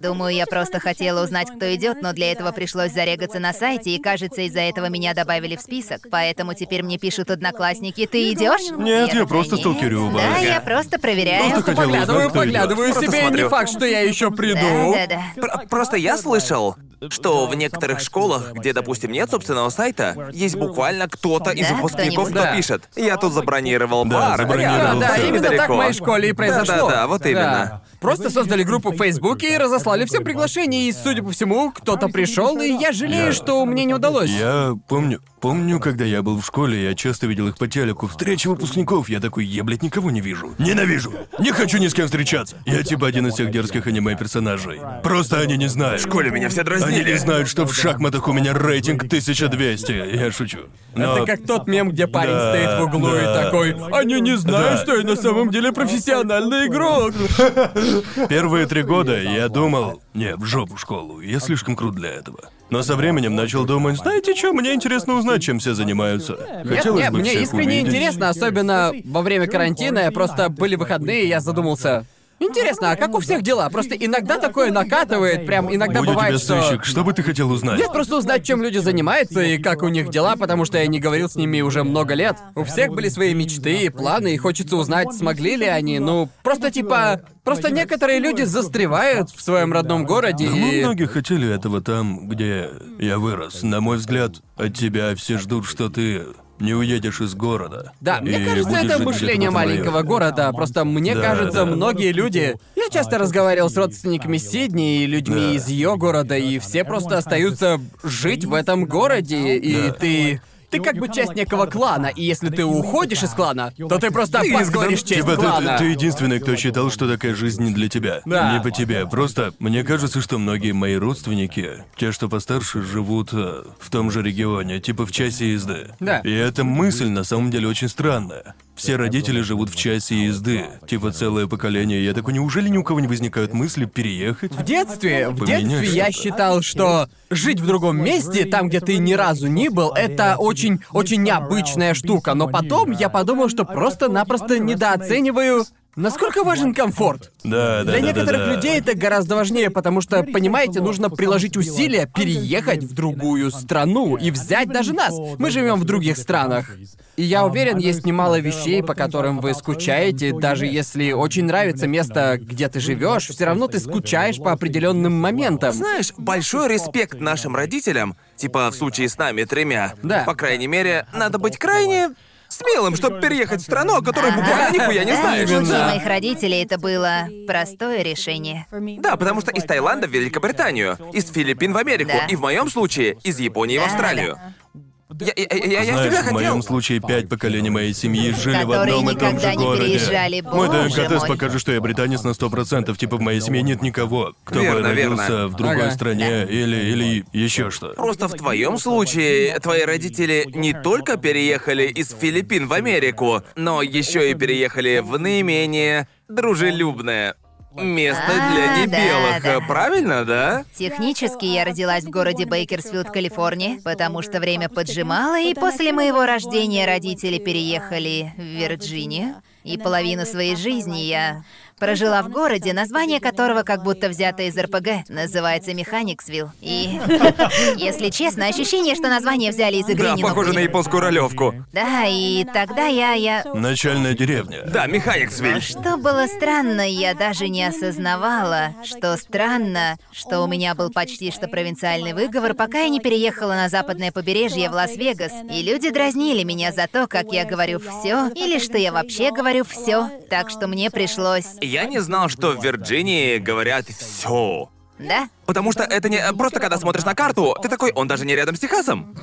Speaker 1: думаю, я просто хотела узнать, кто идет, но для этого пришлось зарегаться на сайте, и кажется, из-за этого меня добавили в список. Поэтому теперь мне пишут одноклассники, ты идешь?
Speaker 5: Нет, я просто сталкерю,
Speaker 1: Да,
Speaker 5: Варя.
Speaker 1: я просто проверяю.
Speaker 5: Просто хотел
Speaker 4: Поглядываю,
Speaker 5: узнать, кто идет.
Speaker 4: поглядываю
Speaker 3: Просто
Speaker 4: себе, и не
Speaker 3: смотрю.
Speaker 4: факт, что я еще приду.
Speaker 1: Да, да, да.
Speaker 3: Пр- Просто я слышал, что в некоторых школах, где, допустим, нет собственного сайта, есть буквально кто-то из
Speaker 1: Да,
Speaker 3: выпускников,
Speaker 1: кто-нибудь.
Speaker 3: кто
Speaker 4: Да.
Speaker 3: пишет. Я тут забронировал
Speaker 5: Да,
Speaker 3: бар.
Speaker 5: забронировал
Speaker 3: рядом,
Speaker 4: Да, да,
Speaker 5: всё.
Speaker 4: именно так в
Speaker 3: недалеко».
Speaker 4: моей школе и произошло.
Speaker 3: Да-да-да, вот именно.
Speaker 4: Да. Просто создали группу в Фейсбуке и разослали всем приглашения, и, судя по всему, кто-то пришел, и я жалею,
Speaker 5: Да.
Speaker 4: что мне не удалось.
Speaker 5: Я помню, помню, когда я был в школе, я часто видел их по телеку. Встречи выпускников. Я такой, я, блядь, никого не вижу. Ненавижу. Не хочу ни с кем встречаться. Я типа один из тех дерзких аниме-персонажей. Просто они не знают. В
Speaker 3: школе меня все
Speaker 5: Они
Speaker 3: дразнили.
Speaker 5: не знают, что в шахматах у меня рейтинг 1200. Я шучу. Но...
Speaker 4: Это как тот мем, где парень
Speaker 5: Да,
Speaker 4: стоит в углу и
Speaker 5: да.
Speaker 4: такой «Они не знают,
Speaker 5: Да.
Speaker 4: что я на самом деле профессиональный игрок!»
Speaker 5: Первые три года я думал, не, в жопу школу, я слишком крут для этого. Но со временем начал думать, знаете что, мне интересно узнать, чем все занимаются.
Speaker 4: Нет,
Speaker 5: Хотелось
Speaker 4: нет,
Speaker 5: бы
Speaker 4: мне
Speaker 5: всех
Speaker 4: искренне
Speaker 5: увидеть.
Speaker 4: интересно, особенно во время карантина, я просто были выходные, и я задумался... Интересно, а как у всех дела? Просто иногда такое накатывает, прям иногда
Speaker 5: Будь у
Speaker 4: бывает,
Speaker 5: тебя
Speaker 4: что...
Speaker 5: сыщик, что бы ты хотел узнать? А
Speaker 4: Нет, просто узнать, чем люди занимаются и как у них дела, потому что я не говорил с ними уже много лет. У всех были свои мечты и планы, и хочется узнать, смогли ли они. Ну, просто типа... Просто некоторые люди застревают в своем родном городе
Speaker 5: Да Мы
Speaker 4: и...
Speaker 5: многие хотели этого там, где я вырос. На мой взгляд, от тебя все ждут, что ты не уедешь из города.
Speaker 4: Да,
Speaker 5: И
Speaker 4: мне кажется,
Speaker 5: будешь
Speaker 4: это
Speaker 5: жить
Speaker 4: мышление
Speaker 5: где-то в этом
Speaker 4: маленького
Speaker 5: районе.
Speaker 4: города. Просто мне
Speaker 5: Да,
Speaker 4: кажется,
Speaker 5: да.
Speaker 4: многие люди. Я часто разговаривал с родственниками из Сидней и людьми
Speaker 5: Да.
Speaker 4: из ее города, и все просто остаются жить в этом городе, и
Speaker 5: Да.
Speaker 4: ты. Ты как бы часть некого клана, и если ты уходишь из клана, то ты просто
Speaker 3: Ты изгнан.
Speaker 4: позоришь часть
Speaker 5: Типа, ты-
Speaker 4: клана.
Speaker 5: ты, ты единственный, кто считал, что такая жизнь не для тебя.
Speaker 4: Да.
Speaker 5: Не по тебе. Просто мне кажется, что многие мои родственники, те, что постарше, живут э, в том же регионе, типа в часе езды.
Speaker 4: Да.
Speaker 5: И эта мысль на самом деле очень странная. Все родители живут в часе езды, типа целое поколение. Я такой, неужели ни у кого не возникают мысли переехать?
Speaker 4: В детстве, в
Speaker 5: Поменяй
Speaker 4: детстве я
Speaker 5: что-то.
Speaker 4: считал, что жить в другом месте, там, где ты ни разу не был, это очень, очень необычная штука. Но потом я подумал, что просто-напросто недооцениваю, насколько важен комфорт.
Speaker 5: Да, да.
Speaker 4: Для
Speaker 5: да, да,
Speaker 4: некоторых
Speaker 5: да.
Speaker 4: людей это гораздо важнее, потому что, понимаете, нужно приложить усилия, переехать в другую страну и взять даже нас. Мы живем в других странах. И я уверен, есть немало вещей, по которым вы скучаете, даже если очень нравится место, где ты живешь, все равно ты скучаешь по определенным моментам.
Speaker 3: Знаешь, большой респект нашим родителям, типа в случае с нами тремя.
Speaker 4: Да.
Speaker 3: По крайней мере, надо быть крайне смелым, чтобы переехать в страну, о которой буквально нихуя не
Speaker 1: Да,
Speaker 3: знаешь.
Speaker 1: в случае
Speaker 4: Да.
Speaker 1: моих родителей это было простое решение.
Speaker 3: Да, потому что из Таиланда в Великобританию, из Филиппин в Америку,
Speaker 1: Да.
Speaker 3: и в моем случае из Японии в
Speaker 1: Да,
Speaker 3: Австралию. Я, я, я- я
Speaker 5: Знаешь,
Speaker 3: всегда
Speaker 5: в моем
Speaker 3: хотел...
Speaker 5: случае пять поколений моей семьи жили в
Speaker 1: Которые
Speaker 5: одном и том
Speaker 1: никогда
Speaker 5: же
Speaker 1: не
Speaker 5: городе.
Speaker 1: переезжали,
Speaker 5: мой
Speaker 1: боже
Speaker 5: ДНК-тест
Speaker 1: мой.
Speaker 5: покажет, что я британец на сто процентов. Типа в моей семье нет никого, кто бы
Speaker 3: Верно, верно.
Speaker 5: родился в другой
Speaker 4: Ага.
Speaker 5: стране или или еще что.
Speaker 3: Просто в твоем случае твои родители не только переехали из Филиппин в Америку, но еще и переехали в наименее дружелюбное место для
Speaker 1: А,
Speaker 3: небелых.
Speaker 1: да, да.
Speaker 3: Правильно, да?
Speaker 1: Технически я родилась в городе Бейкерсфилд, Калифорния, потому что время поджимало, и после моего рождения родители переехали в Вирджинию. И половину своей жизни я прожила в городе, название которого как будто взято из РПГ, называется Механиксвилл. И, если честно, ощущение, что название взяли из игры
Speaker 3: Да,
Speaker 1: не
Speaker 3: похоже на
Speaker 1: Нокуля.
Speaker 3: японскую ролевку.
Speaker 1: Да, А, и тогда я... я...
Speaker 5: Начальная деревня.
Speaker 3: Да, Механиксвиль.
Speaker 1: Что было странно, я даже не осознавала, что странно, что у меня был почти что провинциальный выговор, пока я не переехала на западное побережье в Лас-Вегас. И люди дразнили меня за то, как я говорю все, или что я вообще говорю все. Так что мне пришлось.
Speaker 3: Я не знал, что в Вирджинии говорят все.
Speaker 1: Да?
Speaker 3: Потому что это не... Просто когда смотришь на карту, ты такой, он даже не рядом с Техасом.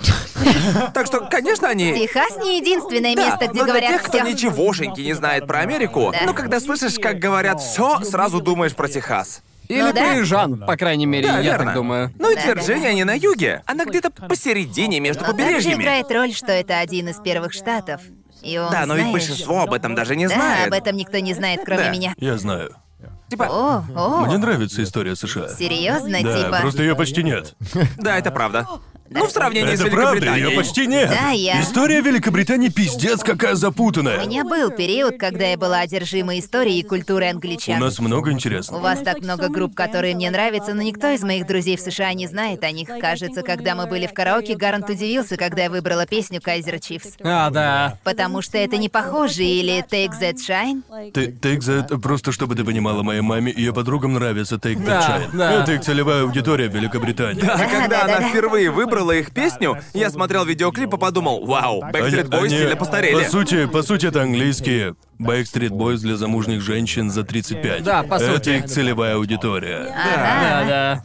Speaker 3: Так что, конечно, они...
Speaker 1: Техас не единственное
Speaker 3: Да,
Speaker 1: место, где
Speaker 3: но для
Speaker 1: говорят
Speaker 3: тех, кто
Speaker 1: все.
Speaker 3: ничегошеньки не знает про Америку,
Speaker 1: Да.
Speaker 3: но когда слышишь, как говорят все, сразу думаешь про Техас.
Speaker 4: Или
Speaker 1: Ну да.
Speaker 4: Прижан, по крайней мере,
Speaker 3: Да,
Speaker 4: я
Speaker 3: верно.
Speaker 4: так думаю.
Speaker 3: Ну и
Speaker 1: Да,
Speaker 3: Вирджиния не на юге. Она где-то посередине между
Speaker 1: А Также
Speaker 3: побережьями.
Speaker 1: играет роль, что это один из первых штатов. И он,
Speaker 3: Да, но ведь
Speaker 1: знаешь-
Speaker 3: большинство об этом даже не
Speaker 1: Да,
Speaker 3: знает.
Speaker 1: об этом никто не знает, кроме
Speaker 3: Да.
Speaker 1: меня.
Speaker 5: Я знаю.
Speaker 3: Типа,
Speaker 1: О, о,
Speaker 5: Мне нравится история США.
Speaker 1: серьезно,
Speaker 5: Да,
Speaker 1: типа.
Speaker 5: просто ее почти нет.
Speaker 3: да, это правда. Ну, в сравнении с
Speaker 5: Это правда,
Speaker 3: Великобританией.
Speaker 5: ее почти нет.
Speaker 1: Да, я-
Speaker 5: История Великобритании пиздец какая запутанная.
Speaker 1: У меня был период, когда я была одержима историей и культурой
Speaker 5: У
Speaker 1: англичан.
Speaker 5: нас много
Speaker 1: У
Speaker 5: интересного.
Speaker 1: вас так много групп, которые мне нравятся, но никто из моих друзей в США не знает о них. Кажется, когда мы были в караоке, Гарант удивился, когда я выбрала песню «Кайзер Чифс».
Speaker 4: А, да.
Speaker 1: Потому что это не похоже, или «Take That Shine».
Speaker 5: Ты, Take That, просто чтобы ты понимала, моей маме и ее подругам нравится Take That
Speaker 4: Да,
Speaker 5: Shine.
Speaker 4: да.
Speaker 5: Это их целевая аудитория в Великобритании.
Speaker 3: А когда
Speaker 1: да,
Speaker 3: она
Speaker 1: да.
Speaker 3: впервые выбрала их песню, я смотрел видеоклип и подумал, вау,
Speaker 5: Они-
Speaker 3: Backstreet Boys
Speaker 5: они-
Speaker 3: сильно
Speaker 5: По
Speaker 3: постарели.
Speaker 5: сути, по сути, это английские Backstreet Boys для замужних женщин за 35.
Speaker 4: Да, по
Speaker 5: Это
Speaker 4: сути.
Speaker 5: их целевая аудитория.
Speaker 1: А,
Speaker 3: А.
Speaker 4: Да, да.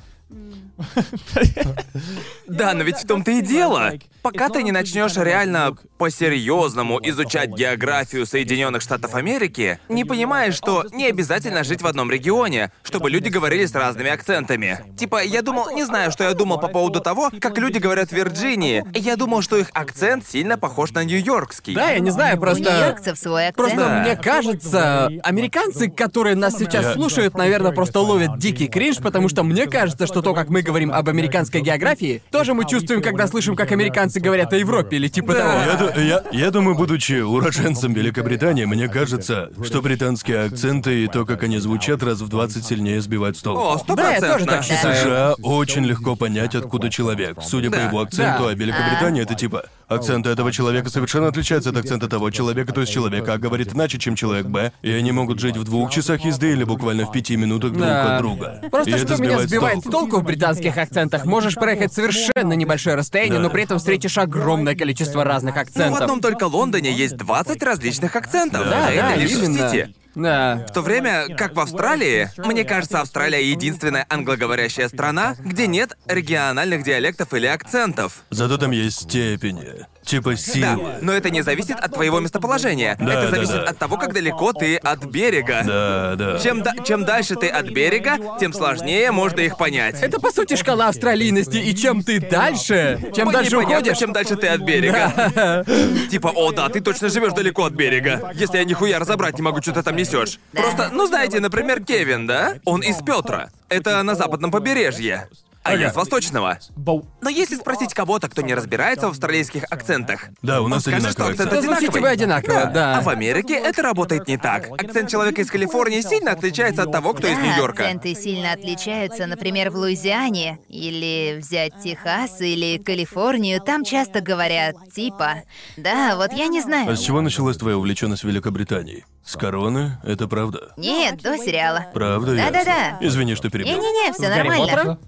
Speaker 3: Да, но ведь в том-то и дело. Пока ты не начнешь реально по-серьезному изучать географию Соединенных Штатов Америки, не понимаешь, что не обязательно жить в одном регионе, чтобы люди говорили с разными акцентами. Типа, я думал, не знаю, что я думал по поводу того, как люди говорят в Вирджинии. Я думал, что их акцент сильно похож на нью-йоркский.
Speaker 4: Да, я не знаю,
Speaker 3: Ну,
Speaker 1: У
Speaker 4: просто...
Speaker 1: нью-йоркцев свой
Speaker 4: Просто
Speaker 1: акцент.
Speaker 4: мне кажется, американцы, которые нас сейчас
Speaker 5: Я-
Speaker 4: слушают, наверное, просто ловят дикий кринж, потому что мне кажется, что то, как мы говорим об американской географии, тоже мы чувствуем, когда слышим, как американцы говорят о Европе или типа
Speaker 5: Я,
Speaker 4: того.
Speaker 5: ду- я- я думаю, будучи уроженцем Великобритании, мне кажется, что британские акценты и то, как они звучат, раз в 20 сильнее сбивают с толку.
Speaker 3: О,
Speaker 4: Да, я тоже
Speaker 3: стопроцентно.
Speaker 4: так
Speaker 5: В
Speaker 4: считаю.
Speaker 5: США очень легко понять, откуда человек. Судя по
Speaker 3: Да.
Speaker 5: его акценту,
Speaker 4: Да.
Speaker 5: а Великобритания это типа акцент этого человека совершенно отличается от акцента того человека, то есть человека А говорит иначе, чем человек Б, и они могут жить в двух часах езды или буквально в пяти минутах друг
Speaker 4: Да.
Speaker 5: от друга. и
Speaker 4: Просто
Speaker 5: это
Speaker 4: что меня
Speaker 5: сбивает с
Speaker 4: сбивает с
Speaker 5: толку.
Speaker 4: толку в британских акцентах, можешь проехать совершенно небольшое расстояние,
Speaker 5: Да.
Speaker 4: но при этом встретишь огромное количество разных
Speaker 3: Ну, в
Speaker 4: акцентов.
Speaker 3: одном только Лондоне есть 20 различных акцентов.
Speaker 4: Да,
Speaker 3: это
Speaker 4: да,
Speaker 3: лишь в
Speaker 4: именно.
Speaker 3: Сити.
Speaker 4: Да.
Speaker 3: В то время, как в Австралии, мне кажется, Австралия единственная англоговорящая страна, где нет региональных диалектов или акцентов.
Speaker 5: Зато там есть степени. Типа
Speaker 3: Да,
Speaker 5: сила.
Speaker 3: но это не зависит от твоего местоположения.
Speaker 5: Да,
Speaker 3: это
Speaker 5: да,
Speaker 3: зависит
Speaker 5: да.
Speaker 3: от того, как далеко ты от берега.
Speaker 5: Да, да.
Speaker 3: Чем, да- чем дальше ты от берега, тем сложнее можно их понять.
Speaker 4: Это по сути шкала австралийности, и чем ты дальше, чем
Speaker 3: Ой,
Speaker 4: дальше
Speaker 3: непонятно,
Speaker 4: уходишь,
Speaker 3: чем дальше ты от берега. Типа, о, да, ты точно живешь далеко от берега. Если я нихуя разобрать не могу, что ты там несешь. Просто, ну знаете, например, Кевин, да? Он из Петра. Это на западном побережье. А я с восточного. Но если спросить кого-то, кто не разбирается в австралийских акцентах,
Speaker 5: Да, у нас
Speaker 3: скажет, что
Speaker 5: одинаковые
Speaker 3: акцент
Speaker 5: акценты.
Speaker 4: Да, звучите
Speaker 3: одинаковый.
Speaker 4: вы одинаково, да.
Speaker 3: А в Америке это работает не так. Акцент человека из Калифорнии сильно отличается от того, кто из
Speaker 1: Да,
Speaker 3: Нью-Йорка.
Speaker 1: акценты сильно отличаются, например, в Луизиане, или взять Техас, или Калифорнию, там часто говорят типа. Да, вот я не
Speaker 5: А
Speaker 1: знаю.
Speaker 5: с чего началась твоя увлеченность Великобританией? С короны? Это правда?
Speaker 1: Нет, до сериала.
Speaker 5: Правда,
Speaker 1: Да, да,
Speaker 5: ясно.
Speaker 1: да.
Speaker 5: Извини, что перебил.
Speaker 1: Не-не-не, все
Speaker 4: С Гарри
Speaker 1: нормально.
Speaker 4: Поттером?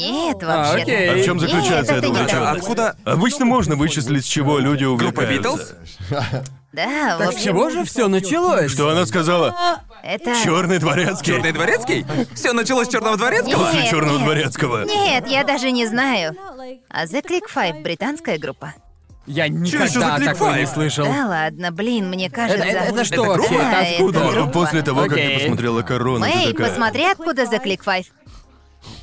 Speaker 1: Нет,
Speaker 4: А,
Speaker 1: вообще.
Speaker 4: окей.
Speaker 5: А в чем
Speaker 1: Нет,
Speaker 5: заключается
Speaker 1: это
Speaker 5: эта
Speaker 1: не так.
Speaker 3: Да,
Speaker 5: увлеченность?
Speaker 3: откуда...
Speaker 5: Обычно можно вычислить, с чего люди
Speaker 3: Группа
Speaker 5: увлекаются.
Speaker 3: Битлз?
Speaker 1: Да, в
Speaker 4: Так с
Speaker 1: общем,
Speaker 4: чего же все началось?
Speaker 5: Что она сказала?
Speaker 1: это...
Speaker 5: Черный дворецкий.
Speaker 3: Черный дворецкий? Все началось с Черного дворецкого?
Speaker 5: После
Speaker 1: Нет,
Speaker 5: черного
Speaker 1: нет.
Speaker 5: дворецкого.
Speaker 1: А Нет, я даже не знаю. А The Click Five — британская группа.
Speaker 4: Я
Speaker 3: Чё ещё за
Speaker 4: никогда такого
Speaker 3: кликфайв?
Speaker 4: не слышал.
Speaker 1: Да ладно, блин, мне кажется...
Speaker 4: это- это что
Speaker 1: Да,
Speaker 4: вообще? Это откуда?
Speaker 1: это
Speaker 5: Ну,
Speaker 1: глупо.
Speaker 5: после того, как ты
Speaker 4: Окей.
Speaker 5: посмотрела корону,
Speaker 1: Мэй,
Speaker 5: ты такая.
Speaker 1: посмотри, откуда за Кликфайв.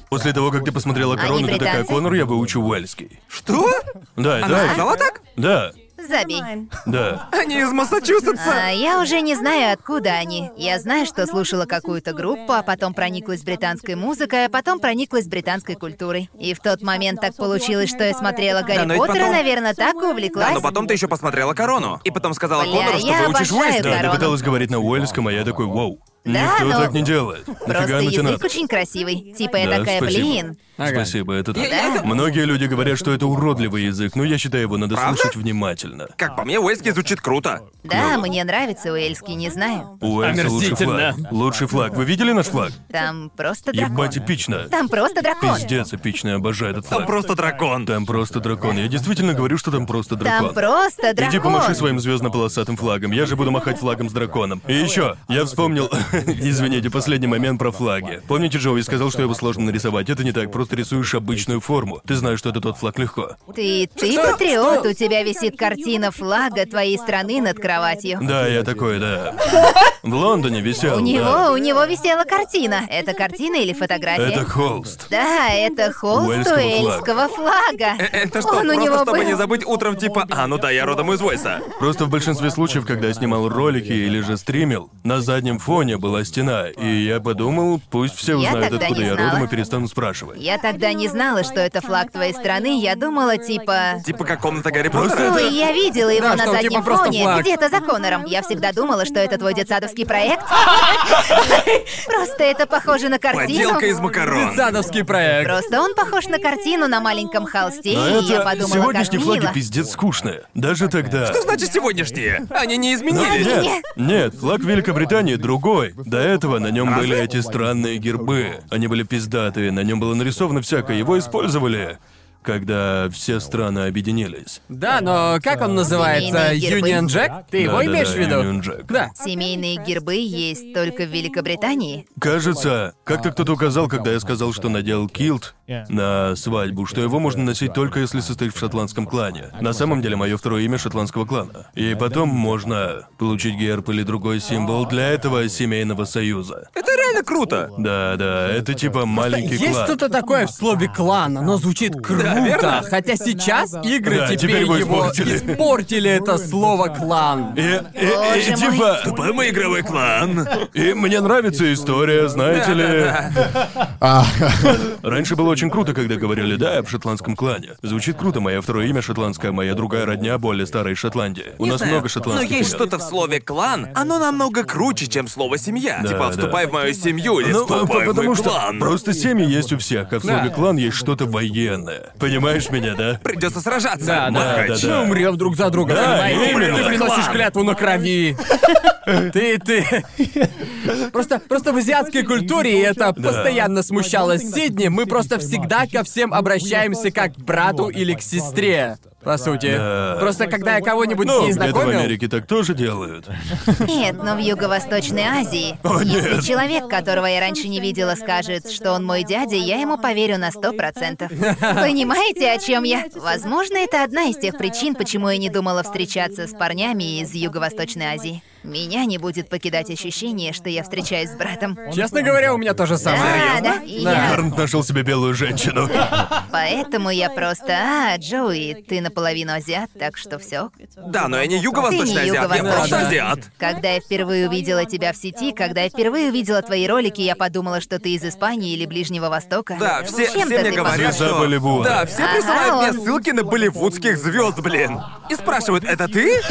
Speaker 5: После того, как ты посмотрела
Speaker 1: Они
Speaker 5: корону, ты такая,
Speaker 1: британцы?
Speaker 5: Конор, я выучу уэльский.
Speaker 3: Что?
Speaker 5: Да,
Speaker 3: Она
Speaker 5: да.
Speaker 3: сказала так?
Speaker 5: Да,
Speaker 1: Забей.
Speaker 5: да.
Speaker 3: Они из Массачусетса.
Speaker 1: А, я уже не знаю, откуда они. Я знаю, что слушала какую-то группу, а потом прониклась британской музыкой, а потом прониклась британской культурой. И в тот момент так получилось, что я смотрела
Speaker 3: Да,
Speaker 1: Гарри
Speaker 3: но ведь
Speaker 1: Поттера,
Speaker 3: потом-
Speaker 1: наверное, так увлеклась.
Speaker 3: Да, но потом ты еще посмотрела корону. И потом сказала
Speaker 1: Бля,
Speaker 3: Конору, что
Speaker 1: я
Speaker 3: вы учишь
Speaker 1: обожаю
Speaker 3: Уэйсда.
Speaker 5: Да, ты
Speaker 1: Корону.
Speaker 5: пыталась говорить на уэльском, а я такой, вау.
Speaker 1: Да,
Speaker 5: Никто
Speaker 1: но-
Speaker 5: так не делает.
Speaker 1: Просто
Speaker 5: Нафига оно тебе
Speaker 1: язык
Speaker 5: надо?
Speaker 1: очень красивый. Типа я
Speaker 5: Да,
Speaker 1: такая,
Speaker 5: спасибо.
Speaker 1: блин.
Speaker 4: Ага.
Speaker 5: Спасибо, это так.
Speaker 1: Да.
Speaker 5: Многие люди говорят, что это уродливый язык, но я считаю, его надо
Speaker 3: Правда?
Speaker 5: слушать внимательно.
Speaker 3: Как по мне, Уэйский звучит круто.
Speaker 1: Да, мне нравится уэльский, не знаю.
Speaker 5: У Уэльса лучший
Speaker 4: Омерзительно.
Speaker 5: флаг. Лучший флаг. Вы видели наш флаг?
Speaker 1: Там просто дракон.
Speaker 5: Ебать, эпично.
Speaker 1: Там просто дракон.
Speaker 5: Пиздец, эпично, я обожаю этот
Speaker 3: Там
Speaker 5: флаг.
Speaker 3: просто дракон.
Speaker 5: Там просто дракон. Я действительно говорю, что там просто
Speaker 1: Там
Speaker 5: дракон.
Speaker 1: просто дракон.
Speaker 5: Иди помаши своим звездно-полосатым флагом. Я же буду махать флагом с драконом. И еще, я вспомнил, извините, последний момент про флаги. Помните, Джоуи сказал, что его сложно нарисовать? Это не так, просто рисуешь обычную форму. Ты знаешь, что это тот флаг легко.
Speaker 1: Ты, ты патриот, у тебя висит картина флага твоей страны над кроватью.
Speaker 5: Да, я такой, да. В Лондоне висел.
Speaker 1: У
Speaker 5: да.
Speaker 1: него, у него висела картина. Это картина или фотография?
Speaker 5: Это холст.
Speaker 1: Да, это холст
Speaker 5: Уэльского
Speaker 1: уэльского флага.
Speaker 3: Э, Это что,
Speaker 1: Он у
Speaker 3: просто
Speaker 1: него
Speaker 3: чтобы
Speaker 1: был.
Speaker 3: не забыть утром, типа, а, ну да, я родом из Уэйса.
Speaker 5: Просто в большинстве случаев, когда я снимал ролики или же стримил, на заднем фоне была стена, и я подумал, пусть все
Speaker 1: Я
Speaker 5: узнают,
Speaker 1: тогда не
Speaker 5: откуда я
Speaker 1: знала.
Speaker 5: родом, и перестану спрашивать.
Speaker 1: Я тогда не знала, что это флаг твоей страны. Я думала, типа...
Speaker 3: Типа как комната Гарри
Speaker 5: Просто
Speaker 3: Поттера.
Speaker 1: Ну, и я видела его
Speaker 4: Да,
Speaker 1: на
Speaker 4: что он,
Speaker 1: заднем
Speaker 4: типа, просто
Speaker 1: фоне,
Speaker 4: флаг.
Speaker 1: где-то за Конором. Я всегда думала, что это твой детсадовский проект. Просто это похоже на картину.
Speaker 3: Поделка из макарон.
Speaker 4: Сановский проект.
Speaker 1: Просто он похож на картину на маленьком холсте,
Speaker 5: Но
Speaker 1: и я
Speaker 5: А
Speaker 1: подумала,
Speaker 5: это
Speaker 1: как
Speaker 5: сегодняшние флаги
Speaker 1: мило.
Speaker 5: пиздец скучные. Даже тогда.
Speaker 3: Что значит сегодняшние? Они не
Speaker 5: Ну,
Speaker 3: изменились.
Speaker 5: нет, нет, флаг Великобритании другой. До этого на нем были эти странные гербы. Они были пиздатые, на нем было нарисовано всякое. Его использовали, когда все страны объединились.
Speaker 4: Да, но как он называется?
Speaker 1: Семейные гербы.
Speaker 4: Юнион Джек? Ты его
Speaker 5: Да-да-да,
Speaker 4: имеешь в
Speaker 5: Union
Speaker 4: виду?
Speaker 5: Jack.
Speaker 4: Да.
Speaker 1: Семейные гербы есть только в Великобритании.
Speaker 5: Кажется, как-то кто-то указал, когда я сказал, что надел килт на свадьбу, что его можно носить только если состоишь в шотландском клане. На самом деле, мое второе имя шотландского клана. И потом можно получить герб или другой символ для этого семейного союза.
Speaker 3: Это реально круто.
Speaker 5: Да, да, это типа маленький
Speaker 4: Есть
Speaker 5: клан.
Speaker 4: что-то такое в слове клан, оно звучит круто.
Speaker 3: верно?
Speaker 4: Хотя сейчас игры
Speaker 5: Да,
Speaker 4: теперь,
Speaker 5: теперь его
Speaker 4: его
Speaker 5: испортили.
Speaker 4: испортили это слово клан.
Speaker 5: И, и- и
Speaker 1: Боже мой.
Speaker 5: типа,
Speaker 3: Тупой мой игровой клан.
Speaker 5: и мне нравится история, знаете ли. Раньше было очень круто, когда говорили «да» в шотландском клане. Звучит круто, мое второе имя шотландское, моя другая родня более старая из Шотландии. У нас много
Speaker 3: Но
Speaker 5: шотландских
Speaker 3: есть
Speaker 5: имен.
Speaker 3: что-то в слове клан, оно намного круче, чем слово семья.
Speaker 5: Да,
Speaker 3: типа
Speaker 5: да.
Speaker 3: вступай в мою семью или
Speaker 5: Ну,
Speaker 3: вступай в
Speaker 5: потому
Speaker 3: мой
Speaker 5: что
Speaker 3: клан.
Speaker 5: просто семьи есть у всех, а в слове
Speaker 4: Да.
Speaker 5: «клан» есть что-то военное. Понимаешь меня, да?
Speaker 3: Придется сражаться.
Speaker 4: Да, да,
Speaker 3: махач.
Speaker 5: да, да.
Speaker 4: Мы умрем друг за друга,
Speaker 5: Да,
Speaker 4: понимаете?
Speaker 5: именно.
Speaker 4: Ты приносишь клятву на крови. Ты, ты. Просто, просто в азиатской культуре и это постоянно смущало Сидни. Ну, Мы просто всегда ко всем обращаемся как к брату или к сестре. По сути.
Speaker 5: Да.
Speaker 4: Просто когда я кого-нибудь с
Speaker 5: Ну,
Speaker 4: ней
Speaker 5: где-то в
Speaker 4: знакомил,
Speaker 5: Америке так тоже делают.
Speaker 1: Нет, но в Юго-Восточной Азии. Если человек, которого я раньше не видела, скажет, что он мой дядя, я ему поверю на сто процентов. Понимаете, о чем я? Возможно, это одна из тех причин, почему я не думала встречаться с парнями из Юго-Восточной Азии. Меня не будет покидать ощущение, что я встречаюсь с братом.
Speaker 4: честно говоря, у меня то же самое.
Speaker 1: Да, да, и я
Speaker 5: Гарнт нашел себе белую женщину.
Speaker 1: Поэтому я просто, а, Джоуи, ты наполовину азиат, так что все.
Speaker 3: Да, но я не юго-восточный
Speaker 1: Ты не
Speaker 3: азиат, я просто
Speaker 1: юго-восточный.
Speaker 3: азиат.
Speaker 1: Когда я впервые увидела тебя в сети, когда я впервые увидела твои ролики, я подумала, что ты из Испании или Ближнего Востока.
Speaker 3: Да, все, все
Speaker 1: Чем-то
Speaker 3: мне
Speaker 1: ты
Speaker 3: говорят,
Speaker 5: Звезда
Speaker 3: что...
Speaker 5: Болливуда.
Speaker 3: Да, все
Speaker 1: Ага,
Speaker 3: присылают мне
Speaker 1: он-
Speaker 3: ссылки на болливудских звезд, блин. И спрашивают, это ты?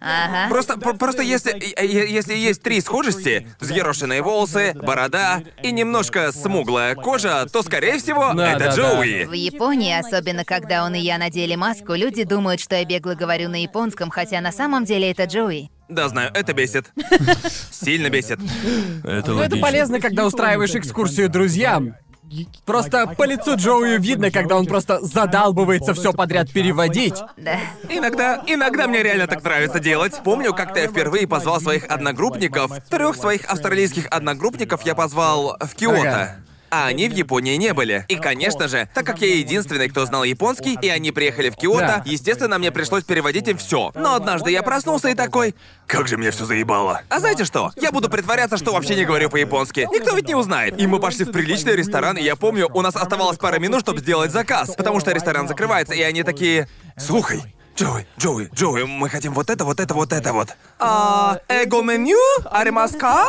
Speaker 1: Ага.
Speaker 3: Просто, про- просто если, э, э, если есть три схожести, взъерошенные волосы, борода и немножко смуглая кожа, то, скорее всего,
Speaker 4: Да,
Speaker 3: это
Speaker 4: да, да.
Speaker 3: Джоуи.
Speaker 1: В Японии, особенно когда он и я надели маску, люди думают, что я бегло говорю на японском, хотя на самом деле это Джоуи.
Speaker 3: Да, знаю, это бесит. Сильно бесит.
Speaker 5: Это
Speaker 4: Ну, это
Speaker 5: логично.
Speaker 4: полезно, когда устраиваешь экскурсию друзьям. Просто по лицу Джоуи видно, когда он просто задалбывается все подряд переводить.
Speaker 1: Да.
Speaker 3: Иногда, иногда мне реально так нравится делать. Помню, как-то я впервые позвал своих одногруппников, трех своих австралийских одногруппников я позвал в Киото.
Speaker 4: Ага.
Speaker 3: а они в Японии не были. И, конечно же, так как я единственный, кто знал японский, и они приехали в Киото,
Speaker 4: Да.
Speaker 3: естественно, мне пришлось переводить им все. Но однажды я проснулся и такой... Как же меня все заебало. А знаете что? Я буду притворяться, что вообще не говорю по-японски. Никто ведь не узнает. И мы пошли в приличный ресторан, и я помню, у нас оставалось пара минут, чтобы сделать заказ, потому что ресторан закрывается, и они такие... Э, Слухай, Джоуи, Джоуи, Джоуи, мы хотим вот это, вот это, вот это вот. А, эго меню? Аримаска?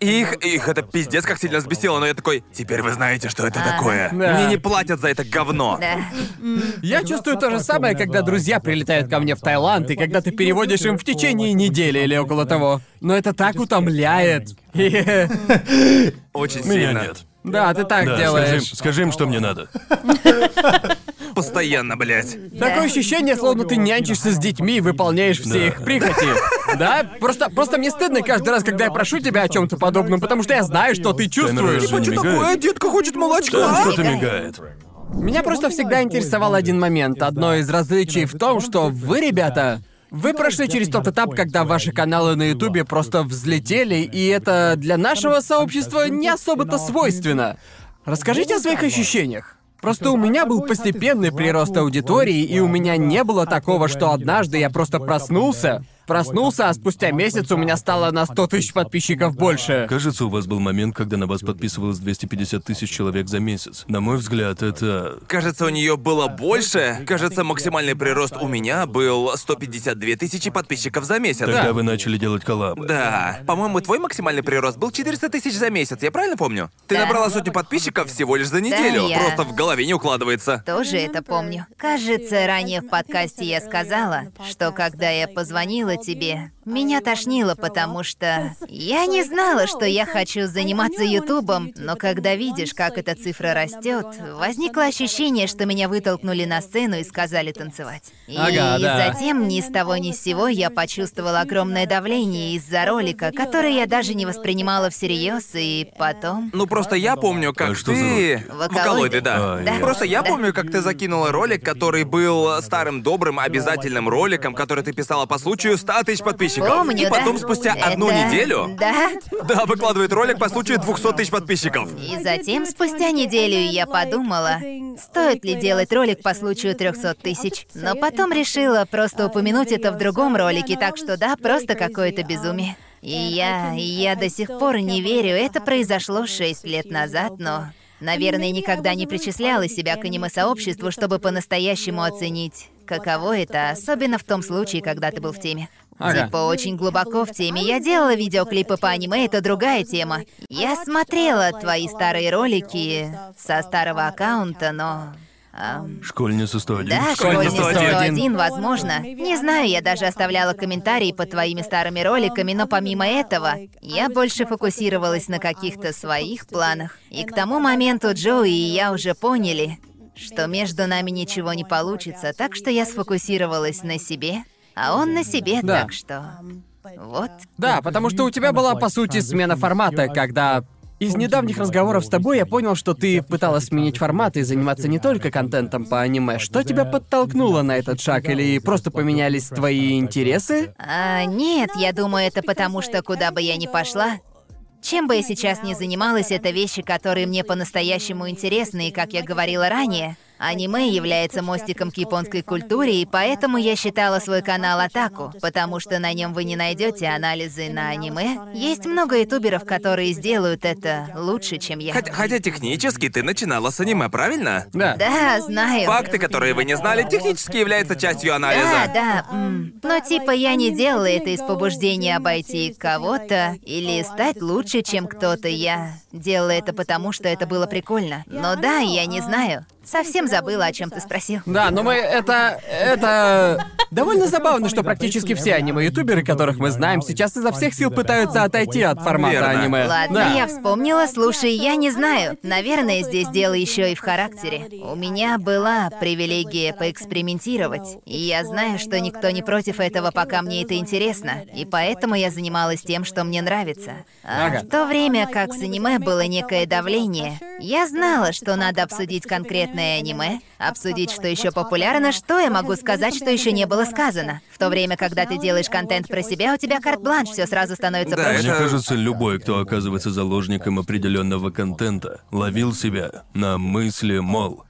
Speaker 3: Их, их это пиздец как сильно взбесило, но я такой, теперь вы знаете, что это такое.
Speaker 4: Да.
Speaker 3: Мне не платят за это говно.
Speaker 1: Да.
Speaker 4: Я чувствую то же самое, когда друзья прилетают ко мне в Таиланд, и когда ты переводишь им в течение недели или около того. Но это так утомляет. И-
Speaker 3: Очень
Speaker 5: Меня
Speaker 3: сильно.
Speaker 5: нет.
Speaker 4: Да, ты
Speaker 5: Да,
Speaker 4: так
Speaker 5: скажи, им-
Speaker 4: делаешь.
Speaker 5: скажи им, что мне надо.
Speaker 3: Постоянно, блядь.
Speaker 4: Такое
Speaker 1: Да.
Speaker 4: ощущение, словно ты нянчишься с детьми и выполняешь все
Speaker 5: Да.
Speaker 4: их прихоти. Да? Просто, просто мне стыдно каждый раз, когда я прошу тебя о чем-то подобном, потому что я знаю, что ты чувствуешь. Типа,
Speaker 5: разве не
Speaker 3: Что
Speaker 5: мигает?
Speaker 3: такое? Детка хочет
Speaker 5: Там
Speaker 3: молочка.
Speaker 5: что-то мигает.
Speaker 4: Меня просто всегда интересовал один момент. Одно из различий в том, что вы, ребята, вы прошли через тот этап, когда ваши каналы на Ютубе просто взлетели, и это для нашего сообщества не особо-то свойственно. Расскажите о своих ощущениях. Просто у меня был постепенный прирост аудитории, и у меня не было такого, что однажды я просто проснулся, проснулся, а спустя месяц у меня стало на 100 тысяч подписчиков больше.
Speaker 5: Кажется, у вас был момент, когда на вас подписывалось 250 тысяч человек за месяц. На мой взгляд, это...
Speaker 3: Кажется, у нее было больше. Кажется, максимальный прирост у меня был 152 тысячи подписчиков за месяц.
Speaker 5: Тогда вы начали делать коллаб.
Speaker 3: Да. По-моему, твой максимальный прирост был 400 тысяч за месяц, я правильно помню? Ты
Speaker 1: Да.
Speaker 3: набрала сотню подписчиков всего лишь за неделю.
Speaker 1: я-
Speaker 3: Просто в голове не укладывается.
Speaker 1: Тоже это помню. Кажется, ранее в подкасте я сказала, что когда я позвонила тебе, меня тошнило, потому что я не знала, что я хочу заниматься Ютубом, но когда видишь, как эта цифра растет, возникло ощущение, что меня вытолкнули на сцену и сказали танцевать. И
Speaker 4: Ага, да.
Speaker 1: затем ни с того ни с сего я почувствовала огромное давление из-за ролика, который я даже не воспринимала всерьез, и потом...
Speaker 3: Ну просто я помню, как
Speaker 5: А что за
Speaker 3: ты.
Speaker 5: ролики?
Speaker 1: Вокалоиды?
Speaker 3: Вокалоиды, да.
Speaker 5: А,
Speaker 1: Да.
Speaker 5: ясно.
Speaker 3: Просто я
Speaker 1: Да.
Speaker 3: помню, как ты закинула ролик, который был старым добрым обязательным роликом, который ты писала по случаю 100 тысяч подписчиков.
Speaker 1: Помню,
Speaker 3: И
Speaker 1: да.
Speaker 3: потом спустя одну
Speaker 1: Это-
Speaker 3: неделю
Speaker 1: Да,
Speaker 3: Да, выкладывает ролик по случаю 200 тысяч подписчиков.
Speaker 1: И затем, спустя неделю, я подумала, стоит ли делать ролик по случаю 300 тысяч. Но потом решила просто упомянуть это в другом ролике, так что да, просто какое-то безумие. И я, я до сих пор не верю, это произошло 6 лет назад, но... Наверное, никогда не причисляла себя к аниме-сообществу, чтобы по-настоящему оценить, каково это, особенно в том случае, когда ты был в теме.
Speaker 4: Ага.
Speaker 1: Типа очень глубоко в теме. Я делала видеоклипы по аниме, это другая тема. Я смотрела твои старые ролики со старого аккаунта, но... ам,
Speaker 5: Школьница 101.
Speaker 1: да,
Speaker 4: Школьница
Speaker 1: школьница
Speaker 4: 101.
Speaker 1: 101, возможно. Не знаю, я даже оставляла комментарии под твоими старыми роликами, но помимо этого, я больше фокусировалась на каких-то своих планах. И к тому моменту Джоуи и я уже поняли, что между нами ничего не получится, так что я сфокусировалась на себе, а он на себе,
Speaker 4: Да.
Speaker 1: так что... Вот.
Speaker 4: Да, потому что у тебя была, по сути, смена формата, когда... Из недавних разговоров с тобой я понял, что ты пыталась сменить формат и заниматься не только контентом по аниме. Что тебя подтолкнуло на этот шаг? Или просто поменялись твои интересы?
Speaker 1: А, нет, я думаю, это потому, что куда бы я ни пошла, чем бы я сейчас ни занималась, это вещи, которые мне по-настоящему интересны, и, как я говорила ранее, аниме является мостиком к японской культуре, и поэтому я считала свой канал Атаку, потому что на нем вы не найдете анализы на аниме. Есть много ютуберов, которые сделают это лучше, чем я.
Speaker 3: Хотя, хотя технически ты начинала с аниме, правильно?
Speaker 4: Да.
Speaker 1: Да, знаю.
Speaker 3: Факты, которые вы не знали, технически являются частью
Speaker 1: Да,
Speaker 3: анализа.
Speaker 1: да. м. Но типа я не делала это из побуждения обойти кого-то или стать лучше, чем кто-то. Я делала это потому, что это было прикольно. Но да, я не знаю. Совсем забыла, о чем ты спросил.
Speaker 4: Да, но мы это... это... Довольно забавно, что практически все аниме-ютуберы, которых мы знаем, сейчас изо всех сил пытаются отойти от формата
Speaker 3: Верно.
Speaker 4: аниме.
Speaker 1: Ладно,
Speaker 4: да.
Speaker 1: я вспомнила. Слушай, я не знаю. Наверное, здесь дело еще и в характере. У меня была привилегия поэкспериментировать. И я знаю, что никто не против этого, пока мне это интересно. И поэтому я занималась тем, что мне нравится. А
Speaker 4: Ага.
Speaker 1: в то время как с аниме было некое давление, я знала, что надо обсудить конкретно непонятное аниме, обсудить, что еще популярно, что я могу сказать, что еще не было сказано. В то время, когда ты делаешь контент про себя, у тебя карт-бланш, все сразу становится
Speaker 3: Да,
Speaker 1: проще.
Speaker 5: Мне
Speaker 3: это-
Speaker 5: кажется, любой, кто оказывается заложником определенного контента, ловил себя на мысли, мол,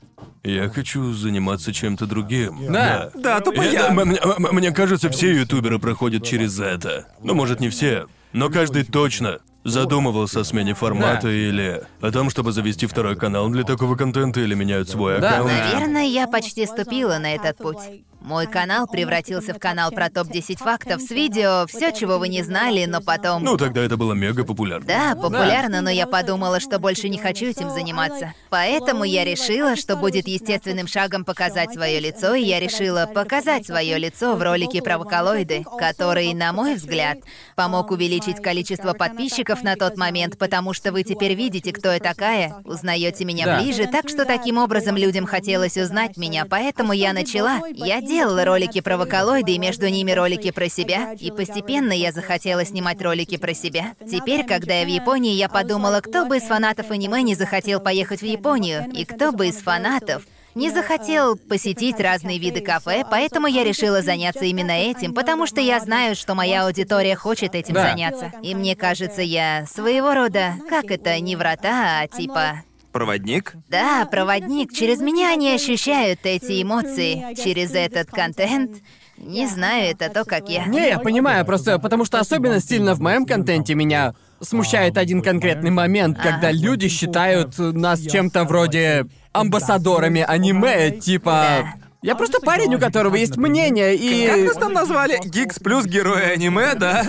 Speaker 5: я хочу заниматься чем-то другим.
Speaker 4: Да, да, тупо
Speaker 5: И это,
Speaker 4: я.
Speaker 5: м- м- м- мне кажется, все ютуберы проходят через это. Ну, может, не все, но каждый точно задумывался о смене формата
Speaker 4: Да.
Speaker 5: или о том, чтобы завести второй канал для такого контента или меняют свой
Speaker 4: Да,
Speaker 5: аккаунт.
Speaker 4: да.
Speaker 1: Наверное, я почти ступила на этот путь. Мой канал превратился в канал про топ-10 фактов с видео, все, чего вы не знали, но потом...
Speaker 5: Ну, тогда это было мега популярно.
Speaker 1: Да, популярно, но я подумала, что больше не хочу этим заниматься. Поэтому я решила, что будет естественным шагом показать свое лицо, и я решила показать свое лицо в ролике про вокалоиды, который, на мой взгляд, помог увеличить количество подписчиков на тот момент, потому что вы теперь видите, кто я такая, узнаете меня
Speaker 4: Да.
Speaker 1: ближе, так что таким образом людям хотелось узнать меня, поэтому я начала. Я делала ролики про вокалоиды, и между ними ролики про себя, и постепенно я захотела снимать ролики про себя. Теперь, когда я в Японии, я подумала, кто бы из фанатов аниме не захотел поехать в Японию, и кто бы из фанатов не захотел посетить разные виды кафе, поэтому я решила заняться именно этим, потому что я знаю, что моя аудитория хочет этим
Speaker 4: Да.
Speaker 1: заняться. И мне кажется, я своего рода, как это, не врата, а типа
Speaker 3: Проводник?
Speaker 1: да, проводник, через меня они ощущают эти эмоции, через этот контент. Не знаю, это то, как я.
Speaker 4: Не, я понимаю, просто потому что особенно сильно в моем контенте меня смущает один конкретный момент, когда люди считают нас чем-то вроде амбассадорами аниме, типа... Я просто парень, у которого есть мнение,
Speaker 3: Как
Speaker 4: и...
Speaker 3: нас там назвали? Гикс плюс герои аниме, да?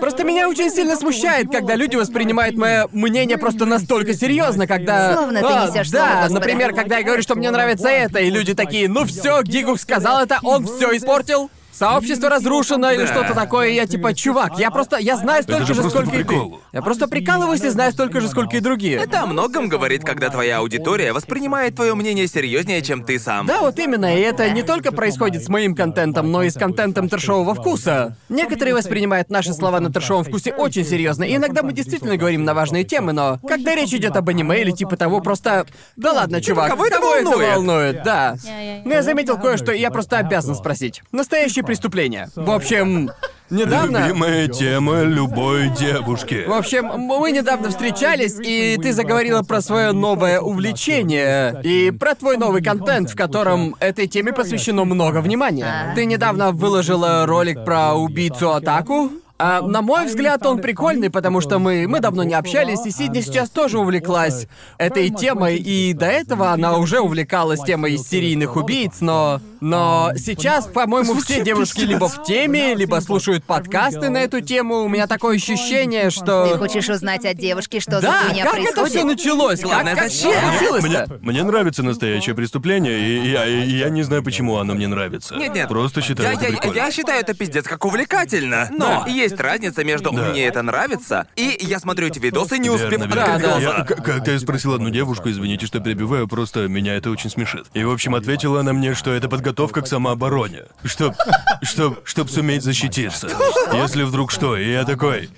Speaker 4: Просто меня очень сильно смущает, когда люди воспринимают мое мнение просто настолько серьезно, когда...
Speaker 1: Словно ты
Speaker 4: А,
Speaker 1: несешь слово
Speaker 4: Да,
Speaker 1: Господа.
Speaker 4: например, когда я говорю, что мне нравится это, и люди такие, ну все, Гигух сказал это, он все испортил. Сообщество разрушено или
Speaker 3: Да.
Speaker 4: что-то такое, и я типа, чувак, я просто, я знаю столько
Speaker 5: же
Speaker 4: же,
Speaker 5: просто
Speaker 4: сколько
Speaker 5: по
Speaker 4: и ты.
Speaker 5: приколу.
Speaker 4: Я просто прикалываюсь и знаю столько же, сколько и другие.
Speaker 3: Это о многом говорит, когда твоя аудитория воспринимает твое мнение серьезнее, чем ты сам.
Speaker 4: Да, вот именно, и это не только происходит с моим контентом, но и с контентом трешового вкуса. Некоторые воспринимают наши слова на трешовом вкусе очень серьезно, и иногда мы действительно говорим на важные темы, но когда речь идет об аниме или типа того, просто... Да ладно, чувак,
Speaker 3: кого это
Speaker 4: это
Speaker 3: волнует?
Speaker 4: волнует, да.
Speaker 6: я- я-
Speaker 4: Но я заметил кое-что, и я просто обязан спросить. Настоящее преступление. В общем, недавно...
Speaker 5: Любимая тема любой девушки.
Speaker 4: В общем, мы недавно встречались, и ты заговорила про свое новое увлечение и про твой новый контент, в котором этой теме посвящено много внимания. Ты недавно выложила ролик про убийцу Атаку. А, на мой взгляд, он прикольный, потому что мы, мы давно не общались, и Сидни сейчас тоже увлеклась этой темой, и до этого она уже увлекалась темой серийных убийц, но... Но сейчас, по-моему, все девушки либо в теме, либо слушают подкасты на эту тему. У меня такое ощущение, что...
Speaker 1: Ты хочешь узнать от девушки, что за
Speaker 4: Да,
Speaker 1: хуйня
Speaker 4: как это
Speaker 1: происходит?
Speaker 4: все началось? Как-
Speaker 3: Главное,
Speaker 4: как,
Speaker 3: зачем?
Speaker 4: всё случилось-то?
Speaker 5: Мне, мне нравится настоящее преступление, и я, и я не знаю, почему оно мне нравится.
Speaker 3: Нет-нет.
Speaker 5: Просто
Speaker 3: Я,
Speaker 5: считаю это
Speaker 3: я-
Speaker 5: прикольно.
Speaker 3: я считаю это пиздец как увлекательно. Но есть разница между «мне это нравится» и «я смотрю эти видосы, не успев
Speaker 5: Верно, верно.
Speaker 3: открыть
Speaker 4: Да, да.
Speaker 5: Я-
Speaker 3: глаза».
Speaker 5: к- Когда я спросил одну девушку, извините, что перебиваю, просто меня это очень смешит. И, в общем, ответила она мне, что это подготовка к самообороне. Чтоб, чтоб, чтоб суметь защититься. Если вдруг что, и я такой...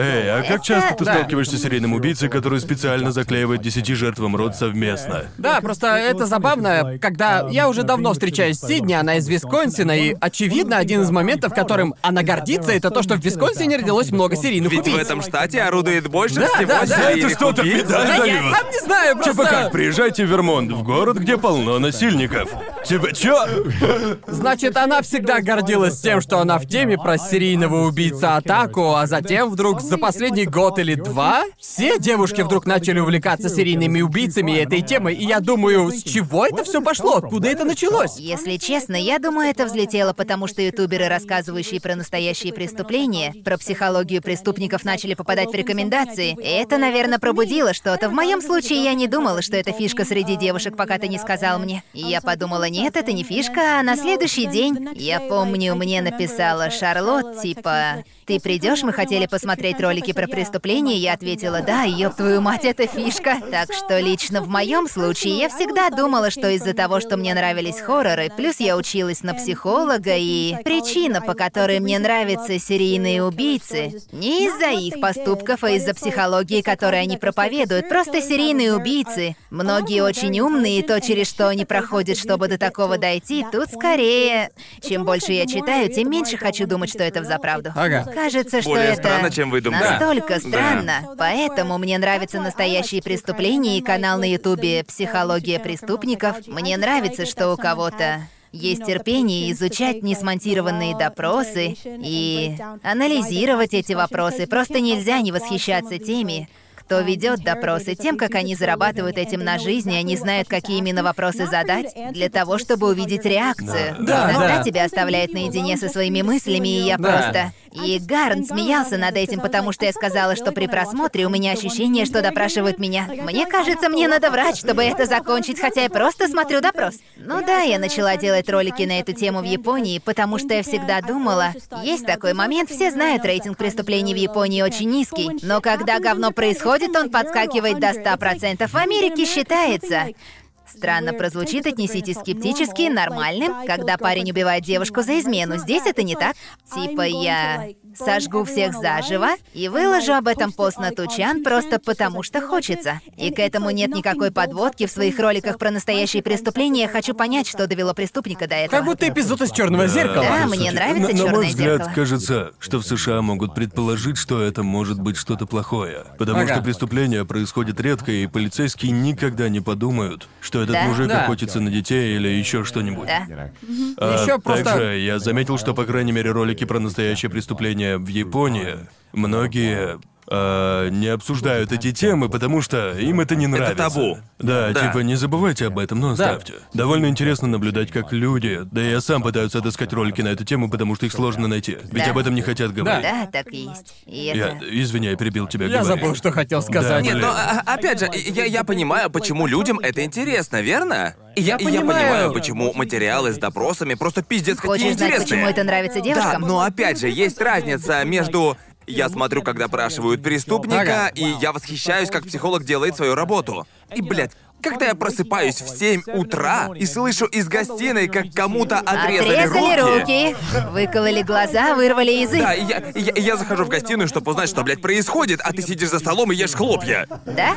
Speaker 5: Эй, а как часто ты
Speaker 1: Да.
Speaker 5: сталкиваешься с серийным убийцей, который специально заклеивает десяти жертвам рот совместно?
Speaker 4: Да, просто это забавно, когда я уже давно встречаюсь с Сидни, она из Висконсина, и, очевидно, один из моментов, которым она гордится, это то, что в Висконсине родилось много ну, серийных
Speaker 3: Ведь
Speaker 4: убийц.
Speaker 3: в этом штате орудует больше
Speaker 4: Да,
Speaker 3: всего
Speaker 4: да, да.
Speaker 3: серийных
Speaker 5: Это что-то
Speaker 3: убийц.
Speaker 5: беда,
Speaker 4: Да я
Speaker 5: Голливуд.
Speaker 4: сам не знаю,
Speaker 5: Типа как,
Speaker 4: просто...
Speaker 5: приезжайте в Вермонт, в город, где полно насильников. Типа, чё?
Speaker 4: Значит, она всегда гордилась тем, что она в теме про серийного убийца Атаку, а затем вдруг за последний год или два все девушки вдруг начали увлекаться серийными убийцами и этой темой, и я думаю, с чего это все пошло, откуда это началось?
Speaker 1: Если честно, я думаю, это взлетело, потому что ютуберы, рассказывающие про настоящие преступления, про психологию преступников, начали попадать в рекомендации. И это, наверное, пробудило что-то. В моем случае я не думала, что это фишка среди девушек, пока ты не сказал мне. И я подумала, нет, это не фишка, а на следующий день, я помню, мне написала Шарлотт, типа, ты придешь, мы хотели посмотреть смотреть ролики про преступления, я ответила, да, ёб твою мать, это фишка. Так что лично в моем случае я всегда думала, что из-за того, что мне нравились хорроры, плюс я училась на психолога, и причина, по которой мне нравятся серийные убийцы, не из-за их поступков, а из-за психологии, которой они проповедуют. Просто серийные убийцы. Многие очень умные, и то, через что они проходят, чтобы до такого дойти, тут скорее... Чем больше я читаю, тем меньше хочу думать, что это взаправду.
Speaker 4: Ага.
Speaker 1: Кажется, что
Speaker 3: Более
Speaker 1: это
Speaker 3: странно, чем вы думали.
Speaker 1: настолько
Speaker 3: Да.
Speaker 1: странно. Ну, Поэтому мне нравятся настоящие преступления и канал на Ютубе «Психология преступников». Мне нравится, что у кого-то есть терпение изучать несмонтированные допросы и анализировать эти вопросы. Просто нельзя не восхищаться теми, кто ведет допросы, тем, как они зарабатывают этим на жизнь, и они знают, какие именно вопросы задать, для того, чтобы увидеть реакцию.
Speaker 4: Да,
Speaker 1: Иногда
Speaker 4: да.
Speaker 1: тебя оставляет наедине со своими мыслями, и я
Speaker 4: Да.
Speaker 1: просто... И Гарн смеялся над этим, потому что я сказала, что при просмотре у меня ощущение, что допрашивают меня. Мне кажется, мне надо врать, чтобы это закончить, хотя я просто смотрю допрос. Ну да, я начала делать ролики на эту тему в Японии, потому что я всегда думала, есть такой момент, все знают, рейтинг преступлений в Японии очень низкий, но когда говно происходит, он подскакивает до 100%. В Америке считается, Странно прозвучит, отнеситесь скептически, нормальным, когда парень убивает девушку за измену. Здесь это не так. Типа я сожгу всех заживо и выложу об этом пост на Тучан просто потому, что хочется. И к этому нет никакой подводки. В своих роликах про настоящие преступления я хочу понять, что довело преступника до этого.
Speaker 4: Как будто эпизод из черного зеркала.
Speaker 1: Да,
Speaker 5: по
Speaker 1: мне
Speaker 5: сути.
Speaker 1: нравится
Speaker 5: на, на мой
Speaker 1: «Чёрное
Speaker 5: взгляд,
Speaker 1: зеркало».
Speaker 5: кажется, что в США могут предположить, что это может быть что-то плохое. Потому
Speaker 4: Ага.
Speaker 5: что преступления происходят редко, и полицейские никогда не подумают, что этот
Speaker 1: Да.
Speaker 5: мужик
Speaker 4: Да.
Speaker 5: охотится на детей или еще что-нибудь.
Speaker 1: Да.
Speaker 5: А
Speaker 4: Ещё просто-
Speaker 5: Также я заметил, что, по крайней мере, ролики про настоящее преступление в Японии многие а, не обсуждают эти темы, потому что им это не нравится.
Speaker 3: табу.
Speaker 5: Да,
Speaker 3: Да.
Speaker 5: типа не забывайте об этом, но оставьте. Довольно интересно наблюдать, как люди, да и я сам пытаюсь отыскать ролики на эту тему, потому что их сложно найти. Ведь
Speaker 1: Да.
Speaker 5: об этом не хотят говорить.
Speaker 1: Да, так и есть. И
Speaker 5: Я,
Speaker 1: это...
Speaker 5: извини, я перебил тебя.
Speaker 4: Я
Speaker 5: говори.
Speaker 4: забыл, что хотел сказать.
Speaker 5: Да,
Speaker 3: Нет,
Speaker 5: блин.
Speaker 3: но а, а, опять же, я, я понимаю, почему людям это интересно, верно? И Я, и я
Speaker 4: понимаю.
Speaker 3: понимаю, почему материалы с допросами просто пиздец какие
Speaker 1: Хочешь знать,
Speaker 3: интересные.
Speaker 1: почему это нравится
Speaker 3: Да,
Speaker 1: девушкам?
Speaker 3: но опять же, есть разница между я смотрю, когда спрашивают преступника,
Speaker 4: Ага.
Speaker 3: и я восхищаюсь, как психолог делает свою работу. И, блядь, когда я просыпаюсь в 7 утра и слышу из гостиной, как кому-то отрезали,
Speaker 1: Отрезали руки, выкололи глаза, вырвали язык.
Speaker 3: Да, и я, и я, и я захожу в гостиную, чтобы узнать, что, блядь, происходит, а ты сидишь за столом и ешь хлопья.
Speaker 1: Да?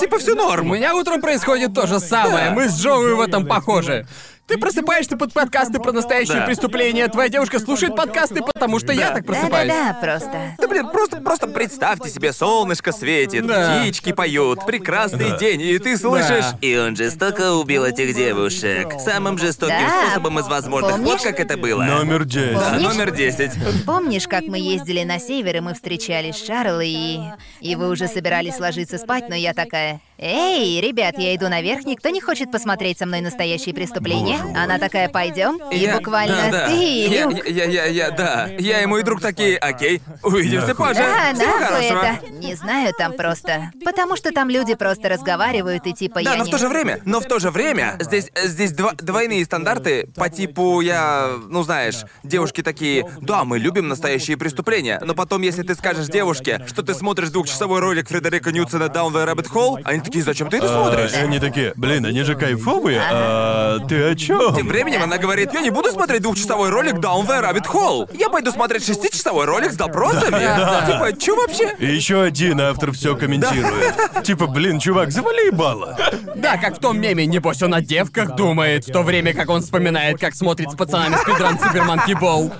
Speaker 3: Типа все
Speaker 4: У
Speaker 3: норм.
Speaker 4: меня утром происходит то же самое. Мы с Джоуи в этом похожи. Ты просыпаешься под подкасты про настоящие
Speaker 3: Да.
Speaker 4: преступления, твоя девушка слушает подкасты, потому что я так просыпаюсь.
Speaker 1: Да-да-да, просто.
Speaker 3: Да, блин, просто, просто представьте себе, солнышко светит,
Speaker 4: Да.
Speaker 3: птички поют, прекрасный
Speaker 5: Да.
Speaker 3: день, и ты слышишь...
Speaker 4: Да.
Speaker 3: И он жестоко убил этих девушек. Самым жестоким
Speaker 1: Да.
Speaker 3: способом из возможных.
Speaker 1: Помнишь?
Speaker 3: Вот как это было.
Speaker 5: Номер 10.
Speaker 3: Да,
Speaker 1: Помнишь?
Speaker 3: номер 10.
Speaker 1: Помнишь, как мы ездили на север, и мы встречались с Шарлой, и... И вы уже собирались ложиться спать, но я такая... Эй, ребят, я иду наверх, никто не хочет посмотреть со мной настоящие преступления.
Speaker 5: Боже мой.
Speaker 1: Она такая, пойдем. И
Speaker 3: Я-
Speaker 1: буквально
Speaker 3: да, да.
Speaker 1: ты,
Speaker 3: Я,
Speaker 1: Люк.
Speaker 3: я, я, я, я- да. Я и мой друг такие, окей, увидимся
Speaker 5: Нахуй.
Speaker 3: позже.
Speaker 1: Да,
Speaker 3: Всего
Speaker 1: А, нахуй
Speaker 3: хорошего.
Speaker 1: это. Не знаю, там просто. Потому что там люди просто разговаривают и типа
Speaker 3: Да,
Speaker 1: я
Speaker 3: но в
Speaker 1: не-
Speaker 3: то же время, но в то же время здесь здесь два- двойные стандарты по типу я, ну знаешь, девушки такие, да, мы любим настоящие преступления, но потом, если ты скажешь девушке, что ты смотришь двухчасовой ролик Фредерика Ньюцена «Down the Rabbit Hole», они такие, зачем ты это
Speaker 5: А,
Speaker 3: смотришь?
Speaker 5: и они такие, блин, они же кайфовые, а ты о чем?
Speaker 3: Тем временем она говорит, я не буду смотреть двухчасовой ролик Down the Rabbit Hole. Я пойду смотреть шестичасовой ролик с допросами. Типа, чё вообще?
Speaker 5: И еще один автор все комментирует. Типа, блин, чувак, завали ебало.
Speaker 4: Да, как в том меме, небось он о девках думает, в то время как он вспоминает, как смотрит с пацанами спидран Супермонки Болл.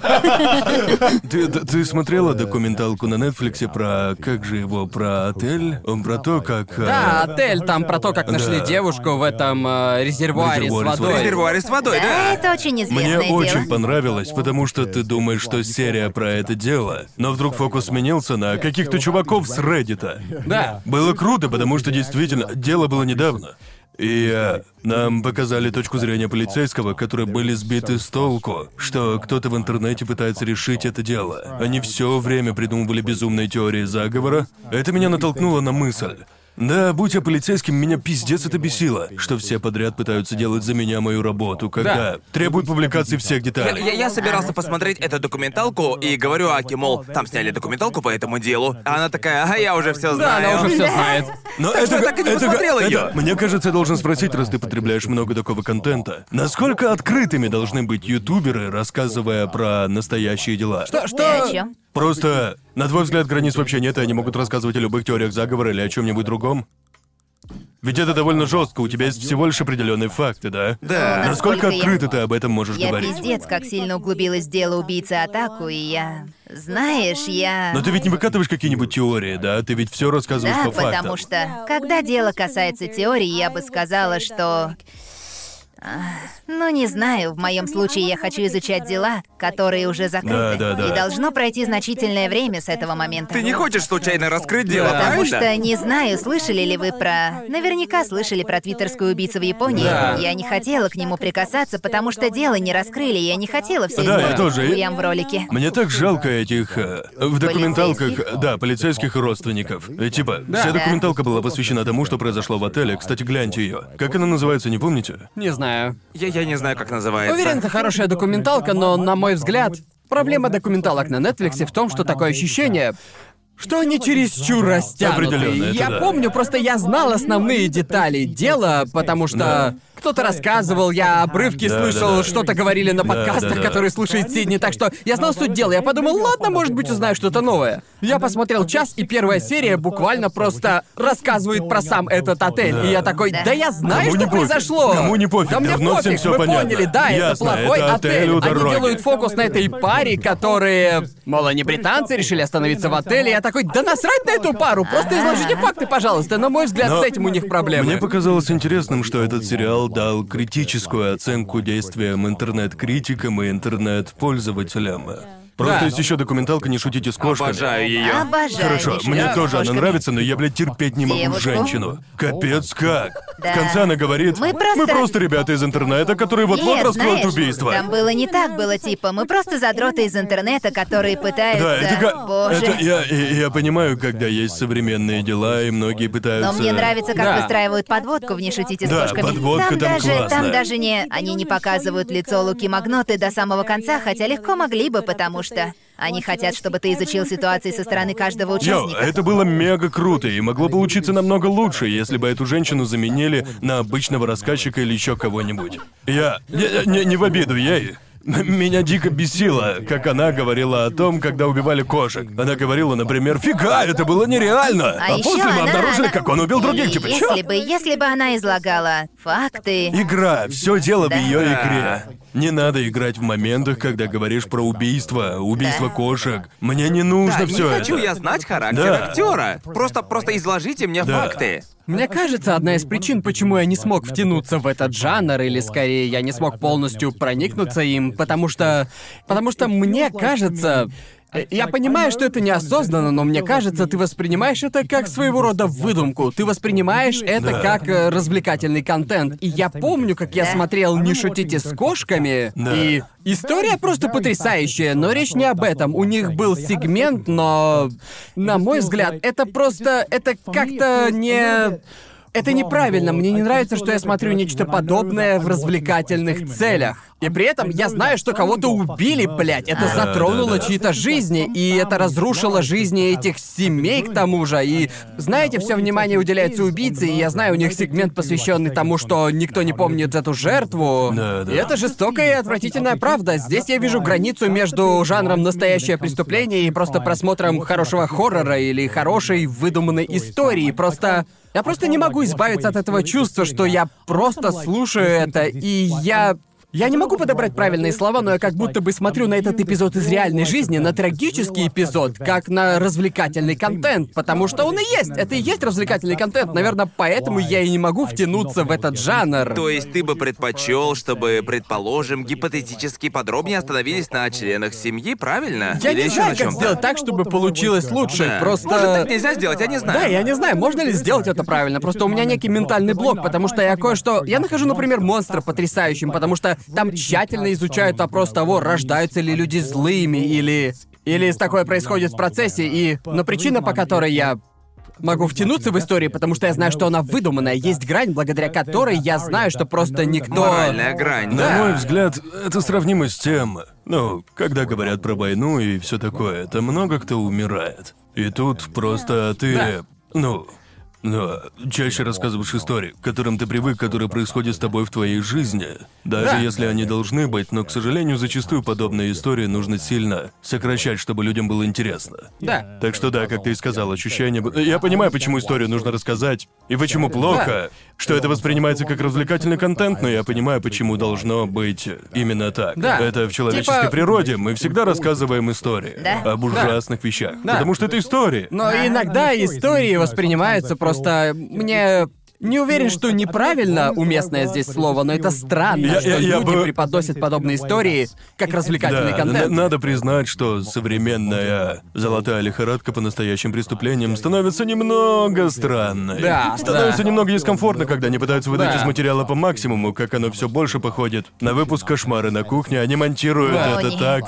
Speaker 5: Ты, ты- ты смотрела документалку на Нетфликсе про... Как же его? Про отель? Он про то, как... э,
Speaker 4: Да, отель там про то, как нашли
Speaker 5: Да.
Speaker 4: девушку в этом э, резервуаре с
Speaker 5: Резервуаре с
Speaker 4: водой.
Speaker 5: водой.
Speaker 3: Резервуаре с водой,
Speaker 1: Да,
Speaker 3: да?
Speaker 1: это очень известное
Speaker 5: Мне очень
Speaker 1: дело.
Speaker 5: понравилось, потому что ты думаешь, что серия про это дело. Но вдруг фокус сменился на каких-то чуваков с Реддита.
Speaker 4: Да.
Speaker 5: Было круто, потому что действительно, дело было недавно. И э, нам показали точку зрения полицейского, которые были сбиты с толку, что кто-то в интернете пытается решить это дело. Они все время придумывали безумные теории заговора. Это меня натолкнуло на мысль. Да, будь я полицейским, меня пиздец это бесило, что все подряд пытаются делать за меня мою работу, когда
Speaker 4: Да.
Speaker 5: требуют публикации всех
Speaker 3: Я,
Speaker 5: деталей.
Speaker 3: я- я собирался посмотреть эту документалку и говорю Аки, мол, там сняли документалку по этому делу. А она такая, а я уже все
Speaker 4: Да,
Speaker 3: знаю.
Speaker 4: она уже все знает.
Speaker 5: Но
Speaker 3: что я так и не посмотрел
Speaker 5: это-
Speaker 3: её.
Speaker 5: Мне кажется, я должен спросить, раз ты потребляешь много такого контента, насколько открытыми должны быть ютуберы, рассказывая про настоящие дела?
Speaker 4: Что,
Speaker 1: Ты
Speaker 4: что?
Speaker 1: о чем?
Speaker 5: Просто, на твой взгляд, границ вообще нет, и они могут рассказывать о любых теориях заговора или о чем-нибудь другом? Ведь это довольно жестко, у тебя есть всего лишь определенные факты, да?
Speaker 3: Да.
Speaker 5: Насколько
Speaker 1: Насколько я-
Speaker 5: открыто ты об этом можешь
Speaker 1: Я
Speaker 5: говорить?
Speaker 1: пиздец, как сильно углубилась в дело убийцы атаку, и я. Знаешь, я.
Speaker 5: Но ты ведь не выкатываешь какие-нибудь теории, да? Ты ведь все рассказываешь
Speaker 1: Да,
Speaker 5: по фактам.
Speaker 1: потому что когда дело касается теории, я бы сказала, что. а, Ну, не знаю, в моем случае я хочу изучать дела, которые уже закрыты.
Speaker 5: Да, да, да.
Speaker 1: И должно пройти значительное время с этого момента.
Speaker 3: Ты не хочешь случайно раскрыть дело,
Speaker 4: Да.
Speaker 1: Потому
Speaker 3: правильно?
Speaker 1: что не знаю, слышали ли вы про... Наверняка слышали про твиттерскую убийцу в Японии.
Speaker 4: Да.
Speaker 1: Я не хотела к нему прикасаться, потому что дело не раскрыли, я не хотела все
Speaker 5: Да, я тоже.
Speaker 1: в ролике.
Speaker 5: Мне так жалко этих... э, в документалках... Да, полицейских и родственников. И типа, вся
Speaker 1: Да.
Speaker 5: документалка была посвящена тому, что произошло в отеле. Кстати, гляньте ее. Как она называется, не помните?
Speaker 4: Не знаю.
Speaker 3: Я, я не знаю, как называется.
Speaker 4: Уверен, это хорошая документалка, но, на мой взгляд, проблема документалок на Netflix в том, что такое ощущение, что они чересчур растянуты.
Speaker 5: Определенно, это
Speaker 4: я
Speaker 5: да.
Speaker 4: помню, просто я знал основные детали дела, потому что
Speaker 5: Да.
Speaker 4: кто-то рассказывал, я обрывки
Speaker 5: Да,
Speaker 4: слышал,
Speaker 5: да, да.
Speaker 4: что-то говорили на
Speaker 5: Да,
Speaker 4: подкастах,
Speaker 5: да, да.
Speaker 4: которые слушает Сидни, так что я знал суть дела. Я подумал, ладно, может быть, узнаю что-то новое. Я посмотрел час, и первая серия буквально просто рассказывает про сам этот отель.
Speaker 5: Да.
Speaker 4: И я такой, да,
Speaker 1: Да.
Speaker 4: я знаю,
Speaker 5: Кому
Speaker 4: что
Speaker 5: не пофиг?
Speaker 4: произошло.
Speaker 5: Кому не пофиг?
Speaker 4: Да мне
Speaker 5: Давно всем
Speaker 4: пофиг,
Speaker 5: всё
Speaker 4: вы
Speaker 5: понятно.
Speaker 4: поняли, да,
Speaker 5: Ясно,
Speaker 4: это плохой
Speaker 5: это
Speaker 4: отель.
Speaker 5: отель у
Speaker 4: Они
Speaker 5: дороги.
Speaker 4: делают фокус на этой паре, которые... Мол, они британцы, решили остановиться в отеле. Я такой, да насрать на эту пару, просто изложите факты, пожалуйста. На мой взгляд,
Speaker 5: Но-
Speaker 4: с этим у них проблемы.
Speaker 5: Мне показалось интересным, что этот сериал дал критическую оценку действиям интернет-критикам и интернет-пользователям. Просто
Speaker 4: Да.
Speaker 5: есть еще документалка «Не шутите с кошками».
Speaker 3: Обожаю ее.
Speaker 1: Обожаю.
Speaker 5: Хорошо,
Speaker 1: Миша.
Speaker 5: мне
Speaker 1: Да,
Speaker 5: тоже она
Speaker 1: кошками.
Speaker 5: нравится, но я, блядь, терпеть не могу
Speaker 1: Девушку?
Speaker 5: женщину. Капец как.
Speaker 1: Да.
Speaker 5: В конце она говорит,
Speaker 1: Мы просто-
Speaker 5: ребята из интернета, которые вот-вот
Speaker 1: Нет,
Speaker 5: раскроют
Speaker 1: знаешь,
Speaker 5: убийство.
Speaker 1: Там было не так, было типа, мы просто задроты из интернета, которые пытаются...
Speaker 5: Да, это как...
Speaker 1: э, Боже.
Speaker 5: это я, я- я понимаю, когда есть современные дела, и многие
Speaker 1: Но
Speaker 5: пытаются...
Speaker 1: мне нравится, как
Speaker 4: Да.
Speaker 1: выстраивают подводку в «Не шутите с
Speaker 5: Да,
Speaker 1: кошками».
Speaker 5: подводка
Speaker 1: там,
Speaker 5: там
Speaker 1: даже,
Speaker 5: классная.
Speaker 1: там даже не... Они не показывают лицо Луки Магноты до самого конца, хотя легко могли бы, потому что... Они хотят, чтобы ты изучил ситуации со стороны каждого
Speaker 5: Йоу,
Speaker 1: участника.
Speaker 5: это было мега круто, и могло получиться намного лучше, если бы эту женщину заменили на обычного рассказчика или еще кого-нибудь. Я... я- я- не, не в обиду ей. Меня дико бесило, как она говорила о том, когда убивали кошек. Она говорила, например, «Фига, это было нереально!»
Speaker 1: А, еще
Speaker 5: после мы
Speaker 1: она-
Speaker 5: обнаружили,
Speaker 1: она-
Speaker 5: как он убил других, типа, чё?
Speaker 1: если бы, если бы она излагала факты...
Speaker 5: Игра, все дело в
Speaker 1: Да.
Speaker 5: ее игре. Не надо играть в моментах, когда говоришь про убийство, убийство
Speaker 1: Да.
Speaker 5: кошек. Мне не нужно
Speaker 3: Да, не
Speaker 5: все
Speaker 3: хочу
Speaker 5: это.
Speaker 3: я знать характер
Speaker 5: Да.
Speaker 3: актера. Просто, просто изложите мне
Speaker 5: Да.
Speaker 3: факты.
Speaker 4: Мне кажется, одна из причин, почему я не смог втянуться в этот жанр, или скорее я не смог полностью проникнуться им, потому что... Потому что мне кажется... э, Я понимаю, что это неосознанно, но мне кажется, ты воспринимаешь это как своего рода выдумку. Ты воспринимаешь это
Speaker 5: Да.
Speaker 4: как э, развлекательный контент. И я помню, как я
Speaker 1: Да.
Speaker 4: смотрел «Не шутите с кошками»,
Speaker 5: Да.
Speaker 4: и история просто потрясающая, но речь не об этом. У них был сегмент, но... На мой взгляд, это просто... Это как-то не... Это неправильно. Мне не нравится, что я смотрю нечто подобное в развлекательных целях. И при этом я знаю, что кого-то убили, блядь. Это
Speaker 5: да, да.
Speaker 4: затронуло чьи-то жизни, и это разрушило жизни этих семей к тому же. И знаете, все внимание уделяется убийце, и я знаю, у них сегмент, посвященный тому, что никто не помнит эту жертву.
Speaker 5: Да, да.
Speaker 4: И это жестокая и отвратительная правда. Здесь я вижу границу между жанром настоящее преступление и просто просмотром хорошего хоррора или хорошей выдуманной истории. Просто я просто не могу избавиться от этого чувства, что я просто слушаю это, и я... Я не могу подобрать правильные слова, но я как будто бы смотрю на этот эпизод из реальной жизни, на трагический эпизод, как на развлекательный контент, потому что он и есть. Это и есть развлекательный контент. Наверное, поэтому я и не могу втянуться в этот жанр.
Speaker 3: То есть ты бы предпочел, чтобы, предположим, гипотетически подробнее остановились на членах семьи, правильно?
Speaker 4: Я
Speaker 3: Или еще
Speaker 4: не
Speaker 3: на
Speaker 4: знаю, как
Speaker 3: чем-то?
Speaker 4: сделать так, чтобы получилось лучше.
Speaker 3: Да.
Speaker 4: Просто...
Speaker 3: Может, так нельзя сделать, я не знаю.
Speaker 4: Да, я не знаю, можно ли сделать это правильно. Просто у меня некий ментальный блок, потому что я кое-что... Я нахожу, например, монстра потрясающим, потому что там тщательно изучают вопрос того, рождаются ли люди злыми или... Или такое происходит в процессе, и... Но причина, по которой я могу втянуться в историю, потому что я знаю, что она выдуманная. Есть грань, благодаря которой я знаю, что просто никто...
Speaker 3: Моральная грань,
Speaker 5: На
Speaker 3: да.
Speaker 5: мой взгляд, это сравнимо с тем, ну, когда говорят про войну и все такое, это много кто умирает. И тут просто ты, ну, ну, чаще рассказываешь истории, к которым ты привык, которые происходят с тобой в твоей жизни. Даже
Speaker 4: Да.
Speaker 5: если они должны быть, но, к сожалению, зачастую подобные истории нужно сильно сокращать, чтобы людям было интересно.
Speaker 4: Да.
Speaker 5: Так что да, как ты и сказал, ощущение... бу- Я понимаю, почему историю нужно рассказать, и почему плохо, что это воспринимается как развлекательный контент, но я понимаю, почему должно быть именно так.
Speaker 4: Да.
Speaker 5: Это в человеческой
Speaker 4: Типа-
Speaker 5: природе, мы всегда рассказываем истории
Speaker 1: Да.
Speaker 5: об ужасных вещах, потому что это истории.
Speaker 4: Но иногда истории воспринимаются просто... э, Мне... Не уверен, что неправильно уместное здесь слово, но это странно,
Speaker 5: Я- я-
Speaker 4: что
Speaker 5: я
Speaker 4: люди
Speaker 5: бы-
Speaker 4: преподносят подобные истории как развлекательный
Speaker 5: Да,
Speaker 4: контент.
Speaker 5: на- надо признать, что современная золотая лихорадка по настоящим преступлениям становится немного странной.
Speaker 4: Да,
Speaker 5: Становится
Speaker 4: да.
Speaker 5: немного дискомфортно, когда они пытаются выдать
Speaker 4: Да.
Speaker 5: из материала по максимуму, как оно все больше походит на выпуск «Кошмары на кухне», они монтируют
Speaker 1: Да.
Speaker 5: это
Speaker 1: О, нет.
Speaker 5: так.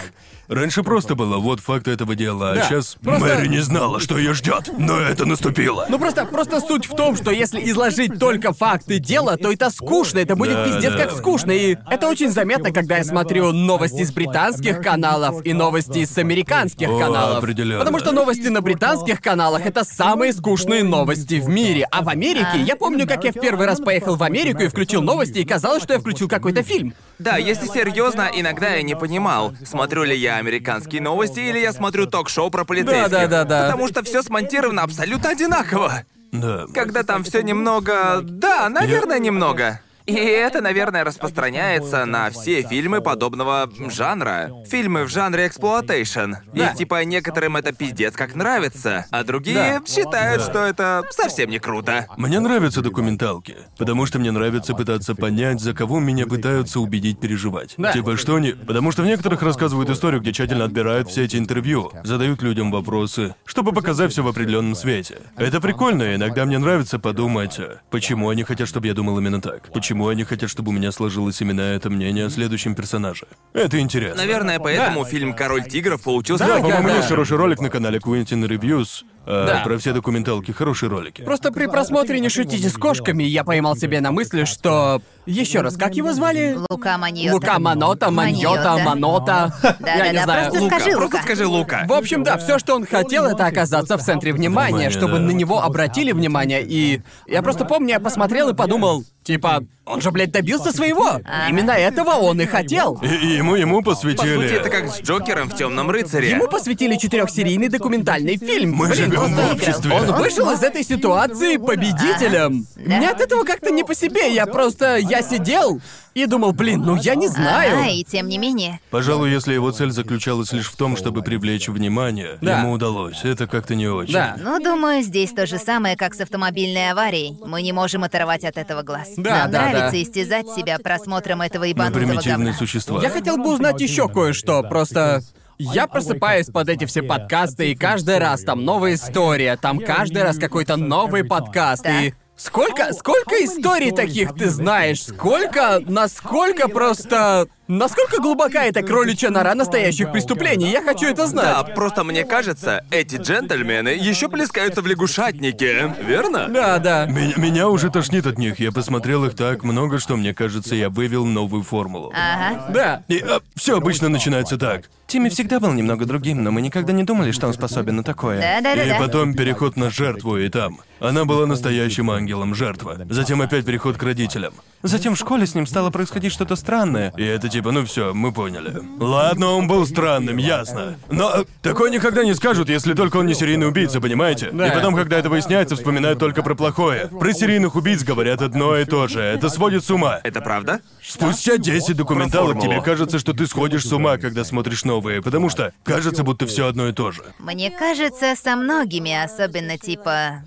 Speaker 5: Раньше просто было, вот факт этого дела, а
Speaker 4: Да.
Speaker 5: сейчас
Speaker 4: Просто-
Speaker 5: Мэри не знала, что ее ждет, но это наступило.
Speaker 4: Ну просто, просто суть в том, что если изложить только факты дела, то это скучно, это будет
Speaker 5: Да,
Speaker 4: пиздец
Speaker 5: да.
Speaker 4: как скучно. И это очень заметно, когда я смотрю новости с британских каналов и новости с американских
Speaker 5: О,
Speaker 4: каналов.
Speaker 5: определенно.
Speaker 4: Потому что новости на британских каналах это самые скучные новости в мире. А в Америке, я помню, как я в первый раз поехал в Америку и включил новости, и казалось, что я включил какой-то фильм.
Speaker 3: Да, если серьезно, иногда я не понимал, смотрю ли я американские новости или я смотрю ток-шоу про полицейских.
Speaker 4: Да-да-да-да.
Speaker 3: Потому что все смонтировано абсолютно одинаково.
Speaker 5: Да.
Speaker 3: Когда там все немного... Да, наверное, немного. И это, наверное, распространяется на все фильмы подобного жанра. Фильмы в жанре эксплуатейшн. И типа некоторым это пиздец как нравится, а другие считают, что это совсем не круто.
Speaker 5: Мне нравятся документалки, потому что мне нравится пытаться понять, за кого меня пытаются убедить переживать.
Speaker 4: Да.
Speaker 5: Типа что они... Потому что в некоторых рассказывают историю, где тщательно отбирают все эти интервью, задают людям вопросы, чтобы показать все в определенном свете. Это прикольно, и иногда мне нравится подумать, э, почему они хотят, чтобы я думал именно так. Почему они хотят, чтобы у меня сложилось именно это мнение о следующем персонаже. Это интересно.
Speaker 3: Наверное, поэтому фильм «Король тигров» получился...
Speaker 5: Да,
Speaker 3: таким
Speaker 5: по-моему,
Speaker 4: да.
Speaker 5: есть хороший ролик на канале Quentin Reviews э,
Speaker 4: Да.
Speaker 5: про все документалки, хорошие ролики.
Speaker 4: Просто при просмотре не шутите с кошками, и я поймал себе на мысли, что. Еще раз, как его звали?
Speaker 1: Лука Маньота.
Speaker 4: Лука Манота, Маньота,
Speaker 1: Маньота.
Speaker 4: Манота. Я не
Speaker 1: Да-да-да,
Speaker 4: знаю.
Speaker 1: просто
Speaker 4: Лука.
Speaker 1: скажи, Лука.
Speaker 3: Просто скажи Лука.
Speaker 4: В общем, да, все, что он хотел, это оказаться в центре внимания,
Speaker 5: Внимание,
Speaker 4: чтобы
Speaker 5: да.
Speaker 4: на него обратили внимание. И я просто помню, я посмотрел и подумал, типа, он же, блядь, добился своего.
Speaker 1: А.
Speaker 4: Именно этого он и хотел.
Speaker 5: И, и ему ему
Speaker 3: По
Speaker 5: посвятили.
Speaker 3: сути, это как с Джокером в темном рыцаре.
Speaker 4: Ему посвятили четырехсерийный документальный фильм.
Speaker 5: Мы
Speaker 4: Блин,
Speaker 5: живем
Speaker 4: просто
Speaker 5: в обществе.
Speaker 4: Он вышел из этой ситуации победителем. Мне от этого как-то не по себе. Я просто... Я сидел и думал, блин, ну я не
Speaker 1: Ага,
Speaker 4: знаю.
Speaker 1: и тем не менее.
Speaker 5: Пожалуй, если его цель заключалась лишь в том, чтобы привлечь внимание,
Speaker 4: Да.
Speaker 5: ему удалось. Это как-то не очень.
Speaker 4: Да.
Speaker 1: Ну, думаю, здесь то же самое, как с автомобильной аварией. Мы не можем оторвать от этого глаз.
Speaker 4: Да,
Speaker 1: Нам
Speaker 4: да,
Speaker 1: нравится
Speaker 4: да.
Speaker 1: истязать себя просмотром этого
Speaker 5: Мы
Speaker 1: ебанутого
Speaker 5: примитивные
Speaker 1: говна.
Speaker 5: существа.
Speaker 4: Я хотел бы узнать еще кое-что, просто... Я просыпаюсь под эти все подкасты, и каждый раз там новая история, там каждый раз какой-то новый подкаст, и...
Speaker 1: Так.
Speaker 4: Сколько, сколько историй таких ты знаешь? Сколько, насколько просто... Насколько глубока эта кроличья нора настоящих преступлений? Я хочу это
Speaker 3: Да,
Speaker 4: знать.
Speaker 3: просто мне кажется, эти джентльмены еще плескаются в лягушатнике, верно?
Speaker 4: Да, да.
Speaker 5: Меня, меня уже тошнит от них. Я посмотрел их так много, что мне кажется, я вывел новую формулу.
Speaker 1: Ага.
Speaker 4: Да.
Speaker 5: И все обычно начинается так. Тимми всегда был немного другим, но мы никогда не думали, что он способен на такое.
Speaker 1: Да-да-да-да.
Speaker 5: И потом переход на жертву, и там. Она была настоящим ангелом жертва. Затем опять переход к родителям. Затем в школе с ним стало происходить что-то странное. И это типа, ну все, мы поняли. Ладно, он был странным, ясно. Но э, такое никогда не скажут, если только он не серийный убийца, понимаете? И потом, когда это выясняется, вспоминают только про плохое. Про серийных убийц говорят одно и то же. Это сводит с ума.
Speaker 3: Это правда?
Speaker 5: Спустя 10 документалок
Speaker 3: Формула.
Speaker 5: тебе кажется, что ты сходишь с ума, когда смотришь новые, потому что кажется, будто все одно и то же.
Speaker 1: Мне кажется, со многими, особенно типа...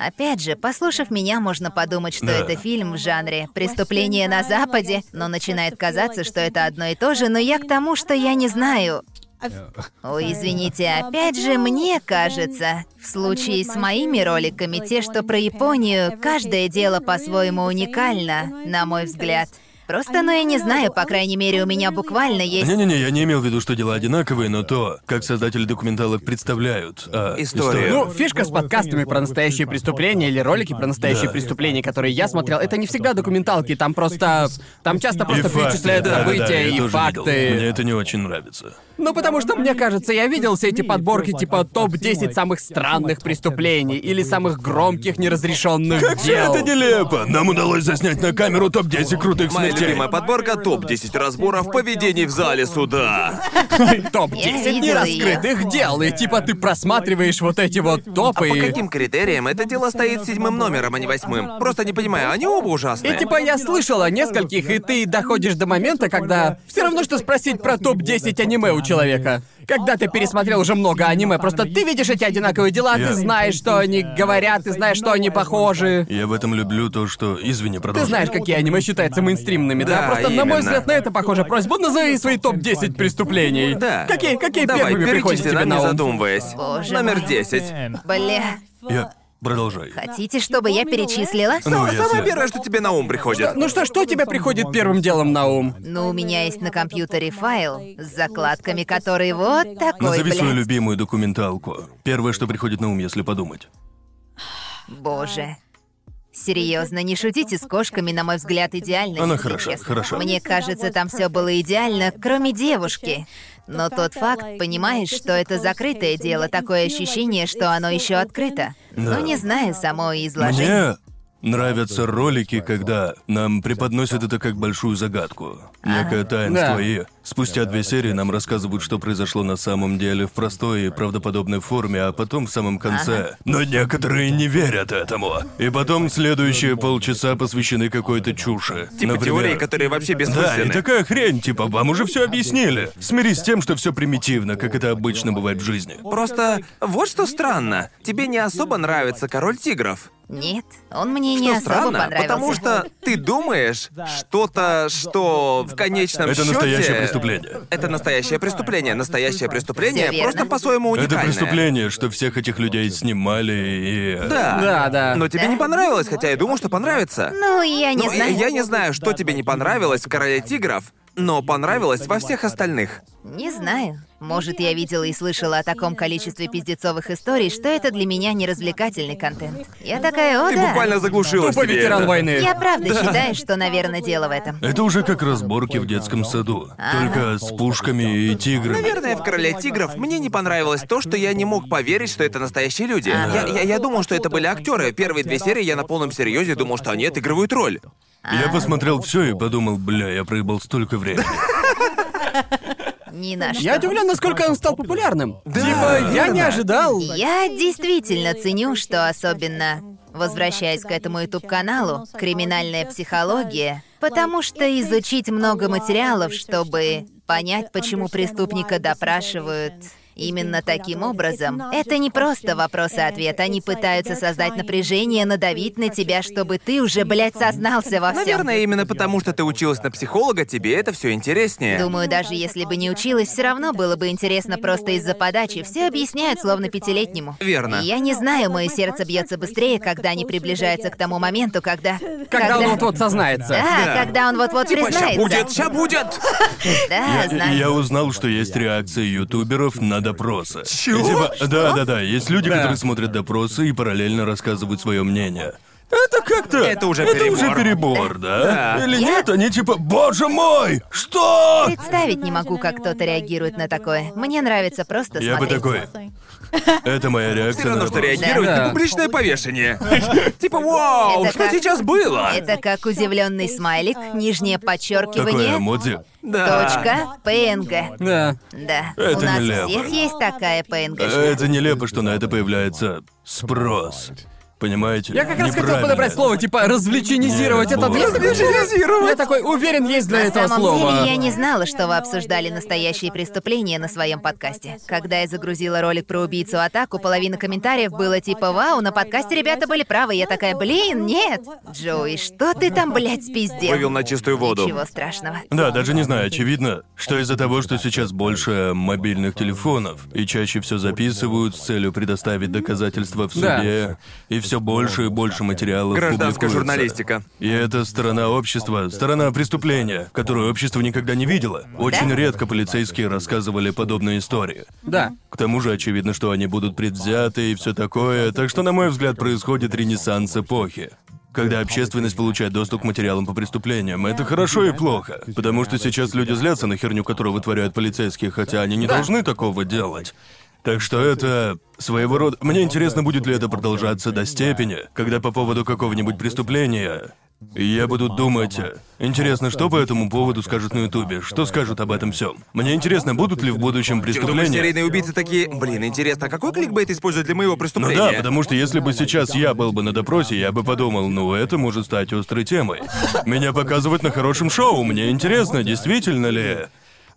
Speaker 1: Опять же, послушав меня, можно подумать, что это фильм в жанре «Преступление на Западе», но начинает казаться, что это одно и то же, но я к тому, что я не знаю. Ой, извините, опять же, мне кажется, в случае с моими роликами, те, что про Японию, каждое дело по-своему уникально, на мой взгляд. Просто, но я не знаю, по крайней мере, у меня буквально есть...
Speaker 5: Не-не-не, я не имел в виду, что дела одинаковые, но то, как создатели документалок представляют а,
Speaker 3: Историю.
Speaker 4: Ну, фишка с подкастами про настоящие преступления или ролики про настоящие
Speaker 5: Да.
Speaker 4: преступления, которые я смотрел, это не всегда документалки, там просто... Там часто просто
Speaker 5: факты,
Speaker 4: перечисляют
Speaker 5: да-да-да,
Speaker 4: события
Speaker 5: я
Speaker 4: и
Speaker 5: тоже видел. Мне
Speaker 4: факты.
Speaker 5: это не очень нравится.
Speaker 4: Ну, потому что, мне кажется, я видел все эти подборки типа топ-10 самых странных преступлений или самых громких неразрешенных дел.
Speaker 5: Это нелепо! Нам удалось заснять на камеру топ-10 крутых
Speaker 3: Моя
Speaker 5: смертей.
Speaker 3: любимая подборка топ-10 разборов поведений в зале суда.
Speaker 1: Я
Speaker 4: Топ-10
Speaker 1: видела её.
Speaker 4: нераскрытых дел, и типа ты просматриваешь вот эти вот
Speaker 3: А
Speaker 4: топы
Speaker 3: по
Speaker 4: и-
Speaker 3: каким критериям это дело стоит седьмым номером, а не восьмым? Просто не понимаю, они оба ужасные.
Speaker 4: И типа я слышал о нескольких, и ты доходишь до момента, когда все равно, что спросить про топ-10 аниме у человека. Когда ты пересмотрел уже много аниме, просто ты видишь эти одинаковые дела,
Speaker 5: Я-
Speaker 4: ты знаешь, что они говорят, ты знаешь, что они похожи.
Speaker 5: Я в этом люблю то, что... Извини,
Speaker 4: Ты
Speaker 5: продолжай.
Speaker 4: знаешь, какие аниме считаются мейнстримными, да?
Speaker 3: Да,
Speaker 4: Просто, на
Speaker 3: именно.
Speaker 4: мой взгляд, на это похожа просьба. Назови свои топ-10 преступлений.
Speaker 3: Да.
Speaker 4: Какие, какие
Speaker 3: Давай,
Speaker 4: первыми приходят
Speaker 3: перечисли,
Speaker 4: тебе
Speaker 3: нам, не
Speaker 4: на ум?
Speaker 3: задумываясь.
Speaker 1: Боже
Speaker 3: Номер
Speaker 1: мой.
Speaker 3: 10.
Speaker 1: Бля,
Speaker 5: Я... Продолжай.
Speaker 1: хотите, чтобы я перечислила?
Speaker 5: Ну,
Speaker 3: Са- Самое
Speaker 5: если-
Speaker 3: первое, что тебе на ум приходит.
Speaker 4: Ну что, что тебе приходит первым делом на ум?
Speaker 1: Ну, у меня есть на компьютере файл с закладками, который вот такой,
Speaker 5: Назови свою
Speaker 1: блядь.
Speaker 5: любимую документалку. Первое, что приходит на ум, если подумать.
Speaker 1: Боже. Серьезно, не шутите с кошками, на мой взгляд, идеально.
Speaker 5: Она
Speaker 1: если
Speaker 5: хороша,
Speaker 1: честно.
Speaker 5: хороша.
Speaker 1: Мне кажется, там все было идеально, кроме девушки. Но тот факт, понимаешь, что это закрытое дело, такое ощущение, что оно еще открыто.
Speaker 5: Да.
Speaker 1: Ну, не знаю, само изложение.
Speaker 5: Мне нравятся ролики, когда нам преподносят это как большую загадку. Некое таинство,
Speaker 4: Да.
Speaker 5: и спустя две серии нам рассказывают, что произошло на самом деле в простой и правдоподобной форме, а потом в самом конце. Но некоторые не верят этому. И потом следующие полчаса посвящены какой-то чуши.
Speaker 3: Типа
Speaker 5: Например,
Speaker 3: теории, которые
Speaker 5: Да,
Speaker 3: вообще
Speaker 5: и
Speaker 3: бессмысленны.
Speaker 5: такая хрень, типа, вам уже все объяснили. Смирись с тем, что все примитивно, как это обычно бывает в жизни.
Speaker 3: Просто вот что странно. Тебе не особо нравится король тигров.
Speaker 1: Нет, он мне
Speaker 3: Что
Speaker 1: не особо
Speaker 3: странно,
Speaker 1: понравился.
Speaker 3: потому что ты думаешь что-то, что в конечном
Speaker 5: Это
Speaker 3: счете...
Speaker 5: настоящее преступление.
Speaker 3: Это настоящее преступление. Настоящее преступление
Speaker 1: Всё верно.
Speaker 3: просто по-своему уникальное.
Speaker 5: Это преступление, что всех этих людей снимали и...
Speaker 3: Да.
Speaker 4: Да, да.
Speaker 3: Но тебе не понравилось, хотя я думал, что понравится.
Speaker 1: Ну, я не
Speaker 3: Ну,
Speaker 1: знаю.
Speaker 3: Я не знаю, что тебе не понравилось в «Короле тигров», но понравилось во всех остальных.
Speaker 1: Не знаю. Может, я видела и слышала о таком количестве пиздецовых историй, что это для меня не развлекательный контент. Я такая, о,
Speaker 3: Ты
Speaker 1: да.
Speaker 3: буквально заглушилась.
Speaker 4: Тупо
Speaker 3: себе
Speaker 4: ветеран
Speaker 3: это.
Speaker 4: войны.
Speaker 1: Я правда считаю, что, наверное, дело в этом.
Speaker 5: Это уже как разборки в детском саду. Только с пушками и тиграми.
Speaker 3: Наверное, в «Короле тигров» мне не понравилось то, что я не мог поверить, что это настоящие люди. Я, я- я думал, что это были актеры. Первые две серии я на полном серьезе думал, что они отыгрывают роль.
Speaker 1: А,
Speaker 5: Я посмотрел все и подумал, бля, я проебал столько времени.
Speaker 1: Ни на что.
Speaker 4: Я удивлен, насколько он стал популярным. типа, я не ожидал.
Speaker 1: Я действительно ценю, что особенно, возвращаясь к этому YouTube-каналу, криминальная психология, потому что изучить много материалов, чтобы понять, почему преступника допрашивают именно таким образом, это не просто вопрос и ответ. Они пытаются создать напряжение, надавить на тебя, чтобы ты уже, блядь, сознался во всем.
Speaker 3: Наверное, именно потому, что ты училась на психолога, тебе это все интереснее.
Speaker 1: Думаю, даже если бы не училась, все равно было бы интересно просто из-за подачи. Все объясняют словно пятилетнему.
Speaker 3: Верно.
Speaker 1: И Я не знаю, мое сердце бьется быстрее, когда они приближаются к тому моменту, когда.
Speaker 4: Когда он вот-вот сознается.
Speaker 1: Да,
Speaker 3: Да.
Speaker 1: когда он вот-вот
Speaker 3: Типа, ща
Speaker 1: признается.
Speaker 3: будет, ща будет!
Speaker 1: Да,
Speaker 5: И- и
Speaker 1: знаю.
Speaker 5: я узнал, что есть реакции ютуберов на допросы.
Speaker 3: Чего?
Speaker 5: И типа, да, да, да, есть люди,
Speaker 4: Да.
Speaker 5: которые смотрят допросы и параллельно рассказывают свое мнение. Это как-то.
Speaker 3: Это уже перебор.
Speaker 5: уже перебор, да?
Speaker 3: Да.
Speaker 5: Или
Speaker 1: Я-
Speaker 5: нет, они типа, боже мой! Что?
Speaker 1: Представить не могу, как кто-то реагирует на такое. Мне нравится просто
Speaker 5: Я бы
Speaker 1: смотреть.
Speaker 5: такой. Это моя реакция.
Speaker 3: Все равно,
Speaker 5: на
Speaker 3: что
Speaker 5: допрос».
Speaker 3: реагировать
Speaker 4: Да.
Speaker 3: на публичное повешение. Типа, вау,
Speaker 1: Это
Speaker 3: что
Speaker 1: как-
Speaker 3: сейчас было?
Speaker 1: Это как удивленный смайлик, нижнее
Speaker 3: Типа,
Speaker 5: Такое
Speaker 1: подчеркивание.
Speaker 5: эмодзи.
Speaker 3: Да.
Speaker 1: Точка ПНГ.
Speaker 4: Да.
Speaker 1: Да.
Speaker 5: Это
Speaker 1: У нас
Speaker 5: нелепо.
Speaker 1: у всех есть такая ПНГ.
Speaker 5: Это нелепо, что на это появляется спрос. Понимаете?
Speaker 4: Я как раз хотел
Speaker 5: Неправильно.
Speaker 4: подобрать слово, типа, развлеченизировать
Speaker 5: Нет,
Speaker 4: этот
Speaker 5: боже.
Speaker 4: Я такой уверен, есть для
Speaker 1: На
Speaker 4: этого
Speaker 1: самом
Speaker 4: слова.
Speaker 1: деле я не знала, что вы обсуждали настоящие преступления на своем подкасте. Когда я загрузила ролик про убийцу атаку, половина комментариев было типа «Вау, на подкасте ребята были правы». Я такая «Блин, нет!» Джои, что ты там, блядь, спиздил?
Speaker 3: Вывел на чистую воду.
Speaker 1: Ничего страшного.
Speaker 4: Ну,
Speaker 5: Да, даже не знаю, очевидно, что из-за того, что сейчас больше мобильных телефонов, и чаще все записывают с целью предоставить доказательства в
Speaker 4: Да.
Speaker 5: суде, и все больше и больше материалов
Speaker 3: Гражданская
Speaker 5: публикуется.
Speaker 3: журналистика.
Speaker 5: И это сторона общества, сторона преступления, которую общество никогда не видело. Очень редко полицейские рассказывали подобные истории.
Speaker 4: Да.
Speaker 5: К тому же очевидно, что они будут предвзяты и все такое, так что, на мой взгляд, происходит ренессанс эпохи. Когда общественность получает доступ к материалам по преступлениям, это хорошо и плохо. Потому что сейчас люди злятся на херню, которую вытворяют полицейские, хотя они не должны такого делать. Так что это своего рода... Мне интересно, будет ли это продолжаться до степени, когда по поводу какого-нибудь преступления я буду думать, э, интересно, что по этому поводу скажут на Ютубе, что скажут об этом всем. Мне интересно, будут ли в будущем
Speaker 3: Ты думаешь,
Speaker 5: преступления...
Speaker 3: серийные убийцы такие... Блин, интересно, а какой кликбейт используют для моего
Speaker 5: Ну
Speaker 3: преступления?
Speaker 5: да, потому что если бы сейчас я был бы на допросе, я бы подумал, ну это может стать острой темой. Меня показывают на хорошем шоу, мне интересно, действительно ли...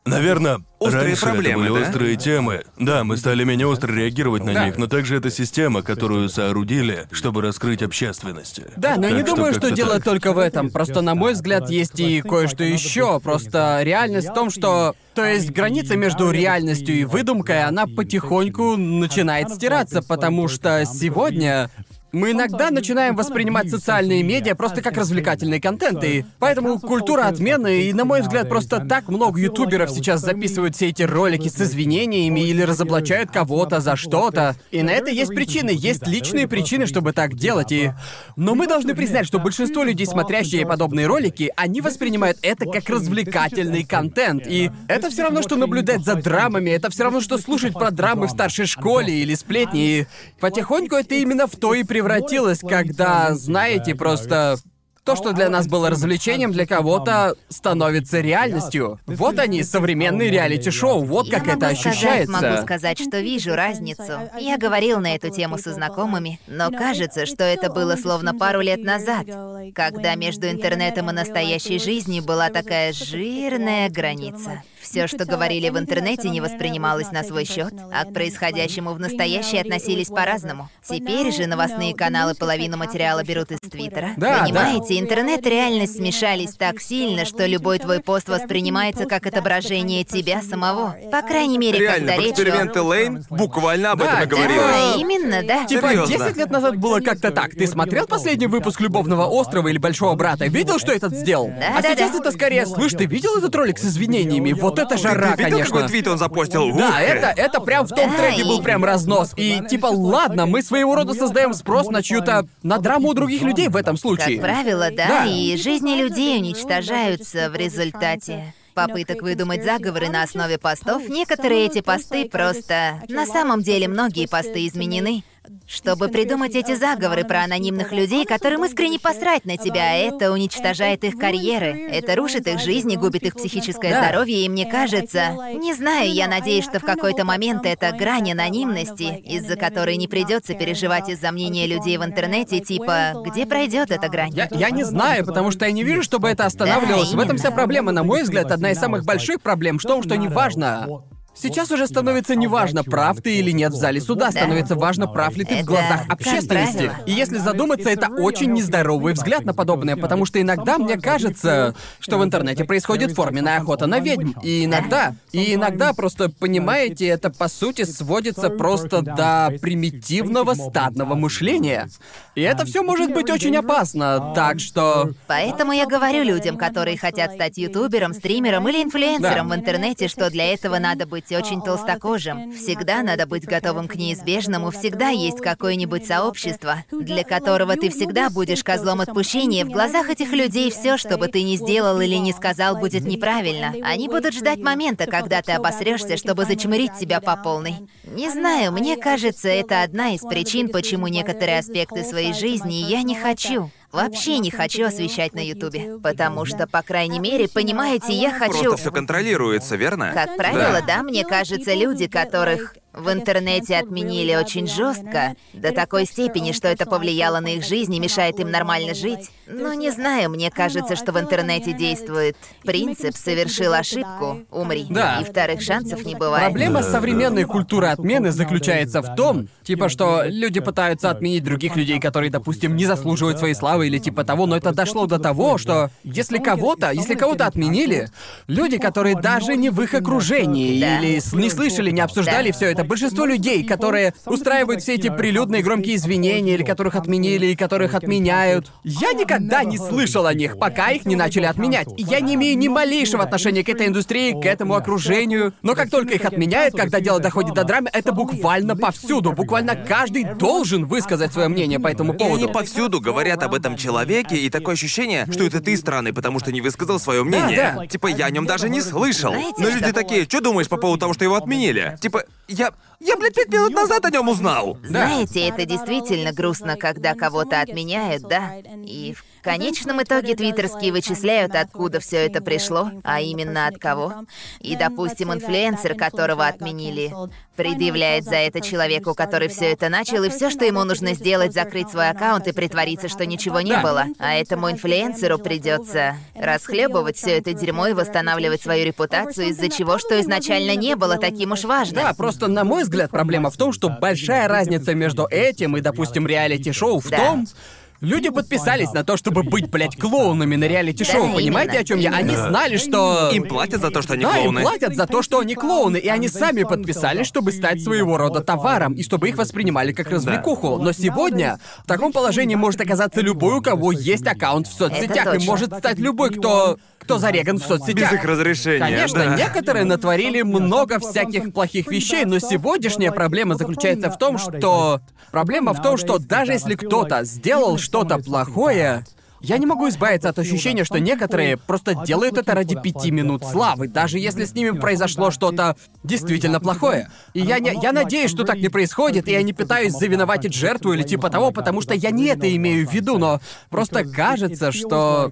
Speaker 5: Наверное,
Speaker 3: Острые
Speaker 5: раньше
Speaker 3: проблемы,
Speaker 5: это были
Speaker 3: да?
Speaker 5: острые темы. Да, мы стали менее остро реагировать на
Speaker 4: Да.
Speaker 5: них, но также это система, которую соорудили, чтобы раскрыть общественности.
Speaker 4: Да, но
Speaker 5: Так
Speaker 4: не думаю, что
Speaker 5: как-то
Speaker 4: дело
Speaker 5: так.
Speaker 4: только в этом. Просто, на мой взгляд, есть и кое-что еще. Просто реальность в том, что... То есть граница между реальностью и выдумкой, она потихоньку начинает стираться, потому что сегодня... Мы иногда начинаем воспринимать социальные медиа просто как развлекательный контент, и поэтому культура отмены, и, на мой взгляд, просто так много ютуберов сейчас записывают все эти ролики с извинениями или разоблачают кого-то за что-то. И на это есть причины, есть личные причины, чтобы так делать, и... Но мы должны признать, что большинство людей, смотрящие подобные ролики, они воспринимают это как развлекательный контент. И это все равно, что наблюдать за драмами, это все равно, что слушать про драмы в старшей школе или сплетни. И потихоньку это именно в то и превратилось, когда, знаете, просто... То, что для нас было развлечением, для кого-то становится реальностью. Вот они, современные реалити-шоу, вот как
Speaker 1: я
Speaker 4: это
Speaker 1: могу сказать,
Speaker 4: ощущается.
Speaker 1: Могу сказать, что вижу разницу. Я говорил на эту тему со знакомыми, но кажется, что это было словно пару лет назад, когда между интернетом и настоящей жизнью была такая жирная граница. Все, что говорили в интернете, не воспринималось на свой счет, а к происходящему в настоящей относились по-разному. Теперь же новостные каналы половину материала берут из Твиттера.
Speaker 4: Да, да.
Speaker 1: Понимаете, интернет и реальность смешались так сильно, что любой твой пост воспринимается как отображение тебя самого. По крайней мере,
Speaker 3: Реально,
Speaker 1: когда речь
Speaker 3: эксперимент
Speaker 1: о...
Speaker 3: Лейн буквально об
Speaker 4: Да,
Speaker 3: этом и
Speaker 4: типа,
Speaker 3: говорила.
Speaker 1: Да, именно, да.
Speaker 4: Типа,
Speaker 3: Серьёзно?
Speaker 4: 10 лет назад было как-то так. Ты смотрел последний выпуск «Любовного острова» или «Большого брата»? Видел, что этот сделал?
Speaker 1: Да,
Speaker 4: а
Speaker 1: да,
Speaker 4: сейчас
Speaker 1: да.
Speaker 4: это скорее, слышь, ты видел этот ролик с извинениями? Вот это жара,
Speaker 3: Ты видел,
Speaker 4: конечно.
Speaker 3: какой твит он запостил? Ух
Speaker 4: Да,
Speaker 3: ты.
Speaker 4: это, это прям в том
Speaker 1: Да,
Speaker 4: треке
Speaker 1: и-
Speaker 4: был прям разнос. И типа, ладно, мы своего рода создаем спрос на чью-то... на драму у других людей в этом
Speaker 1: Как
Speaker 4: случае.
Speaker 1: правило, да,
Speaker 4: Да.
Speaker 1: и жизни людей уничтожаются в результате попыток выдумать заговоры на основе постов. Некоторые эти посты просто... На самом деле, многие посты изменены, чтобы придумать эти заговоры про анонимных людей, которым искренне посрать на тебя, а это уничтожает их карьеры, это рушит их жизни, губит их психическое
Speaker 4: Да.
Speaker 1: здоровье, и мне кажется... Не знаю, я надеюсь, что в какой-то момент это грань анонимности, из-за которой не придется переживать из-за мнения людей в интернете, типа, где пройдет эта грань?
Speaker 4: Я, я не знаю, потому что я не вижу, чтобы это останавливалось.
Speaker 1: Да,
Speaker 4: в этом вся
Speaker 1: именно.
Speaker 4: проблема, на мой взгляд, одна из самых больших проблем в том, что неважно. Сейчас уже становится неважно, прав ты или нет в зале суда,
Speaker 1: Да.
Speaker 4: становится важно, прав ли ты в
Speaker 1: Это
Speaker 4: глазах
Speaker 1: как
Speaker 4: общественности.
Speaker 1: правило.
Speaker 4: И если задуматься, это очень нездоровый взгляд на подобное, потому что иногда мне кажется, что в интернете происходит форменная охота на ведьм. И иногда, и иногда просто, понимаете, это по сути сводится просто до примитивного стадного мышления. И это все может быть очень опасно, так что...
Speaker 1: Поэтому я говорю людям, которые хотят стать ютубером, стримером или инфлюенсером
Speaker 4: Да.
Speaker 1: в интернете, что для этого надо быть очень толстокожим. Всегда надо быть готовым к неизбежному, всегда есть какое-нибудь сообщество, для которого ты всегда будешь козлом отпущения. В глазах этих людей все, что бы ты ни сделал или не сказал, будет неправильно. Они будут ждать момента, когда ты обосрешься, чтобы зачмырить себя по полной. Не знаю, мне кажется, это одна из причин, почему некоторые аспекты своей жизни я не хочу. Вообще не хочу освещать на Ютубе, потому что, по крайней мере, понимаете, я хочу...
Speaker 3: Просто все контролируется, верно?
Speaker 1: Как правило, да, мне кажется, люди, которых в интернете отменили очень жестко, до такой степени, что это повлияло на их жизнь и мешает им нормально жить. Ну, не знаю, мне кажется, что в интернете действует принцип «совершил ошибку, умри».
Speaker 4: Да.
Speaker 1: И вторых шансов не бывает.
Speaker 4: Проблема
Speaker 5: Да,
Speaker 4: современной
Speaker 6: да.
Speaker 4: культуры отмены заключается в том, типа, что люди пытаются отменить других людей, которые, допустим, не заслуживают своей славы или типа того, но это дошло до того, что если кого-то, если кого-то отменили, люди, которые даже не в их окружении
Speaker 1: Да.
Speaker 4: или с- не слышали, не обсуждали
Speaker 1: Да.
Speaker 4: все это это, большинство людей, которые устраивают все эти прилюдные громкие извинения, или которых отменили, и которых отменяют, я никогда не слышал о них, пока их не начали отменять. И я не имею ни малейшего отношения к этой индустрии, к этому окружению. Но как только их отменяют, когда дело доходит до драмы, это буквально повсюду. Буквально каждый должен высказать свое мнение по этому
Speaker 3: И они
Speaker 4: поводу.
Speaker 3: повсюду говорят об этом человеке, и такое ощущение, что это ты странный, потому что не высказал свое
Speaker 4: Да,
Speaker 3: мнение.
Speaker 4: да.
Speaker 3: Типа, я о нем даже не слышал.
Speaker 1: Знаете,
Speaker 3: Но люди
Speaker 1: что?
Speaker 3: такие, что думаешь по поводу того, что его отменили? Типа, я... Я, блядь, пять минут назад о нем узнал.
Speaker 1: Знаете, это действительно грустно, когда кого-то отменяют, да? И в конечном итоге твиттерские вычисляют, откуда все это пришло, а именно от кого. И, допустим, инфлюенсер, которого отменили, предъявляет за это человеку, который все это начал, и все, что ему нужно сделать, закрыть свой аккаунт и притвориться, что ничего не
Speaker 4: Да.
Speaker 1: было. А этому инфлюенсеру придется расхлебывать все это дерьмо и восстанавливать свою репутацию, из-за чего, что изначально не было таким уж важным.
Speaker 4: Да, просто на мой взгляд проблема в том, что большая разница между этим и, допустим, реалити-шоу в
Speaker 1: Да.
Speaker 4: том, люди подписались на то, чтобы быть, блядь, клоунами на реалити-шоу.
Speaker 1: Да,
Speaker 4: Понимаете,
Speaker 1: именно,
Speaker 4: о чем я? Они
Speaker 5: Да.
Speaker 4: знали, что...
Speaker 3: Им платят за то, что они
Speaker 4: да,
Speaker 3: клоуны.
Speaker 4: им платят за то, что они клоуны, и они сами подписались, чтобы стать своего рода товаром, и чтобы их воспринимали как развлекуху. Но сегодня в таком положении может оказаться любой, у кого есть аккаунт в соцсетях, и
Speaker 1: точно.
Speaker 4: может стать любой, кто... кто зареган в соцсетях.
Speaker 3: Без их разрешения.
Speaker 4: Конечно,
Speaker 3: да.
Speaker 4: некоторые натворили много всяких плохих вещей, но сегодняшняя проблема заключается в том, что... Проблема в том, что даже если кто-то сделал что-то плохое, я не могу избавиться от ощущения, что некоторые просто делают это ради пяти минут славы, даже если с ними произошло что-то действительно плохое. И я, не, я надеюсь, что так не происходит, и я не пытаюсь завиноватить жертву или типа того, потому что я не это имею в виду, но просто кажется, что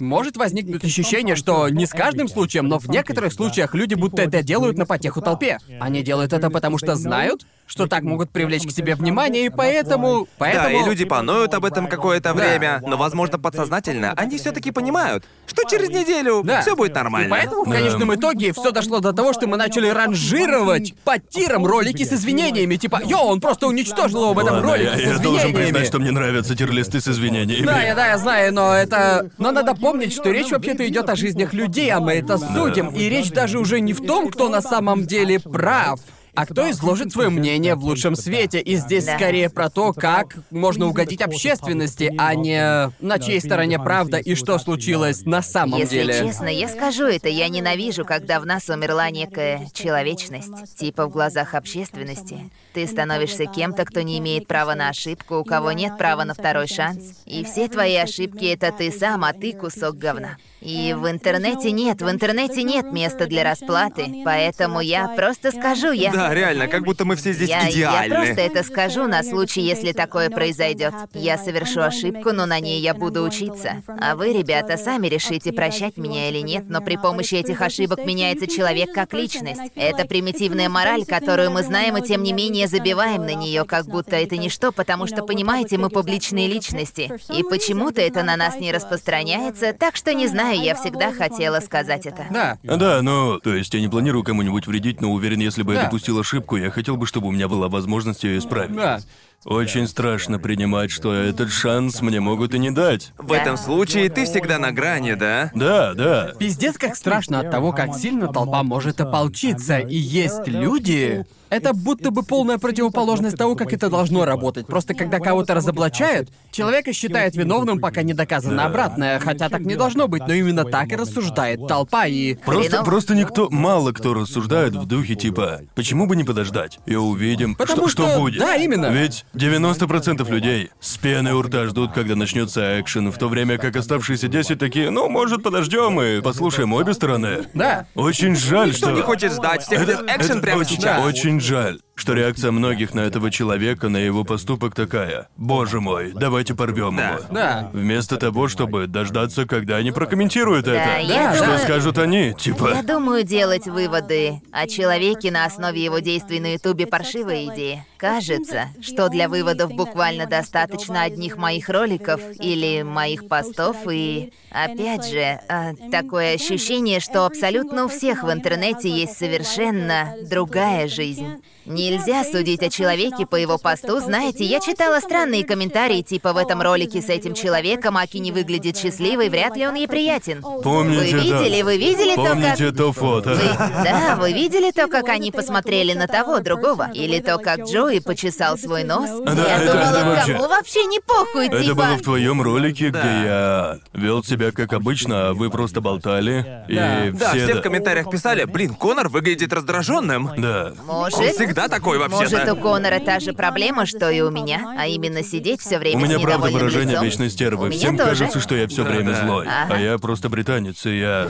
Speaker 4: может возникнуть ощущение, что не с каждым случаем, но в некоторых случаях люди будто это делают на потеху толпе. Они делают это потому, что знают, что так могут привлечь к себе внимание, а и поэтому...
Speaker 3: Да,
Speaker 4: поэтому...
Speaker 3: и люди пануют об этом какое-то
Speaker 4: Да.
Speaker 3: время, но, возможно, подсознательно они все-таки понимают, что через неделю
Speaker 4: Да.
Speaker 3: все будет
Speaker 4: И
Speaker 3: нормально.
Speaker 4: поэтому в конечном итоге все дошло до того, что мы начали ранжировать по тирам ролики с извинениями. Типа, йо, он просто уничтожил его в этом
Speaker 5: Ладно,
Speaker 4: ролике
Speaker 5: я,
Speaker 4: с
Speaker 5: я должен признать,
Speaker 4: извинениями».
Speaker 5: что мне нравятся тирлисты с извинениями.
Speaker 4: Да, я, да, я знаю, но это... Но надо помнить, что речь вообще-то идет о жизнях людей, а мы это судим. И речь даже уже не в том, кто на самом деле прав, а кто изложит свое мнение в лучшем свете. И здесь
Speaker 1: Да.
Speaker 4: скорее про то, как можно угодить общественности, а не на чьей стороне правда и что случилось на самом
Speaker 1: Если
Speaker 4: деле.
Speaker 1: честно, я скажу это, я ненавижу, когда в нас умерла некая человечность. Типа в глазах общественности. Ты становишься кем-то, кто не имеет права на ошибку, у кого нет права на второй шанс. И все твои ошибки — это ты сам, а ты кусок говна. И в интернете нет, в интернете нет места для расплаты. Поэтому я просто скажу, я...
Speaker 3: Да, реально, как будто мы все здесь
Speaker 1: Я, я
Speaker 3: идеальны.
Speaker 1: просто это скажу на случай, если такое произойдет. Я совершу ошибку, но на ней я буду учиться. А вы, ребята, сами решите, прощать меня или нет, но при помощи этих ошибок меняется человек как личность. Это примитивная мораль, которую мы знаем, и тем не менее забиваем на нее, как будто это ничто, потому что, понимаете, мы публичные личности. И почему-то это на нас не распространяется, так что не знаю, я всегда хотела сказать это.
Speaker 4: Да.
Speaker 5: Да, ну, то есть я не планирую кому-нибудь вредить, но уверен, если бы
Speaker 4: Да.
Speaker 5: я допустил ошибку, я хотел бы, чтобы у меня была возможность ее исправить.
Speaker 4: Да.
Speaker 5: Очень страшно принимать, что этот шанс мне могут и не дать.
Speaker 3: В этом случае ты всегда на грани, да?
Speaker 5: Да, да.
Speaker 4: Пиздец, как страшно от того, как сильно толпа может ополчиться. И есть люди... Это будто бы полная противоположность того, как это должно работать. Просто когда кого-то разоблачают, человека считают виновным, пока не доказано обратное. Хотя так не должно быть, но именно так и рассуждает толпа. И
Speaker 5: Просто,
Speaker 1: Хреново.
Speaker 5: просто никто, мало кто рассуждает в духе типа, почему бы не подождать и увидим,
Speaker 4: Потому
Speaker 5: что,
Speaker 4: что-
Speaker 5: будет.
Speaker 4: да, именно.
Speaker 5: Ведь 90% людей с пеной у рта ждут, когда начнется экшен, в то время как оставшиеся 10 такие, ну, может, подождем и послушаем обе стороны.
Speaker 4: Да.
Speaker 5: Очень жаль,
Speaker 3: Никто
Speaker 5: что...
Speaker 3: не хочет ждать, всех
Speaker 5: Это-
Speaker 3: ждет экшен
Speaker 5: это
Speaker 3: прямо
Speaker 5: очень,
Speaker 3: сейчас.
Speaker 5: очень жаль, что реакция многих на этого человека, на его поступок такая. Боже мой, давайте порвем
Speaker 3: Да.
Speaker 5: его.
Speaker 4: Да.
Speaker 5: Вместо того, чтобы дождаться, когда они прокомментируют это.
Speaker 1: я
Speaker 5: что
Speaker 1: думаю-
Speaker 5: скажут они?
Speaker 1: Я
Speaker 5: Типа.
Speaker 1: думаю, делать выводы о человеке на основе его действий на Ютубе паршивая идея. Кажется, что для выводов буквально достаточно одних моих роликов или моих постов, и опять же, а, такое ощущение, что абсолютно у всех в интернете есть совершенно другая жизнь. Не Нельзя судить о человеке по его посту. Знаете, я читала странные комментарии, типа в этом ролике с этим человеком Аки не выглядит счастливой, вряд ли он ей приятен. Вы
Speaker 5: Помните то-
Speaker 1: видели, вы видели то, как...
Speaker 5: Помните то
Speaker 1: Вы-
Speaker 5: фото?
Speaker 1: да, вы видели то, как они посмотрели на того другого? Или то, как Джои почесал свой нос?
Speaker 5: Да,
Speaker 1: Я
Speaker 5: это-
Speaker 1: думала,
Speaker 5: это вообще-
Speaker 1: кому вообще не похуй,
Speaker 5: Это
Speaker 1: типа...
Speaker 5: было в твоем ролике, где я вел себя как обычно, а вы просто болтали. И
Speaker 4: Да.
Speaker 5: все.
Speaker 3: Да, все
Speaker 5: да-
Speaker 3: в комментариях писали, блин, Конор выглядит раздраженным.
Speaker 5: Да.
Speaker 3: Он
Speaker 1: Может,
Speaker 3: всегда такой
Speaker 1: может, у
Speaker 3: вообще-то.
Speaker 1: Конора та же проблема, что и у меня, а именно сидеть все
Speaker 5: У
Speaker 1: время с
Speaker 5: меня правда
Speaker 1: недовольным
Speaker 5: выражение
Speaker 1: лицом.
Speaker 5: вечной
Speaker 1: У
Speaker 5: стервы.
Speaker 1: меня
Speaker 5: Всем
Speaker 1: тоже.
Speaker 5: кажется, что я все время
Speaker 3: да.
Speaker 5: злой. А я просто британец, и я.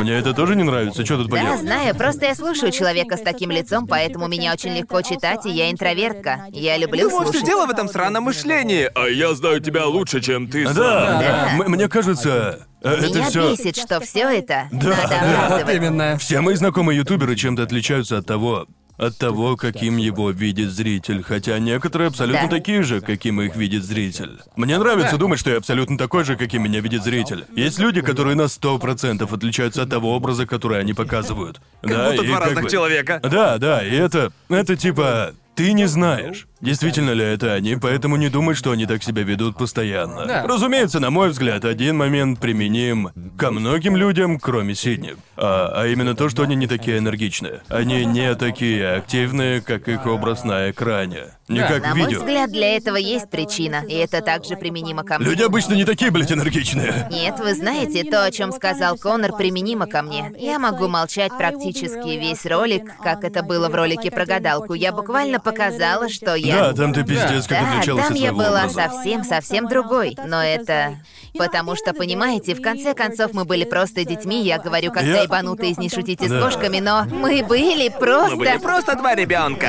Speaker 5: Мне это тоже не нравится, что тут
Speaker 1: Да,
Speaker 5: поделать?
Speaker 1: знаю, просто я слушаю человека с таким лицом, поэтому меня очень легко читать, и я интровертка. Я люблю
Speaker 3: Думаю, все
Speaker 1: слушать.
Speaker 3: Ну, дело в этом сраном мышлении. А я знаю тебя лучше, чем ты
Speaker 5: Да,
Speaker 3: сам.
Speaker 5: да. М- Мне кажется, э, это
Speaker 1: Меня
Speaker 5: все.
Speaker 1: бесит, что все это надо
Speaker 4: Вот
Speaker 1: оправдывать.
Speaker 4: именно.
Speaker 5: Все мои знакомые ютуберы чем-то отличаются от того, от того, каким его видит зритель, хотя некоторые
Speaker 1: Да.
Speaker 5: абсолютно такие же, каким их видит зритель. Мне нравится думать, что я абсолютно такой же, каким меня видит зритель. Есть люди, которые на сто процентов отличаются от того образа, который они показывают. да,
Speaker 3: Как будто
Speaker 5: и
Speaker 3: два
Speaker 5: как
Speaker 3: разных
Speaker 5: бы-
Speaker 3: человека.
Speaker 5: Да, да, и это, это типа ты не знаешь, действительно ли это они, поэтому не думай, что они так себя ведут постоянно.
Speaker 4: Да.
Speaker 5: Разумеется, на мой взгляд, один момент применим ко многим людям, кроме Сидни. А, а именно то, что они не такие энергичные. Они не такие активные, как их образ на экране. Не
Speaker 4: Да.
Speaker 5: как
Speaker 1: На мой
Speaker 5: видео.
Speaker 1: взгляд, для этого есть причина, и это также применимо ко мне.
Speaker 5: Люди обычно не такие, блядь, энергичные.
Speaker 1: Нет, вы знаете, то, о чем сказал Конор, применимо ко мне. Я могу молчать практически весь ролик, как это было в ролике про гадалку. Я буквально показала, что я...
Speaker 5: Да, там ты пиздец как
Speaker 1: Да,
Speaker 5: отличалась
Speaker 1: там
Speaker 5: от
Speaker 1: я
Speaker 5: своего
Speaker 1: была
Speaker 5: образа.
Speaker 1: совсем-совсем другой, но это... Потому что, понимаете, в конце концов мы были просто детьми, я говорю, как
Speaker 5: Я-
Speaker 1: ебанутые из «Не шутите
Speaker 5: Да.
Speaker 1: с кошками», но мы были просто...
Speaker 3: Мы были просто два
Speaker 1: И
Speaker 3: ребенка.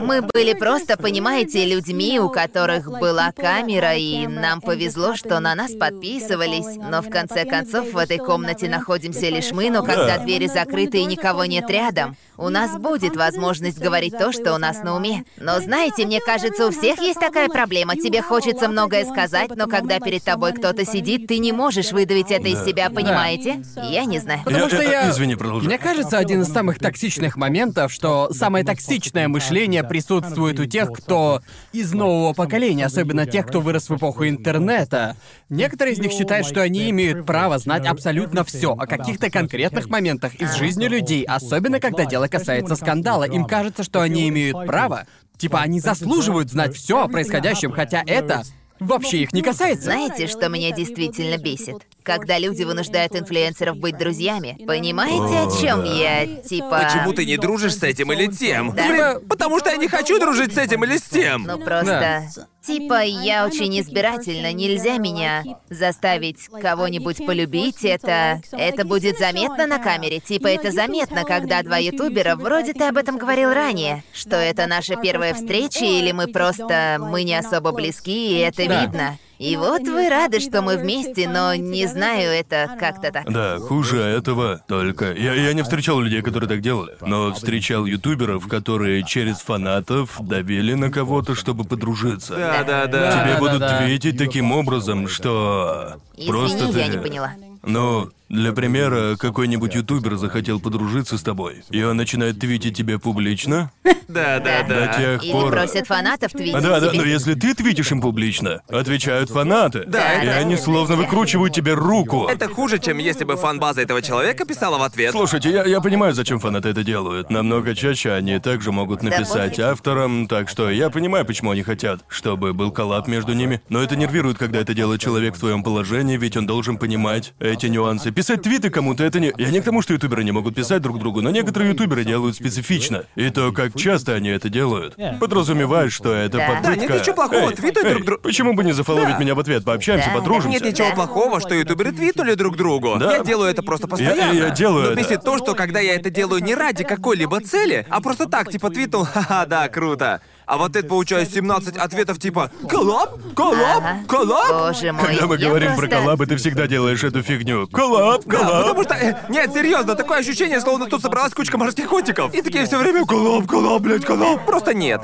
Speaker 1: мы были просто, понимаете, людьми, у которых была камера, и нам повезло, что на нас подписывались. Но в конце концов в этой комнате находимся лишь мы, но когда
Speaker 5: Да.
Speaker 1: двери закрыты и никого нет рядом, у нас будет возможность говорить то, что у нас на уме. Но знаете, мне кажется, у всех есть такая проблема. Тебе хочется многое сказать, но когда перед тобой кто-то сидит, ты не можешь выдавить это из себя, понимаете? Я не знаю.
Speaker 4: Потому
Speaker 5: Я-
Speaker 4: что
Speaker 5: э,
Speaker 4: я-
Speaker 5: Извини, продолжай.
Speaker 4: Мне кажется, один из самых токсичных моментов, что самое токсичное мышление присутствует у тех, кто из нового поколения, особенно тех, кто вырос в эпоху интернета. Некоторые из них считают, что они имеют право знать абсолютно все о каких-то конкретных моментах из жизни людей, особенно когда дело касается скандала. Им кажется, что они имеют право. Типа они заслуживают знать все о происходящем, хотя это вообще их не касается.
Speaker 1: Знаете, что меня действительно бесит? Когда люди вынуждают инфлюенсеров быть друзьями. Понимаете, о чем я? Типа...
Speaker 3: Почему ты не дружишь с этим или тем?
Speaker 1: Да.
Speaker 3: Блин, потому что я не хочу дружить с этим или с тем.
Speaker 1: Ну просто... Типа, я очень избирательна, нельзя меня заставить кого-нибудь полюбить, это... Это будет заметно на камере, типа это заметно, когда два ютубера, вроде ты об этом говорил ранее, что это наша первая встреча, или мы просто... мы не особо близки, и это
Speaker 4: Да.
Speaker 1: видно. И вот вы рады, что мы вместе, но не знаю, это как-то так.
Speaker 5: Да, хуже этого только. Я, я не встречал людей, которые так делали, но встречал ютуберов, которые через фанатов давили на кого-то, чтобы подружиться.
Speaker 3: Да, да, да.
Speaker 5: Тебе
Speaker 4: да,
Speaker 5: будут
Speaker 4: да.
Speaker 5: ответить таким образом, что
Speaker 1: Извини,
Speaker 5: просто ты.
Speaker 1: я не поняла.
Speaker 5: Ну, для примера, какой-нибудь ютубер захотел подружиться с тобой, и он начинает твитить тебе публично
Speaker 3: Да, да,
Speaker 5: до
Speaker 3: да.
Speaker 5: тех
Speaker 1: Или
Speaker 5: пор.
Speaker 1: просят фанатов твитить
Speaker 5: А, да, да,
Speaker 1: тебе.
Speaker 5: но если ты твитишь им публично, отвечают фанаты.
Speaker 3: Да,
Speaker 5: и
Speaker 3: да.
Speaker 5: они словно выкручивают тебе руку.
Speaker 3: Это хуже, чем если бы фан-база этого человека писала в ответ.
Speaker 5: Слушайте, я, я понимаю, зачем фанаты это делают. Намного чаще они также могут написать авторам, так что я понимаю, почему они хотят, чтобы был коллап между ними. Но это нервирует, когда это делает человек в своем положении, ведь он должен понимать эти нюансы. Писать твиты кому-то это не... Я не к тому, что ютуберы не могут писать друг другу, но некоторые ютуберы делают специфично. И то, как часто они это делают, подразумевает, что это
Speaker 1: Да.
Speaker 5: попытка...
Speaker 1: Да,
Speaker 3: нет ничего плохого,
Speaker 5: Эй,
Speaker 3: твиты
Speaker 5: эй,
Speaker 3: друг друг-
Speaker 5: Почему бы не зафоловить меня в ответ? Пообщаемся,
Speaker 1: Да.
Speaker 5: подружимся.
Speaker 3: Нет ничего
Speaker 1: Да.
Speaker 3: плохого, что ютуберы твитнули друг другу.
Speaker 5: Да.
Speaker 3: Я делаю это просто постоянно.
Speaker 5: я делаю
Speaker 3: Но
Speaker 5: это.
Speaker 3: бесит то, что когда я это делаю не ради какой-либо цели, а просто так, типа твитнул, ха-ха, да, круто. А вот это получаю 17 ответов типа «Коллаб? Коллаб?
Speaker 1: Ага.
Speaker 3: Коллаб?»
Speaker 1: Боже мой,
Speaker 5: Когда мы
Speaker 1: я
Speaker 5: говорим
Speaker 1: просто...
Speaker 5: про коллабы, ты всегда делаешь эту фигню. Коллаб,
Speaker 3: Да,
Speaker 5: коллаб.
Speaker 3: потому что... э, нет, серьезно, такое ощущение, словно тут собралась кучка морских котиков. И такие все время «Коллаб, коллаб, блядь, коллаб». Просто нет.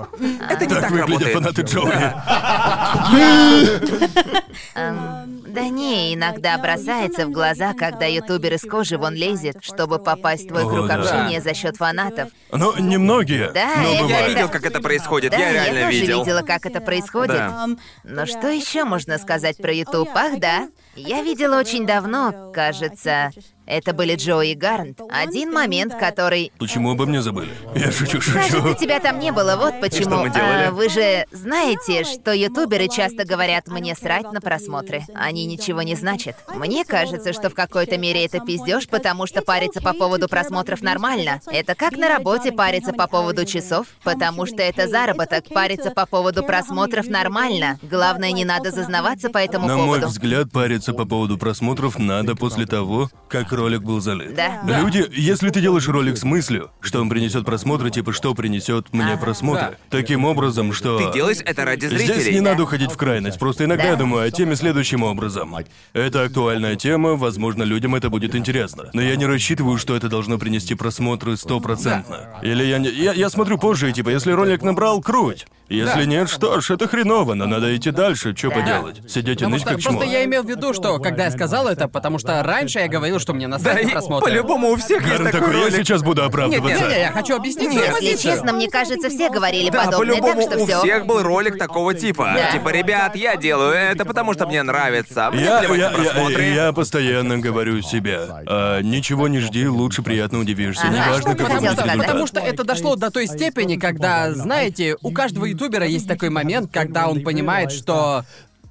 Speaker 3: Это не так,
Speaker 5: Так выглядят
Speaker 3: работает.
Speaker 5: фанаты Джоуи.
Speaker 1: Эм, Да не, иногда бросается в глаза, когда ютубер из кожи вон лезет, чтобы попасть в твой
Speaker 5: О,
Speaker 1: круг
Speaker 5: да.
Speaker 1: общения за счет фанатов.
Speaker 5: Ну, немногие,
Speaker 1: Да,
Speaker 5: но
Speaker 1: это-
Speaker 3: Я
Speaker 5: бывает.
Speaker 3: видел, как это происходит,
Speaker 1: Да,
Speaker 3: я реально
Speaker 1: тоже
Speaker 3: видел.
Speaker 1: видела, как это происходит.
Speaker 3: Да.
Speaker 1: Но что еще можно сказать про YouTube? Ах, да. Я видела очень давно, кажется, это были Джои и Гарнт. Один момент, который...
Speaker 5: Почему обо мне забыли? Я шучу,
Speaker 1: Кажется,
Speaker 5: шучу.
Speaker 1: тебя там не было, вот почему.
Speaker 3: что мы делали?
Speaker 1: А, вы же знаете, что ютуберы часто говорят «мне срать на просмотры». Они ничего не значат. Мне кажется, что в какой-то мере это пиздеж, потому что париться по поводу просмотров нормально. Это как на работе париться по поводу часов, потому что это заработок. Париться по поводу просмотров нормально. Главное, не надо зазнаваться по этому
Speaker 5: На мой
Speaker 1: поводу.
Speaker 5: взгляд, париться по поводу просмотров надо после того, как ролик был залит.
Speaker 1: Да.
Speaker 5: Люди, если ты делаешь ролик с мыслью, что он принесет просмотры, типа что принесет мне просмотры, таким образом, что.
Speaker 3: Ты делаешь это ради зрителей.
Speaker 5: Здесь не надо уходить в крайность, просто иногда
Speaker 1: Да.
Speaker 5: я думаю о теме следующим образом. Это актуальная тема, возможно, людям это будет интересно. Но я не рассчитываю, что это должно принести просмотры стопроцентно. Или я не... Я, я смотрю позже, и типа, если ролик набрал, круть. Если нет, что ж, это хреново, но надо идти дальше, что поделать. Сидеть и
Speaker 3: Ну,
Speaker 4: Потому
Speaker 5: ныть
Speaker 4: что
Speaker 5: как чмо.
Speaker 4: просто я имел в виду, что когда я сказал это, потому что раньше я говорил, что мне
Speaker 3: Да,
Speaker 4: насрать
Speaker 3: и
Speaker 4: на просмотры.
Speaker 3: по-любому у всех
Speaker 5: Гарн
Speaker 3: есть такой
Speaker 5: такой, я
Speaker 3: ролик.
Speaker 5: сейчас буду оправдываться.
Speaker 4: Не-не, я хочу объяснить свою
Speaker 1: Если
Speaker 4: позицию.
Speaker 1: честно, мне кажется, все говорили
Speaker 3: Да,
Speaker 1: подобное, так
Speaker 3: по-любому
Speaker 1: что
Speaker 3: у
Speaker 1: все.
Speaker 3: всех был ролик такого типа.
Speaker 1: Да.
Speaker 3: Типа, ребят, я делаю это, потому что мне нравится. А Мне
Speaker 5: Я,
Speaker 3: плевать
Speaker 5: я,
Speaker 3: на
Speaker 5: я,
Speaker 3: просмотры.
Speaker 5: я постоянно говорю себе, «А, ничего не жди, лучше приятно удивишься.
Speaker 1: Ага,
Speaker 5: Неважно,
Speaker 1: что ты
Speaker 5: какой
Speaker 1: хотел
Speaker 5: будет
Speaker 1: сказать?
Speaker 5: результат.
Speaker 4: Потому что это дошло до той степени, когда, знаете, у каждого ютубера есть такой момент, когда он понимает, что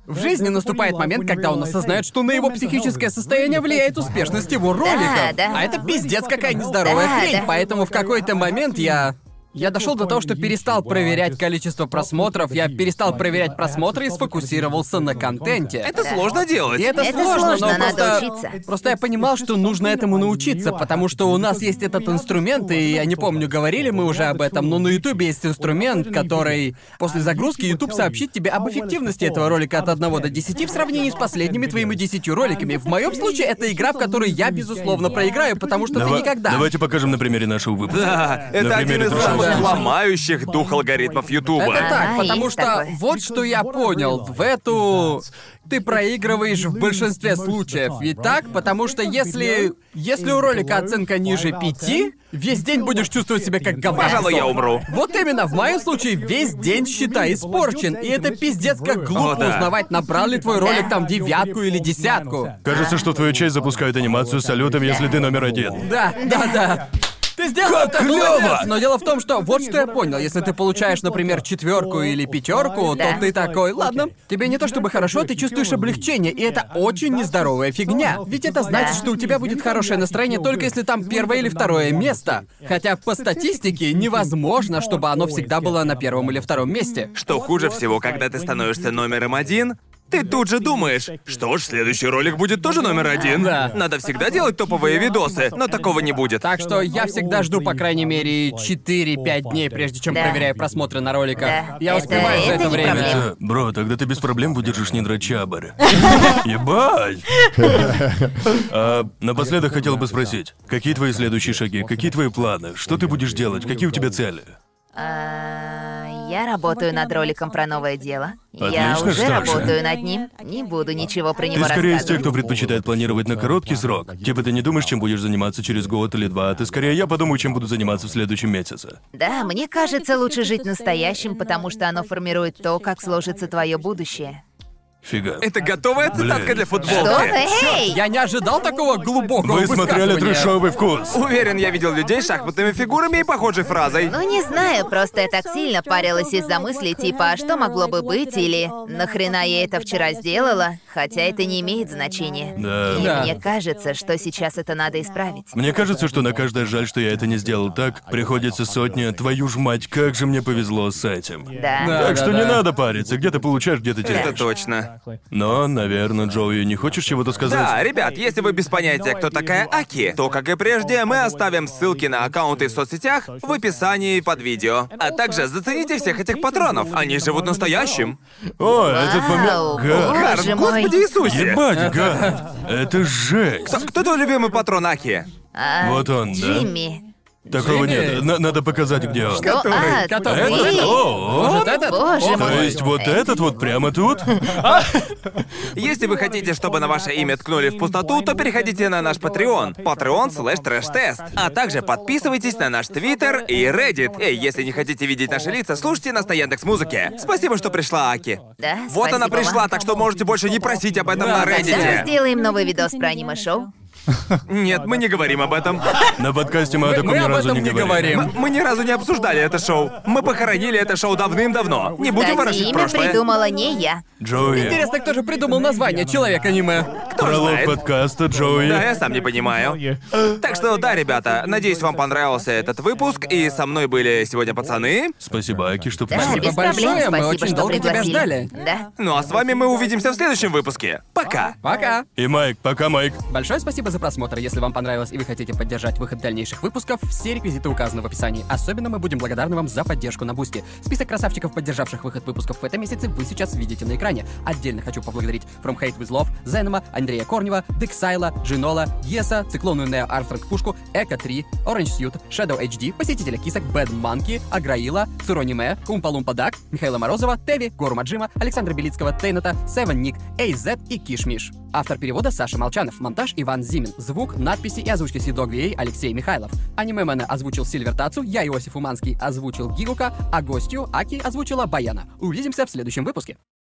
Speaker 4: в жизни наступает момент, когда он осознает, что на его психическое состояние влияет успешность его роликов.
Speaker 1: да.
Speaker 4: А это пиздец какая нездоровая
Speaker 1: Да,
Speaker 4: хрень.
Speaker 1: да.
Speaker 4: Поэтому в какой-то момент я... Я дошел до того, что перестал проверять количество просмотров, я перестал проверять просмотры и сфокусировался на контенте.
Speaker 3: Это сложно делать.
Speaker 4: И это,
Speaker 1: Это
Speaker 4: сложно,
Speaker 1: сложно,
Speaker 4: но
Speaker 1: надо
Speaker 4: просто...
Speaker 1: учиться.
Speaker 4: Просто я понимал, что нужно этому научиться, потому что у нас есть этот инструмент, и я не помню, говорили мы уже об этом, но на Ютубе есть инструмент, который после загрузки YouTube сообщит тебе об эффективности этого ролика от 1 до 10 в сравнении с последними твоими 10 роликами. В моем случае это игра, в которой я, безусловно, проиграю, потому что
Speaker 5: Дава-
Speaker 4: ты никогда.
Speaker 5: Давайте покажем на примере нашего выпуска.
Speaker 3: Да, это
Speaker 5: Например,
Speaker 3: один из
Speaker 5: это
Speaker 3: самых
Speaker 4: самое.
Speaker 3: ломающих дух алгоритмов Ютуба.
Speaker 4: Это так,
Speaker 1: Ага,
Speaker 4: потому
Speaker 1: есть
Speaker 4: что
Speaker 1: такое.
Speaker 4: вот что я понял. В эту ты проигрываешь в большинстве случаев. Ведь так? Потому что если... Если у ролика оценка ниже пяти, весь день будешь чувствовать себя как говно.
Speaker 3: Пожалуй, я умру.
Speaker 4: Вот именно, в моем случае весь день, считай, испорчен. И это пиздец как глупо
Speaker 3: О, Ну да.
Speaker 4: узнавать, набрал ли твой ролик там девятку или десятку.
Speaker 5: Кажется, что в твою часть запускают анимацию с салютом, если ты номер один.
Speaker 4: Да, да, да. Ты сделал это,
Speaker 5: клёво!
Speaker 4: молодец! Но дело в том, что вот что я понял. Если ты получаешь, например, четверку или пятерку,
Speaker 1: Да.
Speaker 4: то ты такой, ладно, тебе не то чтобы хорошо, ты чувствуешь облегчение, и это очень нездоровая фигня. Ведь это значит,
Speaker 1: Да.
Speaker 4: что у тебя будет хорошее настроение только если там первое или второе место. Хотя по статистике невозможно, чтобы оно всегда было на первом или втором месте.
Speaker 3: Что хуже всего, когда ты становишься номером один, ты тут же думаешь, что ж, следующий ролик будет тоже номер один.
Speaker 4: Да.
Speaker 3: Надо всегда делать топовые видосы, но такого не будет.
Speaker 4: Так что я всегда жду, по крайней мере, 4-5 дней, прежде чем
Speaker 1: Да.
Speaker 4: проверяю просмотры на роликах.
Speaker 1: Да.
Speaker 4: Я
Speaker 1: Это-
Speaker 4: успеваю за
Speaker 1: это
Speaker 4: это
Speaker 1: не
Speaker 4: время.
Speaker 1: проблема.
Speaker 5: Да, бро, тогда ты без проблем выдержишь недрочабарь. Ебать! А, напоследок хотел бы спросить, какие твои следующие шаги, какие твои планы, что ты будешь делать, какие у тебя цели?
Speaker 1: А, Я работаю над роликом про новое дело. Я
Speaker 5: Отлично,
Speaker 1: уже
Speaker 5: что же.
Speaker 1: работаю над ним. Не буду ничего про
Speaker 5: Ты
Speaker 1: него
Speaker 5: скорее из тех,
Speaker 1: рассказывать.
Speaker 5: кто предпочитает планировать на короткий срок. Типа ты не думаешь, чем будешь заниматься через год или два, а ты скорее я подумаю, чем буду заниматься в следующем месяце.
Speaker 1: Да, мне кажется, лучше жить настоящим, потому что оно формирует то, как сложится твое будущее.
Speaker 5: Фига.
Speaker 3: Это готовая цитатка для
Speaker 1: Что?
Speaker 3: футболки.
Speaker 1: Эй!
Speaker 4: Я не ожидал такого глубокого
Speaker 5: Вы смотрели
Speaker 4: высказывания.
Speaker 5: трешовый вкус.
Speaker 3: Уверен, я видел людей с шахматными фигурами и похожей фразой.
Speaker 1: Ну не знаю, просто я так сильно парилась из-за мыслей типа «а что могло бы быть?» или «нахрена я это вчера сделала?» Хотя это не имеет значения.
Speaker 5: Да.
Speaker 1: И
Speaker 4: Да.
Speaker 1: мне кажется, что сейчас это надо исправить.
Speaker 5: Мне кажется, что на каждое жаль, что я это не сделал так, приходится сотня «твою ж мать, как же мне повезло с этим».
Speaker 1: Да.
Speaker 5: Так
Speaker 4: Да,
Speaker 5: что
Speaker 4: да,
Speaker 5: не
Speaker 4: да.
Speaker 5: надо париться, где ты получаешь, где ты
Speaker 3: Это
Speaker 5: теряешь.
Speaker 3: точно.
Speaker 5: Но, наверное, Джоуи, не хочешь чего-то
Speaker 3: Да,
Speaker 5: сказать?
Speaker 3: ребят, если вы без понятия, кто такая Аки, то, как и прежде, мы оставим ссылки на аккаунты в соцсетях в описании под видео. А также зацените всех этих патронов, они живут настоящим.
Speaker 5: О, этот
Speaker 1: Вау,
Speaker 5: момент... Гад.
Speaker 1: боже
Speaker 3: Гарн,
Speaker 1: мой.
Speaker 3: господи Иисусе!
Speaker 5: Ебать, гад! Это жесть!
Speaker 3: Кто твой любимый патрон Аки?
Speaker 1: А,
Speaker 5: Вот он, да?
Speaker 1: Джимми.
Speaker 5: Такого нет. На- надо показать, где он.
Speaker 1: Что? А,
Speaker 4: Который?
Speaker 1: ты?
Speaker 5: Этот? О,
Speaker 4: Может,
Speaker 5: он?
Speaker 4: этот?
Speaker 1: Боже
Speaker 5: То
Speaker 4: О,
Speaker 1: мой.
Speaker 5: есть вот этот вот прямо тут?
Speaker 3: Если вы хотите, чтобы на ваше имя ткнули в пустоту, то переходите на наш Patreon. Patreon slash трэш-тест. А также подписывайтесь на наш Твиттер и Reddit. И если не хотите видеть наши лица, слушайте нас на Яндекс.Музыке. Спасибо, что пришла, Аки.
Speaker 1: Да, спасибо
Speaker 3: Вот
Speaker 1: Ну, а
Speaker 3: она пришла,
Speaker 1: вам.
Speaker 3: так что можете больше не просить об этом на
Speaker 1: Тогда
Speaker 3: Reddit.
Speaker 1: сделаем новый видос про аниме-шоу.
Speaker 3: Нет, мы не говорим об этом.
Speaker 5: На подкасте мы о таком
Speaker 4: мы
Speaker 5: ни
Speaker 4: об
Speaker 5: разу
Speaker 4: этом не говорим.
Speaker 3: Мы, мы ни разу не обсуждали это шоу. Мы похоронили это шоу давным-давно. Не
Speaker 1: Кстати,
Speaker 3: будем ворошить
Speaker 1: имя
Speaker 3: прошлое.
Speaker 1: придумала не я.
Speaker 5: Джоуи,
Speaker 4: Интересно, кто же придумал название «Человек-аниме»?
Speaker 5: пролог
Speaker 3: знает?
Speaker 5: подкаста, Джоуи.
Speaker 3: Да, я сам не понимаю. Так что да, ребята, надеюсь, вам понравился этот выпуск, и со мной были сегодня пацаны.
Speaker 5: Спасибо, Аки, что
Speaker 1: Да,
Speaker 5: пришли.
Speaker 4: Спасибо
Speaker 1: без проблем,
Speaker 4: большое, мы
Speaker 1: спасибо,
Speaker 4: очень
Speaker 1: что
Speaker 4: долго тебя
Speaker 1: пригласили.
Speaker 4: ждали.
Speaker 1: Да.
Speaker 3: Ну а с вами мы увидимся в следующем выпуске. Пока!
Speaker 4: Пока!
Speaker 5: И Майк, пока, Майк.
Speaker 4: Большое спасибо за просмотр. Если вам понравилось и вы хотите поддержать выход дальнейших выпусков, все реквизиты указаны в описании. Особенно мы будем благодарны вам за поддержку на Бусти. Список красавчиков, поддержавших выход выпусков в этом месяце, вы сейчас видите на экране. Отдельно хочу поблагодарить From Hate With Love, Зенема, Андрея Корнева, Дексайла, Джинола, Еса, Циклонную Нео Армстронг Пушку, Эко 3, Orange Suit, Shadow HD, Посетителя Кисок, Бэд Манки, Аграила, Цурониме, Кумпалумпа Дак, Михаила Морозова, Теви, Гору Маджима, Александра Белицкого, Тейната, Севен Ник, Эйзет и Кишмиш. Автор перевода Саша Молчанов, монтаж Иван Зимин, звук, надписи и озвучка Сидог Алексей Михайлов. Анимемена озвучил Сильвер Тацу, я Иосиф Уманский озвучил Гигука, а гостью Аки озвучила Баяна. Увидимся в следующем выпуске.